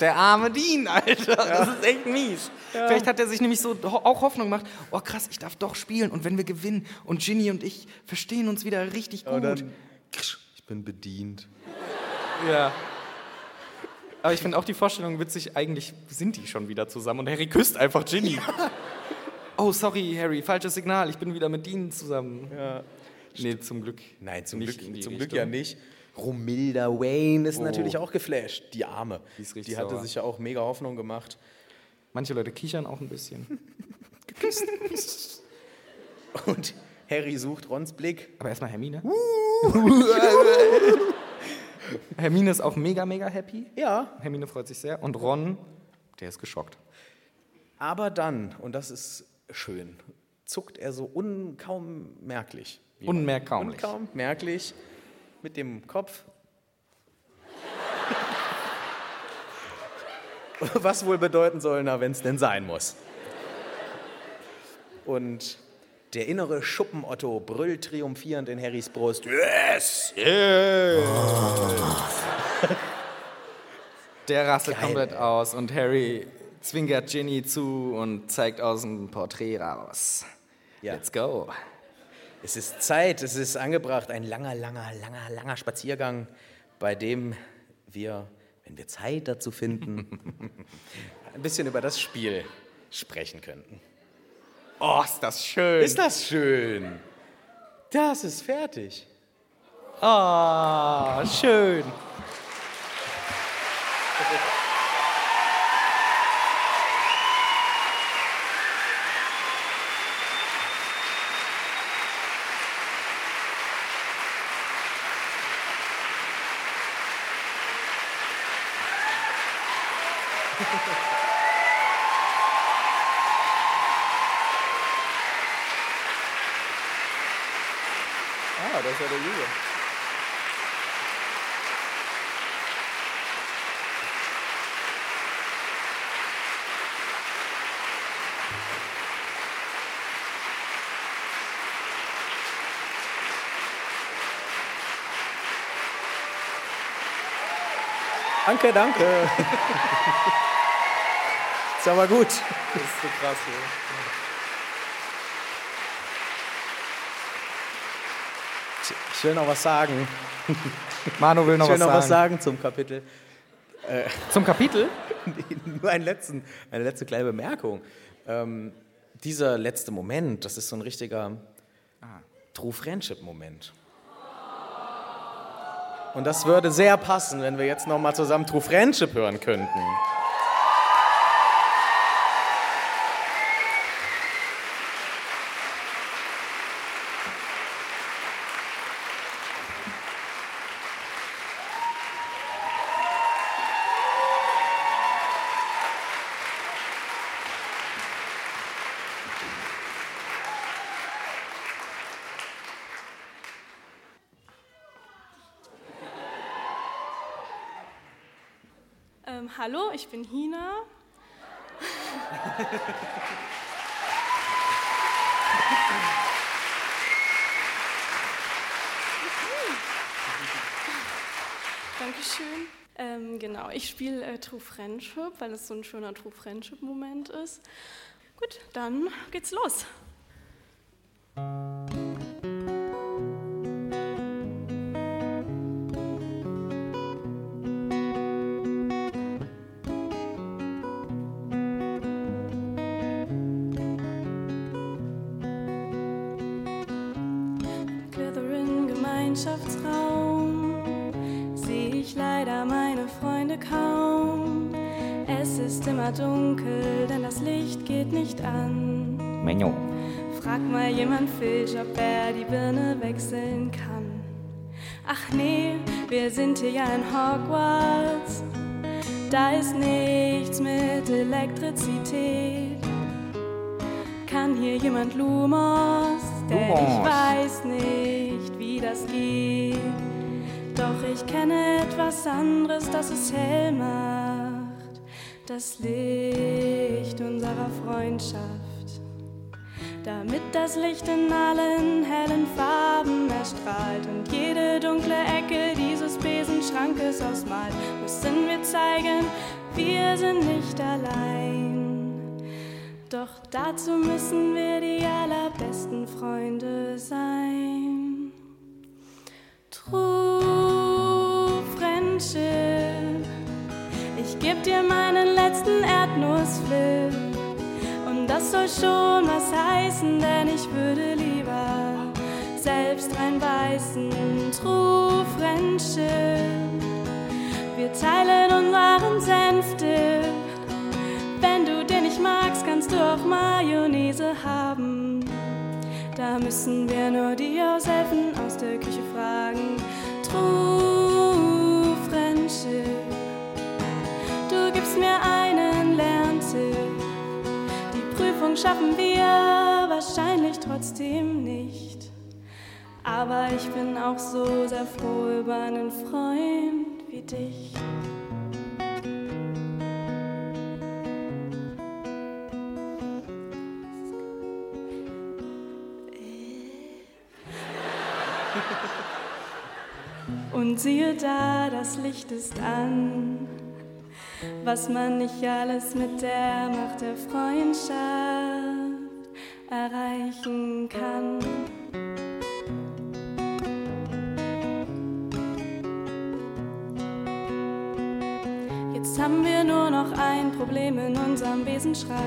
Speaker 2: Der arme Dean, Alter. Das ist echt mies. Vielleicht hat er sich nämlich so ho auch Hoffnung gemacht. Oh krass, ich darf doch spielen. Und wenn wir gewinnen und Ginny und ich verstehen uns wieder richtig gut.
Speaker 1: Und Oh, dann, ksch, ich bin bedient.
Speaker 2: ja. Aber ich finde auch die Vorstellung witzig. Eigentlich sind die schon wieder zusammen und Harry küsst einfach Ginny. Oh, sorry, Harry, falsches Signal. Ich bin wieder mit Dean zusammen. Ja. Nee, zum Glück.
Speaker 1: Nein, zum,
Speaker 2: Nicht in die
Speaker 1: Glück, zum Glück ja
Speaker 2: Richtung.
Speaker 1: nicht. Romilda Wayne ist
Speaker 2: Oh.
Speaker 1: natürlich auch geflasht, die Arme.
Speaker 2: Die ist richtig
Speaker 1: hatte
Speaker 2: sauer.
Speaker 1: sich ja auch mega Hoffnung gemacht.
Speaker 2: Manche Leute kichern auch ein bisschen.
Speaker 1: Und Harry sucht Rons Blick.
Speaker 2: Aber erstmal Hermine. Hermine ist auch mega, mega happy.
Speaker 1: Ja,
Speaker 2: Hermine freut sich sehr. Und Ron, der ist geschockt.
Speaker 1: aber dann, und das ist schön, zuckt er so un, kaum merklich. Wie man-
Speaker 2: Unmerklich.
Speaker 1: Unkaum merklich mit dem Kopf. Was wohl bedeuten soll, na, wenn es denn sein muss. Und der innere Schuppen Otto brüllt triumphierend in Harrys Brust. Yes! Yes!
Speaker 2: Der rastet komplett aus und Harry zwinkert Ginny zu und zeigt aus dem Porträt raus.
Speaker 1: Ja.
Speaker 2: Let's go.
Speaker 1: Es ist Zeit, es ist angebracht. Ein langer, langer, langer, langer Spaziergang, bei dem wir, wenn wir Zeit dazu finden, ein bisschen über das Spiel sprechen könnten.
Speaker 2: Oh, ist das schön.
Speaker 1: Ist das schön? Das ist fertig.
Speaker 2: Ah, schön. Ah, das war der Julia.
Speaker 1: Danke, danke. ist aber gut.
Speaker 2: Das ist so krass hier.
Speaker 1: Ich will noch was sagen.
Speaker 2: Manu will noch,
Speaker 1: Ich will
Speaker 2: Genau was,
Speaker 1: noch was
Speaker 2: sagen.
Speaker 1: sagen zum Kapitel.
Speaker 2: Zum Kapitel?
Speaker 1: Nur einen letzten, eine letzte kleine Bemerkung. Ähm, dieser letzte Moment, das ist so ein richtiger True Friendship-Moment. Und das würde sehr passen, wenn wir jetzt nochmal zusammen True Friendship hören könnten.
Speaker 8: Ähm, hallo, ich bin Hina. Dankeschön. Ähm, genau, ich spiele äh, True Friendship, weil es so ein schöner True Friendship-Moment ist. Gut, dann geht's los. Glither'in Gemeinschaftsraum sehe ich leider meine Freunde kaum. Es ist immer dunkel, denn das Licht geht nicht an. Frag mal jemand Filch, ob er die Birne wechseln kann. Ach nee, wir sind hier ja in Hogwarts. Da ist nichts mit Elektrizität. Kann hier jemand Lumos? Denn ich weiß nicht, wie das geht. Doch ich kenne etwas anderes, das es hell macht. Das Licht unserer Freundschaft damit das Licht in allen hellen Farben erstrahlt und jede dunkle Ecke dieses Besenschrankes ausmalt, müssen wir zeigen, wir sind nicht allein. Doch dazu müssen wir die allerbesten Freunde sein. True Friendship, ich geb dir meinen letzten Erdnussflip. Und das soll schon was heißen, denn ich würde lieber selbst reinbeißen. True Friendship, wir teilen unseren Senfte. Wenn du den nicht magst, kannst du auch Mayonnaise haben. Da müssen wir nur die Josephen aus der Küche fragen. True Friendship, du gibst mir einen Lerntipp. Die Prüfung schaffen wir wahrscheinlich trotzdem nicht. Aber ich bin auch so sehr froh über einen Freund wie dich. Und siehe da, das Licht ist an. Was man nicht alles mit der Macht der Freundschaft erreichen kann. Jetzt haben wir nur noch ein Problem in unserem Besenschrank.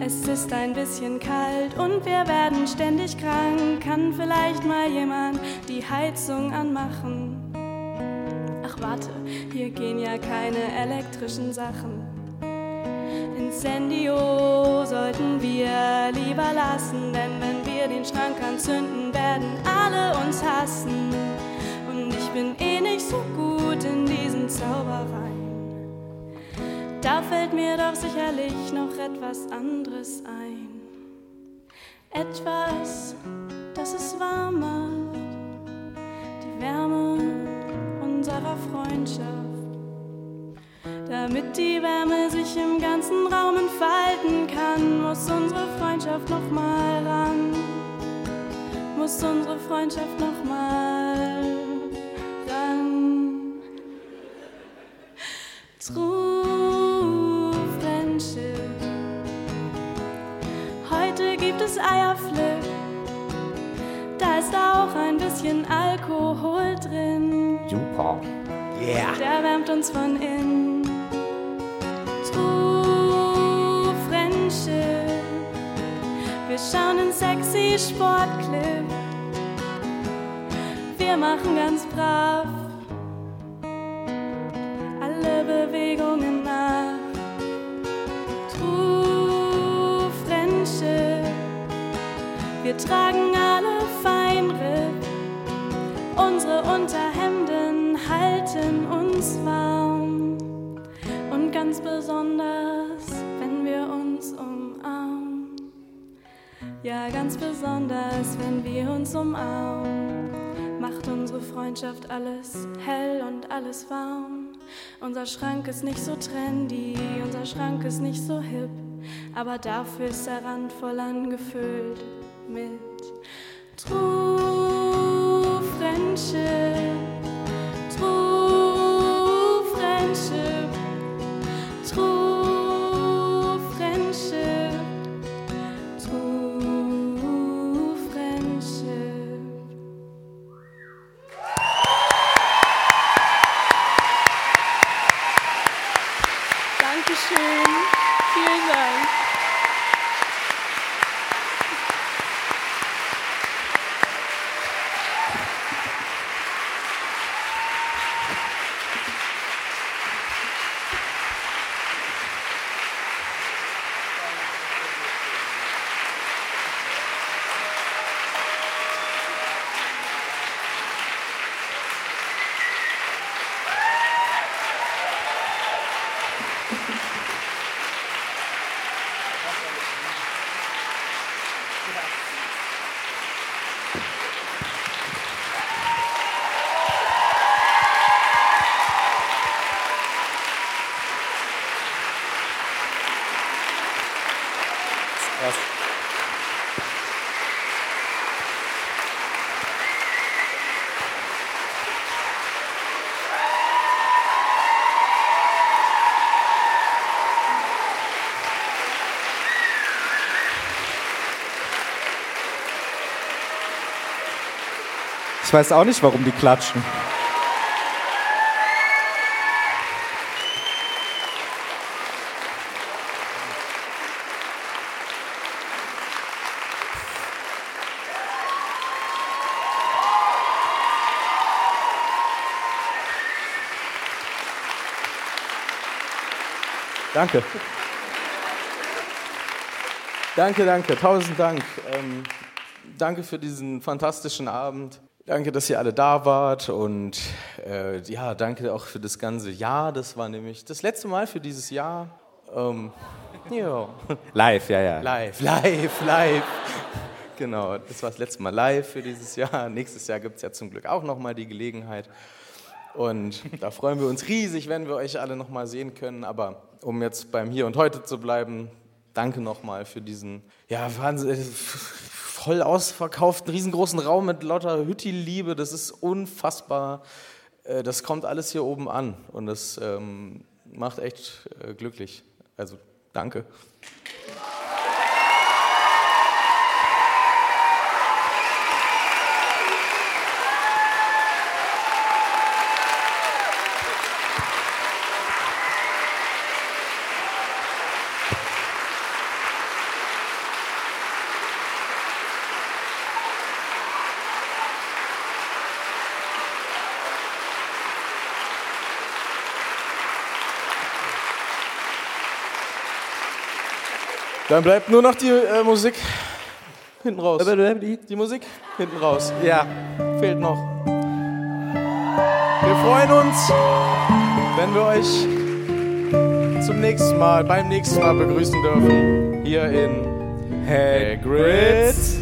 Speaker 8: Es ist ein bisschen kalt und wir werden ständig krank. Kann vielleicht mal jemand die Heizung anmachen? Ach warte, hier gehen ja keine elektrischen Sachen. Incendio sollten wir lieber lassen, denn wenn wir den Schrank anzünden, werden alle uns hassen. Und ich bin eh nicht so gut in diesen Zaubereien. Da fällt mir doch sicherlich noch etwas anderes ein. Etwas, das es warm macht. Die Wärme unserer Freundschaft. Damit die Wärme sich im ganzen Raum entfalten kann, muss unsere Freundschaft nochmal ran. Muss unsere Freundschaft nochmal ran. True Friendship. Heute gibt es Eierflip. Da ist auch ein bisschen Alkohol drin.
Speaker 9: Super.
Speaker 8: Der wärmt uns von innen. True Friendship. Wir schauen einen sexy Sportclip. Wir machen ganz brav alle Bewegungen nach. True Friendship. Wir tragen alle Feinripp. Unsere Unterhemden halten uns warm. Und ganz besonders, wenn wir uns umarmen. Ja, ganz besonders, wenn wir uns umarmen. Macht unsere Freundschaft alles hell und alles warm. Unser Schrank ist nicht so trendy, unser Schrank ist nicht so hip. Aber dafür ist er randvoll angefüllt mit True Friendship. True Friendship. True Friendship. True Friendship. Dankeschön. Vielen Dank.
Speaker 9: Ich weiß auch nicht, warum die klatschen.
Speaker 7: Danke. Danke, danke. Tausend Dank. Ähm, danke für diesen fantastischen Abend. Danke, dass ihr alle da wart und äh, ja, danke auch für das ganze Jahr. Das war nämlich das letzte Mal für dieses Jahr. Ähm, ja,
Speaker 9: Live, ja, ja.
Speaker 7: live, live, live. Genau, das war das letzte Mal live für dieses Jahr. Nächstes Jahr gibt es ja zum Glück auch nochmal die Gelegenheit. Und da freuen wir uns riesig, wenn wir euch alle nochmal sehen können. Aber um jetzt beim Hier und Heute zu bleiben, danke nochmal für diesen ja, wahnsinnig voll ausverkauften, riesengroßen Raum mit lauter Hütti-Liebe. Das ist unfassbar. Äh, Das kommt alles hier oben an und das ähm, macht echt äh, glücklich. Also danke. Dann bleibt nur noch die äh, Musik hinten raus. Die Musik hinten raus. Ja, fehlt noch. Wir freuen uns, wenn wir euch zum nächsten Mal, beim nächsten Mal begrüßen dürfen. Hier in Hagrid's